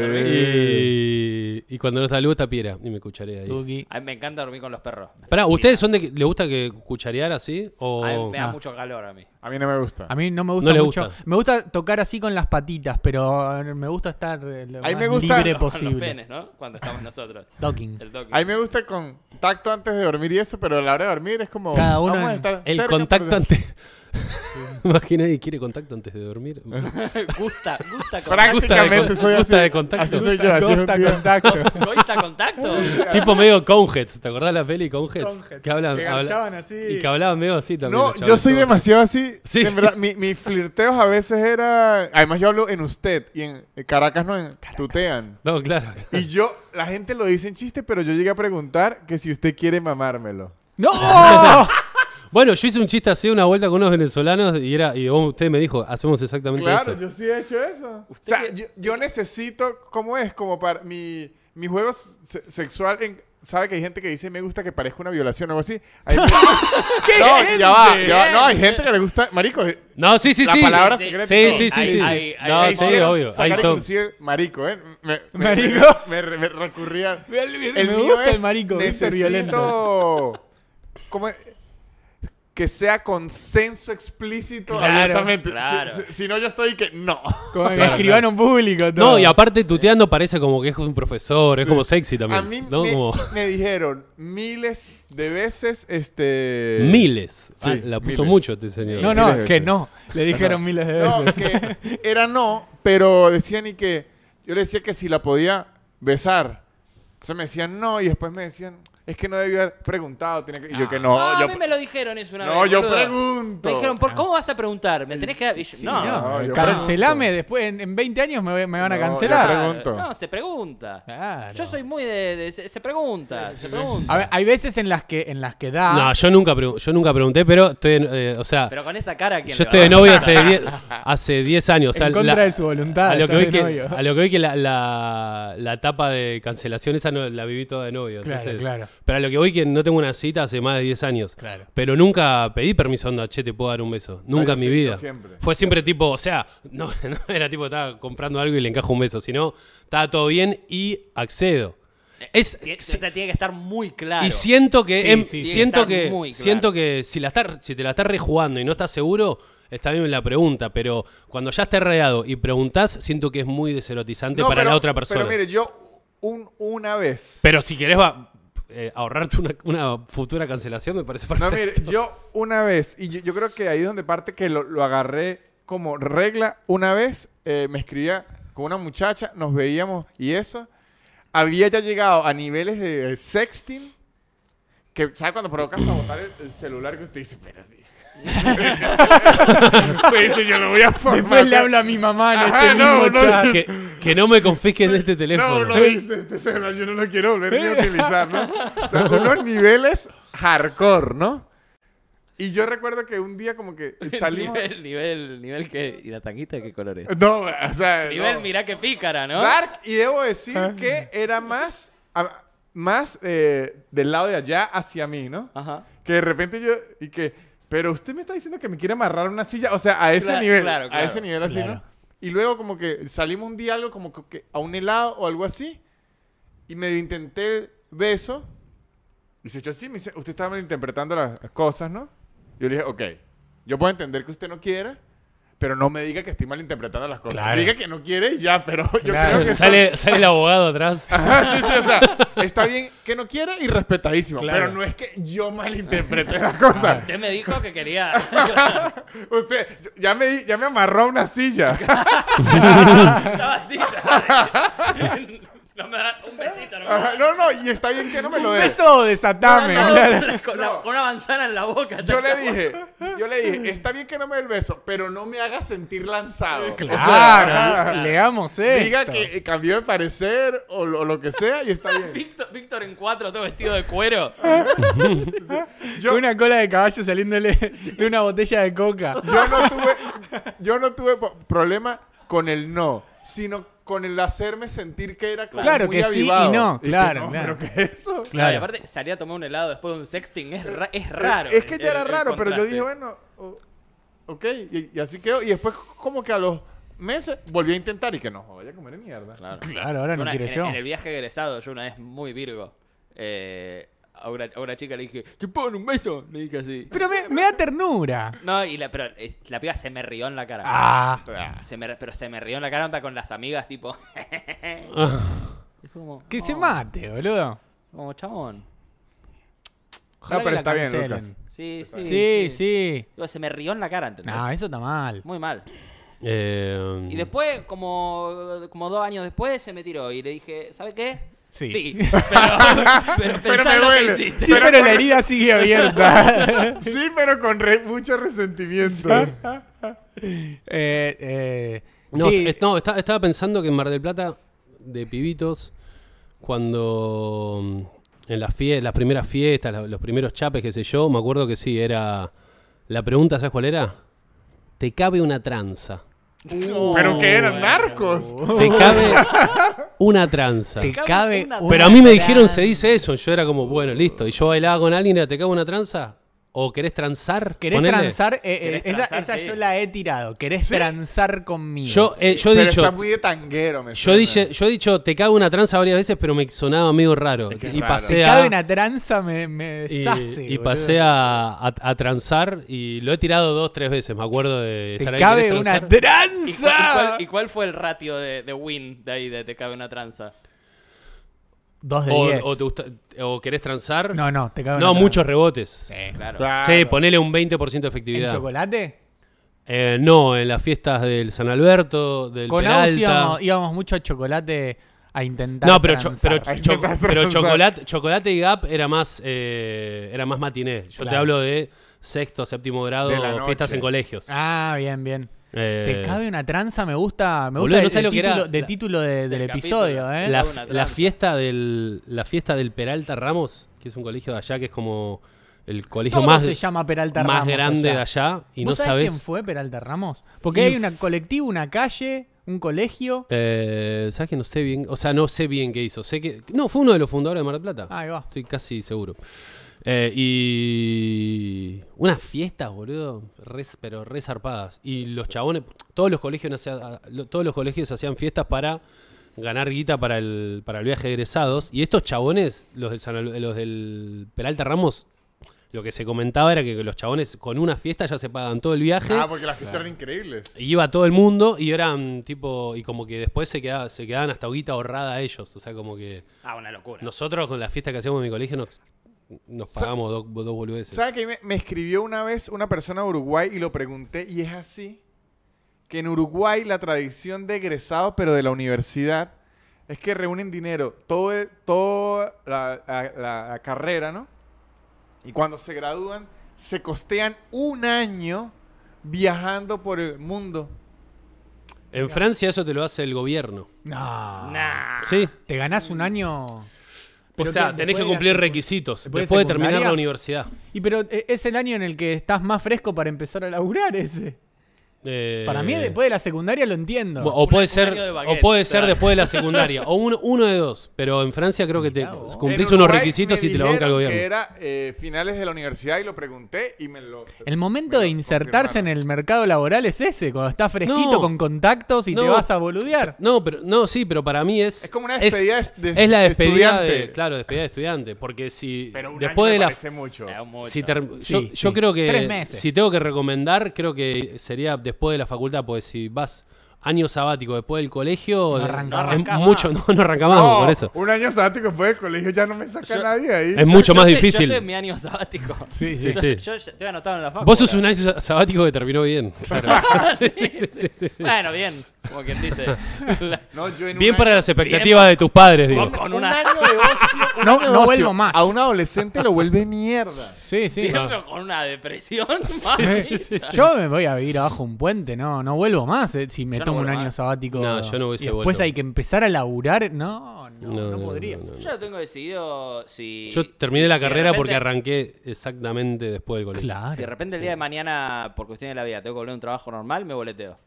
Speaker 5: Y, y cuando no está luz, está piedra. Y me cucharé ahí.
Speaker 3: Tuki.
Speaker 2: Ay, me encanta dormir con los perros.
Speaker 5: Pará,
Speaker 2: Sí.
Speaker 5: ¿ustedes son de que le gusta que cucharear así? O...
Speaker 2: Ay, me da
Speaker 5: Ah.
Speaker 2: mucho calor a mí.
Speaker 4: A mí no me gusta.
Speaker 3: A mí no me gusta
Speaker 5: No le
Speaker 3: mucho.
Speaker 5: gusta.
Speaker 3: Me gusta tocar así con las patitas, pero me gusta estar eh, lo
Speaker 4: A mí
Speaker 3: más
Speaker 4: me gusta-
Speaker 3: libre
Speaker 2: Los
Speaker 3: posible.
Speaker 2: penes, ¿no? Cuando estamos nosotros.
Speaker 3: Docking.
Speaker 2: El toque.
Speaker 4: A mí me gusta con tacto antes de dormir y eso, pero a la hora de dormir es como.
Speaker 3: Cada uno
Speaker 4: vamos a
Speaker 3: en-
Speaker 4: estar
Speaker 5: El
Speaker 4: cerca,
Speaker 5: contacto
Speaker 4: pero-
Speaker 5: antes. Imagina y quiere contacto antes de dormir.
Speaker 2: Gusta, gusta contacto.
Speaker 4: Prácticamente
Speaker 5: Gusta de-
Speaker 4: soy
Speaker 5: gusta
Speaker 4: así.
Speaker 5: de contacto.
Speaker 4: Así soy yo, así
Speaker 3: Costa
Speaker 4: es un tío.
Speaker 3: contacto.
Speaker 2: ¿Gusta contacto?
Speaker 5: tipo medio Coneheads. ¿Te acordás la peli Coneheads?
Speaker 3: Coneheads,
Speaker 5: Que hablan.
Speaker 3: que
Speaker 5: habla-
Speaker 3: garchaban así.
Speaker 5: Y que hablaban medio así también.
Speaker 4: No,
Speaker 5: los
Speaker 4: yo
Speaker 5: chavales.
Speaker 4: soy demasiado así.
Speaker 5: Sí,
Speaker 4: en
Speaker 5: sí.
Speaker 4: verdad, mi- mis flirteos a veces era. Además, yo hablo en usted y en Caracas no en tutean.
Speaker 5: No, claro.
Speaker 4: Y yo, la gente lo dice en chiste, pero yo llegué a preguntar que si usted quiere mamármelo.
Speaker 3: ¡No!
Speaker 5: Bueno, yo hice un chiste así una vuelta con unos venezolanos y era y vos- usted me dijo, hacemos exactamente
Speaker 4: Claro,
Speaker 5: eso.
Speaker 4: yo sí he hecho eso. O sea,
Speaker 2: que-
Speaker 4: yo, yo necesito, ¿cómo es? Como para mi, mi juego se- sexual. en- ¿Sabe que hay gente que dice me gusta que parezca una violación o algo así? Hay- no, ya va, ya va. No, hay gente que le gusta. Marico, eh,
Speaker 5: No, sí, sí,
Speaker 4: la
Speaker 5: sí.
Speaker 4: palabra
Speaker 2: sí,
Speaker 4: secreta.
Speaker 5: Sí, sí, sí,
Speaker 2: Hay- hay-
Speaker 5: sí.
Speaker 2: hay-
Speaker 4: Ah,
Speaker 5: no,
Speaker 2: hay
Speaker 5: sí,
Speaker 4: Quisiera
Speaker 5: obvio.
Speaker 4: sacar
Speaker 5: Hay todo.
Speaker 4: inclusive marico, ¿eh? Me, me-
Speaker 3: Marico.
Speaker 4: Me, me- me recurría.
Speaker 3: me gusta el marico,
Speaker 4: necesito...
Speaker 3: Víctor Violento.
Speaker 4: ¿Cómo es? Que sea consenso explícito
Speaker 3: Claro,
Speaker 4: abiertamente. Si-
Speaker 2: claro.
Speaker 4: Si, si no, yo estoy que no.
Speaker 3: Con el
Speaker 5: Claro,
Speaker 3: escribano público. Todo.
Speaker 5: No, y aparte tuteando parece como que es un profesor, es como sexy también.
Speaker 4: A mí
Speaker 5: ¿no?
Speaker 4: me,
Speaker 5: Como
Speaker 4: me dijeron miles de veces este...
Speaker 5: miles. Ah,
Speaker 4: sí,
Speaker 5: la puso
Speaker 4: miles.
Speaker 5: mucho este señor.
Speaker 3: No,
Speaker 4: miles
Speaker 3: no,
Speaker 4: de
Speaker 3: que
Speaker 4: veces.
Speaker 3: no. Le dijeron miles de
Speaker 4: No,
Speaker 3: veces.
Speaker 4: que era no, pero decían y que yo le decía que si la podía besar. Entonces me decían no y después me decían, es que no debí haber preguntado. Tiene que... Y yo que no.
Speaker 2: Ah, a
Speaker 4: yo,
Speaker 2: mí me lo dijeron eso una
Speaker 4: No,
Speaker 2: vez.
Speaker 4: yo
Speaker 2: boludo.
Speaker 4: pregunto.
Speaker 2: Me dijeron,
Speaker 5: Ah.
Speaker 2: ¿por cómo vas a preguntar? ¿Me tenés que.? dar-?" Y yo, no, no,
Speaker 4: no, yo pregunto.
Speaker 3: eh, Cancelame después. En, en 20 años me, me van a
Speaker 4: No,
Speaker 3: cancelar.
Speaker 4: yo pregunto.
Speaker 2: No, se pregunta.
Speaker 3: Claro.
Speaker 2: Yo soy muy de. de- se, se pregunta, se pregunta.
Speaker 3: A ver, hay veces en las que, en las que da.
Speaker 5: No, yo nunca, pregun- yo nunca pregunté, pero estoy, en- eh, o sea,
Speaker 2: Pero con esa cara, ¿quién
Speaker 5: yo
Speaker 2: le
Speaker 5: estoy
Speaker 2: va
Speaker 5: de
Speaker 2: a-
Speaker 5: novio hace 10 hace 10 años. O sea,
Speaker 3: en contra
Speaker 5: la-
Speaker 3: de su voluntad.
Speaker 5: a lo que
Speaker 3: estás
Speaker 5: vi
Speaker 3: de
Speaker 5: que,
Speaker 3: novio.
Speaker 5: a lo que, vi que la, la, la etapa de cancelación esa no, la viví toda de novio.
Speaker 3: Claro,
Speaker 5: entonces-
Speaker 3: claro.
Speaker 5: Pero a lo que voy que no tengo una cita hace más de 10 años.
Speaker 3: Claro.
Speaker 5: Pero nunca pedí permiso onda, che, te puedo dar un beso. Nunca
Speaker 4: yo
Speaker 5: en mi
Speaker 4: sí,
Speaker 5: vida.
Speaker 4: yo siempre.
Speaker 5: Fue siempre tipo, o sea, no, no era tipo, estaba comprando algo y le encajo un beso, sino estaba todo bien y accedo. Es,
Speaker 2: Tien-
Speaker 5: si-
Speaker 2: O sea, tiene que estar muy claro.
Speaker 5: y siento que
Speaker 3: Sí,
Speaker 5: em,
Speaker 3: sí, sí.
Speaker 5: siento
Speaker 2: Tiene que
Speaker 5: que
Speaker 2: estar muy claro.
Speaker 5: siento que si la está- si te la estás rejugando y no estás seguro está bien la pregunta pero cuando ya estés reado y preguntás siento que es muy deserotizante
Speaker 4: No,
Speaker 5: para
Speaker 4: pero-
Speaker 5: la otra persona
Speaker 4: Pero
Speaker 5: pero,
Speaker 4: mire, yo un- una vez.
Speaker 5: si querés va, eh, ahorrarte una, una futura cancelación me parece
Speaker 4: No,
Speaker 5: perfecto
Speaker 4: mire, yo una vez, y yo, yo creo que ahí es donde parte que lo, lo agarré como regla, una vez eh, me escribía con una muchacha, nos veíamos y eso, había ya llegado a niveles de sexting, que, ¿sabes? Cuando provocas para botar el, el celular que usted dice, pero... di-". Usted dice, yo no voy a formar.
Speaker 3: Después le hablo a mi mamá en
Speaker 4: Ajá,
Speaker 3: este
Speaker 4: no,
Speaker 3: mismo
Speaker 4: no,
Speaker 3: chat.
Speaker 5: que, que no me confisquen este teléfono
Speaker 4: No, no dice este celular, yo no lo quiero volver ni a utilizar, ¿no? O sea, unos niveles hardcore, ¿no? Y yo recuerdo que un día como que salimos...
Speaker 2: Nivel, nivel, nivel que. ¿Y la tanguita de qué color es?
Speaker 4: No, o sea...
Speaker 2: Nivel,
Speaker 4: no.
Speaker 2: mirá qué pícara, ¿no?
Speaker 4: Dark, y debo decir que era más... a- más eh, del lado de allá hacia mí, ¿no?
Speaker 2: Ajá.
Speaker 4: Que de repente yo... Y que... Pero usted me está diciendo que me quiere amarrar una silla. O sea, a ese
Speaker 2: Claro,
Speaker 4: nivel.
Speaker 2: claro,
Speaker 4: A
Speaker 2: claro.
Speaker 4: ese nivel así,
Speaker 5: Claro.
Speaker 4: ¿no? Y luego como que salimos un día algo como que- que a un helado o algo así. Y me intenté el beso. Y se echó así. Me dice, usted está malinterpretando las cosas, ¿no? Yo le dije, ok. Yo puedo entender que usted no quiera. Pero no me diga que estoy malinterpretando las cosas.
Speaker 3: Claro.
Speaker 4: Diga que no quiere y ya, pero yo
Speaker 3: Claro.
Speaker 4: creo que...
Speaker 5: sale sale el abogado atrás
Speaker 4: Ajá, sí, sí, o sea, está bien que no quiera y respetadísimo.
Speaker 3: Claro.
Speaker 4: Pero no es que yo malinterprete las cosas.
Speaker 2: Usted me dijo que quería.
Speaker 4: Usted ya me, di- ya me amarró a una silla.
Speaker 2: Estaba así. no me da un besito, no me da-
Speaker 4: Ajá, no, no, y está bien que no me lo
Speaker 3: Un
Speaker 4: dé.
Speaker 3: beso desatame.
Speaker 2: No, no,
Speaker 3: claro.
Speaker 2: con, la- con una manzana en la boca.
Speaker 4: Yo le
Speaker 2: chacho.
Speaker 4: dije, yo le dije, está bien que no me dé el beso, pero no me haga sentir lanzado. O sea,
Speaker 3: Claro,
Speaker 4: ajá,
Speaker 3: leamos esto.
Speaker 4: diga que eh, cambió de parecer o lo, o lo que sea y está bien.
Speaker 2: Víctor, Víctor en cuatro, todo vestido de cuero.
Speaker 4: Yo-
Speaker 3: Una cola de caballo saliéndole de una botella de coca.
Speaker 4: Yo no tuve, yo no tuve po- problema con el no, sino con el hacerme sentir que era como
Speaker 3: Claro
Speaker 4: muy
Speaker 3: que sí y
Speaker 4: avivado.
Speaker 3: no,
Speaker 4: que
Speaker 3: claro,
Speaker 4: no,
Speaker 3: claro.
Speaker 4: pero que eso.
Speaker 2: Claro. Y aparte, salir a tomar un helado después de un sexting es, ra- es raro.
Speaker 4: Eh, Es, es que ya
Speaker 2: el-
Speaker 4: era
Speaker 2: el
Speaker 4: raro, pero yo
Speaker 2: contraste.
Speaker 4: dije, bueno, o- ok, y, y así quedó. Y después, como que a los meses, volví a intentar y que no, vaya a comer mierda.
Speaker 2: Claro.
Speaker 3: Claro, ahora no
Speaker 2: Una-
Speaker 3: quiere
Speaker 2: en,
Speaker 3: yo.
Speaker 2: En el viaje egresado, yo una vez muy virgo, eh, a, una, a una chica le dije, ¿te puedo dar un beso? Le dije así.
Speaker 3: Pero me, me da ternura.
Speaker 2: No, y la, pero es- la piba se me rió en la cara.
Speaker 3: Ah,
Speaker 2: Se me, pero se me rió en la cara, onda con las amigas, tipo.
Speaker 5: Ah,
Speaker 2: Y fue como,
Speaker 3: que se
Speaker 2: "Oh,
Speaker 3: mate, boludo.
Speaker 2: Como, chabón.
Speaker 3: Ojalá
Speaker 4: No,
Speaker 3: que
Speaker 4: pero
Speaker 3: la
Speaker 4: está bien,
Speaker 3: cancelen.
Speaker 4: Lucas.
Speaker 2: Sí, sí.
Speaker 3: Sí, eh. sí.
Speaker 2: Digo, se me rió en la cara, ¿entendés?
Speaker 3: No, eso está mal.
Speaker 2: Muy mal.
Speaker 5: Eh,
Speaker 2: Y después, como, como dos años después, se me tiró y le dije, ¿sabe qué?
Speaker 3: Sí.
Speaker 2: pero, pero,
Speaker 4: Pero
Speaker 2: pensá
Speaker 4: me
Speaker 2: en lo que
Speaker 4: duele.
Speaker 2: hiciste.
Speaker 3: Sí,
Speaker 4: Pero
Speaker 3: pero,
Speaker 4: con-
Speaker 3: la herida sigue abierta.
Speaker 4: Sí, pero con re- mucho resentimiento.
Speaker 3: Eh, eh,
Speaker 5: No,
Speaker 3: sí,
Speaker 5: est- no, está- estaba pensando que en Mar del Plata, de pibitos, cuando mm, en las, fie- las primeras fiestas, la- los primeros chapes, qué sé yo, me acuerdo que sí, era... La pregunta, ¿sabes cuál era? ¿Te cabe una tranza?
Speaker 2: Uh.
Speaker 4: pero que eran narcos.
Speaker 5: ¿Te cabe una tranza?
Speaker 3: te cabe
Speaker 2: una-
Speaker 3: una
Speaker 5: Pero a mí me
Speaker 2: tranza.
Speaker 5: dijeron, se dice eso. Yo era como, bueno, listo. Y yo bailaba con alguien y era, ¿te cabe una tranza? ¿O querés transar?
Speaker 3: ¿Querés
Speaker 5: Ponele.
Speaker 3: transar? Eh, eh,
Speaker 2: ¿Querés
Speaker 3: esa
Speaker 2: transar?
Speaker 3: esa
Speaker 2: Sí.
Speaker 3: yo la he tirado. ¿Querés transar conmigo?
Speaker 5: Yo, eh, yo he
Speaker 4: Pero
Speaker 5: dicho...
Speaker 4: está muy de tanguero, me
Speaker 5: Yo,
Speaker 4: suena.
Speaker 5: dije, yo he dicho, te cago una tranza varias veces, pero me sonaba medio raro.
Speaker 4: Es que es
Speaker 5: y
Speaker 4: raro.
Speaker 5: pasé
Speaker 3: te
Speaker 5: a.
Speaker 3: cabe una tranza, me, me
Speaker 5: y,
Speaker 3: deshace.
Speaker 5: y
Speaker 3: boludo.
Speaker 5: pasé a, a- a transar y lo he tirado dos, tres veces. Me acuerdo de
Speaker 3: Te
Speaker 5: estar ahí,
Speaker 3: cabe
Speaker 5: ¿querés
Speaker 3: una
Speaker 2: ¿Y
Speaker 5: transar?
Speaker 2: cuál, y
Speaker 3: tranza.
Speaker 2: cuál- y cuál fue el ratio de, de win de ahí, de te cabe una tranza?
Speaker 3: Dos de diez.
Speaker 5: o, o te gusta- o querés transar.
Speaker 3: No, no, te cabe
Speaker 5: No,
Speaker 3: una
Speaker 5: muchos rebotes. Sí,
Speaker 2: Claro.
Speaker 5: ponele un 20% de
Speaker 3: tranza. ¿En
Speaker 5: efectividad.
Speaker 3: chocolate?
Speaker 5: Eh, no, en las fiestas del San Alberto, del
Speaker 3: Con Agus
Speaker 5: Peralta.
Speaker 3: íbamos, íbamos mucho a chocolate a intentar
Speaker 5: No, pero, cho-
Speaker 3: transar.
Speaker 5: pero,
Speaker 4: Ahí
Speaker 5: cho-
Speaker 4: intentas
Speaker 5: pero
Speaker 4: transar.
Speaker 5: chocolate, chocolate y Gap era más eh, era más matiné. Yo te
Speaker 3: Claro.
Speaker 5: hablo de sexto, séptimo grado,
Speaker 4: De la
Speaker 5: fiestas
Speaker 4: noche.
Speaker 5: en colegios.
Speaker 3: Ah, bien, bien.
Speaker 5: Eh,
Speaker 3: Te cabe una tranza, me gusta, me
Speaker 5: Boludo,
Speaker 3: gusta
Speaker 5: no sabés
Speaker 3: el- el
Speaker 5: lo que era
Speaker 3: título, de
Speaker 5: la-
Speaker 3: título de- del
Speaker 2: capítulo.
Speaker 3: episodio, ¿eh?
Speaker 5: la,
Speaker 2: Cabe una
Speaker 5: la
Speaker 2: tranza.
Speaker 5: fiesta del la fiesta del Peralta Ramos, que es un colegio de allá que es como el colegio
Speaker 3: Todo
Speaker 5: más
Speaker 3: se llama Peralta
Speaker 5: más
Speaker 3: Ramos
Speaker 5: grande
Speaker 3: allá.
Speaker 5: de allá y no
Speaker 3: ¿Vos sabés quién
Speaker 5: sabes
Speaker 3: fue Peralta Ramos? Porque
Speaker 5: Y
Speaker 3: hay una colectivo, una calle, un colegio.
Speaker 5: eh, sabes que no sé bien, o sea, no sé bien qué hizo. Sé que no fue uno de los fundadores de Mar del Plata.
Speaker 3: Ahí va.
Speaker 5: Estoy casi seguro. Eh, y unas fiestas, boludo, re- pero re zarpadas. Y los chabones, todos los colegios hacían, todos los colegios hacían fiestas para ganar guita para el, para el viaje de egresados. Y estos chabones, los del, San Al- los del Peralta Ramos, lo que se comentaba era que los chabones con una fiesta ya se pagan todo el viaje.
Speaker 4: Ah, porque las fiestas eran increíbles.
Speaker 5: Y iba todo el mundo y eran tipo, y como que después se, quedaba, se quedaban hasta guita ahorrada ellos. O sea, como que...
Speaker 2: Ah, una locura.
Speaker 5: Nosotros con la fiesta que hacíamos en mi colegio nos, nos pagamos dos, dos boludeces.
Speaker 4: ¿Sabes que me, me escribió una vez una persona de Uruguay y lo pregunté y es así? Que en Uruguay la tradición de egresado, pero de la universidad, es que reúnen dinero toda todo la, la- la- la carrera, ¿no? Y cuando se gradúan, se costean un año viajando por el mundo.
Speaker 5: En Francia eso te lo hace el gobierno.
Speaker 3: No.
Speaker 2: Ah,
Speaker 5: Sí.
Speaker 3: Te ganás un año.
Speaker 5: O
Speaker 3: Pero
Speaker 5: sea,
Speaker 3: que
Speaker 5: tenés que
Speaker 3: después de la
Speaker 5: cumplir
Speaker 3: secu-
Speaker 5: requisitos
Speaker 3: después de
Speaker 5: después de terminar
Speaker 3: secundaria-
Speaker 5: la universidad.
Speaker 3: Y pero eh, es el año en el que estás más fresco para empezar a laburar ese.
Speaker 5: Eh, oh.
Speaker 3: Para mí, después de la secundaria lo entiendo.
Speaker 5: O
Speaker 2: Un-
Speaker 5: puede
Speaker 2: un
Speaker 5: ser,
Speaker 2: año de
Speaker 5: o
Speaker 2: baguette,
Speaker 5: puede
Speaker 2: o
Speaker 5: ser
Speaker 2: sea.
Speaker 5: después de la secundaria. O uno, uno de dos. Pero en Francia creo que te
Speaker 3: Mirá vos.
Speaker 5: cumplís
Speaker 4: En
Speaker 5: unos
Speaker 4: Uruguay
Speaker 5: requisitos
Speaker 4: me
Speaker 5: y te lo banca el
Speaker 4: dijeron
Speaker 5: gobierno.
Speaker 4: Que era eh, finales de la universidad y lo pregunté y me lo.
Speaker 3: El momento
Speaker 4: me
Speaker 3: de
Speaker 4: lo
Speaker 3: insertarse en
Speaker 4: confirmaron.
Speaker 3: el mercado laboral es ese, cuando estás fresquito
Speaker 5: No.
Speaker 3: con contactos y te
Speaker 5: No.
Speaker 3: vas a boludear.
Speaker 5: No, pero no, sí, pero para mí es
Speaker 4: Es como una despedida
Speaker 5: es,
Speaker 4: de-
Speaker 5: es la
Speaker 4: de
Speaker 5: despedida de,
Speaker 4: estudiante.
Speaker 5: claro, despedida de estudiante, porque si
Speaker 4: Pero un
Speaker 5: después
Speaker 4: año
Speaker 5: de
Speaker 4: me
Speaker 5: la
Speaker 4: parece mucho.
Speaker 3: Ah,
Speaker 2: Era mucho.
Speaker 5: Si ter-
Speaker 3: Sí,
Speaker 5: yo,
Speaker 3: sí.
Speaker 5: yo creo que
Speaker 3: Tres meses.
Speaker 5: si tengo que recomendar, creo que sería después de la facultad, porque si vas año sabático después del colegio, de-
Speaker 3: arrancás.
Speaker 5: es
Speaker 3: No
Speaker 2: arrancás
Speaker 5: mucho, no, no arranca más,
Speaker 4: No,
Speaker 5: por eso.
Speaker 4: Un año sabático después del colegio ya no me saca nadie ahí.
Speaker 5: Es mucho
Speaker 2: Yo
Speaker 5: más
Speaker 2: estoy-
Speaker 5: difícil.
Speaker 2: Yo estoy en mi año sabático.
Speaker 5: Sí, sí,
Speaker 2: Yo-
Speaker 5: sí.
Speaker 2: Yo, yo te he anotado en la facu.
Speaker 5: Vos sos un
Speaker 2: boludo.
Speaker 5: año sa- sabático que terminó bien. claro. Sí, sí, sí, sí, sí, sí.
Speaker 2: Bueno, bien. Como quien dice. La-
Speaker 4: No, yo en
Speaker 5: Bien
Speaker 4: un
Speaker 5: para
Speaker 4: año-
Speaker 5: las expectativas de tus padres, digo.
Speaker 2: Poco. con
Speaker 4: un
Speaker 2: una-
Speaker 4: año de ocio. un
Speaker 3: No-
Speaker 4: año de
Speaker 3: no
Speaker 4: ocio
Speaker 3: vuelvo más.
Speaker 4: A un adolescente lo vuelve mierda.
Speaker 3: Sí, sí.
Speaker 2: Bien, pero con una depresión. más lista.
Speaker 3: Yo me voy a vivir abajo un puente, no, no vuelvo más eh, si me
Speaker 2: Yo no
Speaker 3: tomo un
Speaker 2: vuelvo
Speaker 3: año
Speaker 2: más.
Speaker 3: sabático.
Speaker 5: No, yo no hubiese
Speaker 3: y después
Speaker 5: vuelto.
Speaker 3: hay que empezar a laburar. No,
Speaker 5: No,
Speaker 3: no, no,
Speaker 5: no,
Speaker 3: podría.
Speaker 5: no, no, no.
Speaker 2: Yo lo tengo decidido si.
Speaker 5: Yo terminé
Speaker 2: si-
Speaker 5: la
Speaker 2: si de
Speaker 5: carrera
Speaker 2: repente-
Speaker 5: porque arranqué exactamente después del colegio.
Speaker 3: Claro.
Speaker 2: Si de repente el día de mañana, por cuestión de la vida, tengo que volver a un trabajo normal, me boleteo.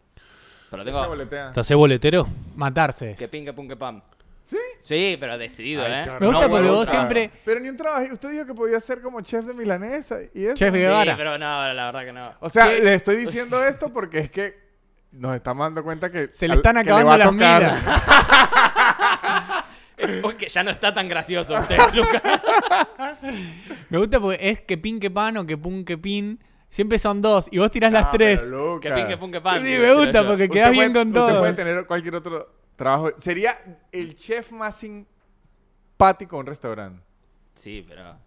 Speaker 2: Pero tengo
Speaker 5: ¿Te hacés boletero?
Speaker 3: Matarse.
Speaker 2: que pinque, pum, que pam. ¿Sí? Sí, pero decidido, ¿eh?
Speaker 3: Me gusta porque
Speaker 4: vuelvo a
Speaker 3: vos
Speaker 4: trabajar.
Speaker 3: siempre-
Speaker 4: Pero ni un trabajo. Usted dijo que podía ser como chef de milanesa y eso.
Speaker 3: Chef
Speaker 2: Sí,
Speaker 3: Guevara.
Speaker 2: pero no, la verdad que no.
Speaker 4: O sea, le estoy diciendo esto porque es que nos estamos dando cuenta que.
Speaker 3: Se le
Speaker 4: al-
Speaker 3: están
Speaker 4: que
Speaker 3: acabando
Speaker 4: va a
Speaker 3: las
Speaker 4: tocar- Ah,
Speaker 3: miras.
Speaker 2: Es porque ya no está tan gracioso usted, Lucas.
Speaker 3: Me gusta porque es que pin que pan o que pun que pin. Siempre son dos y vos tirás las
Speaker 4: Ah,
Speaker 3: tres.
Speaker 4: pero,
Speaker 3: Sí,
Speaker 4: Lucas.
Speaker 2: Que pinque, pum, que pam.
Speaker 3: me gusta porque
Speaker 4: Usted
Speaker 3: quedás
Speaker 4: puede-
Speaker 3: bien con
Speaker 4: usted
Speaker 3: todo.
Speaker 4: puede tener cualquier otro trabajo. Sería el chef más simpático de un restaurante.
Speaker 2: Sí, pero.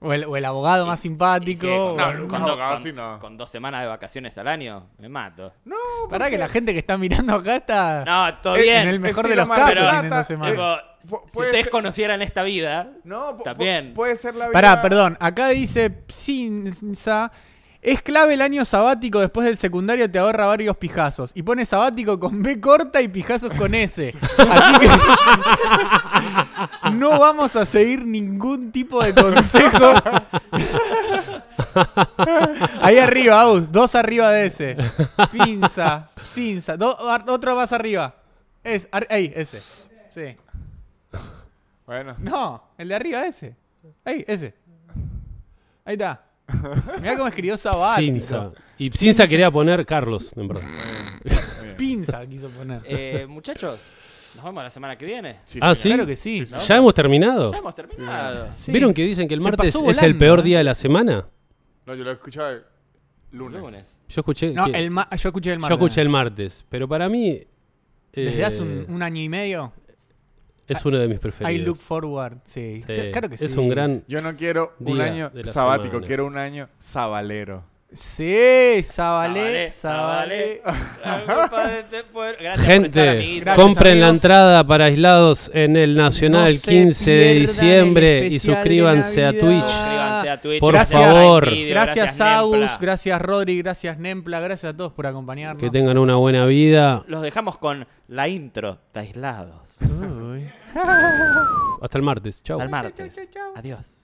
Speaker 3: O el, o el abogado más simpático.
Speaker 2: Que
Speaker 3: o-
Speaker 2: con,
Speaker 4: No,
Speaker 2: con-
Speaker 4: nunca
Speaker 2: con do-
Speaker 4: abogado,
Speaker 2: con-
Speaker 4: sí, no.
Speaker 2: con dos semanas de vacaciones al año, me mato.
Speaker 4: No,
Speaker 3: Pará que la gente que está mirando acá está
Speaker 2: No, todo
Speaker 4: Eh,
Speaker 2: bien.
Speaker 3: en el mejor de
Speaker 4: estilo
Speaker 3: los
Speaker 4: más
Speaker 3: casos.
Speaker 2: barata,
Speaker 3: tienen dos semanas.
Speaker 2: Tipo, si-
Speaker 4: Pu-
Speaker 2: si
Speaker 4: puede
Speaker 2: ustedes
Speaker 4: ser-
Speaker 2: conocieran esta vida,
Speaker 4: No, pu-
Speaker 2: También.
Speaker 4: pu- puede ser la vida.
Speaker 3: Pará, perdón. Acá dice Psinza. Es clave el año sabático después del secundario, te ahorra varios pijazos. Y pone sabático con B corta y pijazos con S. Así que. no vamos a seguir ningún tipo de consejo. Ahí arriba, Aus. Dos arriba de ese. Pinza, Psinza. do- ar- otro más arriba. Es, ar- ahí, ese. Sí.
Speaker 4: Bueno,
Speaker 3: No, el de arriba ese. Ahí, ese. Ahí está. Mirá cómo escribió Sabático.
Speaker 5: Cinza. Y Cinza quería poner Carlos. en verdad.
Speaker 3: Pinza quiso poner.
Speaker 2: eh, muchachos, nos vemos la semana que viene.
Speaker 5: Ah,
Speaker 4: señor.
Speaker 5: sí.
Speaker 3: Claro que sí.
Speaker 2: ¿no?
Speaker 5: ¿Ya hemos terminado?
Speaker 2: Ya hemos terminado.
Speaker 3: Sí.
Speaker 5: ¿Vieron que dicen que el
Speaker 3: Se
Speaker 5: martes
Speaker 3: pasó
Speaker 5: es el
Speaker 3: volando,
Speaker 5: peor
Speaker 3: ¿eh?
Speaker 5: día de la semana?
Speaker 4: No, yo lo he escuchado el lunes.
Speaker 2: Lunes.
Speaker 5: Yo escuché.
Speaker 3: No,
Speaker 5: que-
Speaker 3: el ma- yo escuché el
Speaker 5: yo
Speaker 3: martes.
Speaker 5: escuché eh, el martes, pero para mí. eh,
Speaker 3: Desde hace un, un año y medio,
Speaker 5: Es uno de mis
Speaker 3: I
Speaker 5: preferidos.
Speaker 3: look forward. Sí,
Speaker 5: Sí,
Speaker 3: sí, claro que sí.
Speaker 5: Es un gran.
Speaker 4: Yo no quiero un
Speaker 5: Día
Speaker 4: año
Speaker 5: de la
Speaker 4: sabático,
Speaker 5: semana.
Speaker 4: quiero un año sabalero.
Speaker 3: Sí, Zabalé, Zabalé.
Speaker 2: este Gracias por estar,
Speaker 5: Gente,
Speaker 2: amiguitos.
Speaker 5: compren la
Speaker 3: amigos.
Speaker 5: entrada para aislados en el Nacional
Speaker 3: No se
Speaker 5: 15 de
Speaker 3: pierdan el
Speaker 5: diciembre y
Speaker 3: especial de
Speaker 5: suscríbanse a
Speaker 3: Navidad.
Speaker 5: Twitch.
Speaker 2: Suscríbanse a Twitch.
Speaker 5: Por
Speaker 2: gracias a
Speaker 5: favor.
Speaker 2: Prime Video,
Speaker 3: Gracias, Agus,
Speaker 2: Nempla.
Speaker 3: gracias, Rodri, gracias, Nempla, gracias a todos por acompañarnos.
Speaker 5: Que tengan una buena vida.
Speaker 2: Los dejamos con la intro de Aislados.
Speaker 3: Uy.
Speaker 5: Hasta el martes. Chau.
Speaker 2: Al martes. Adiós.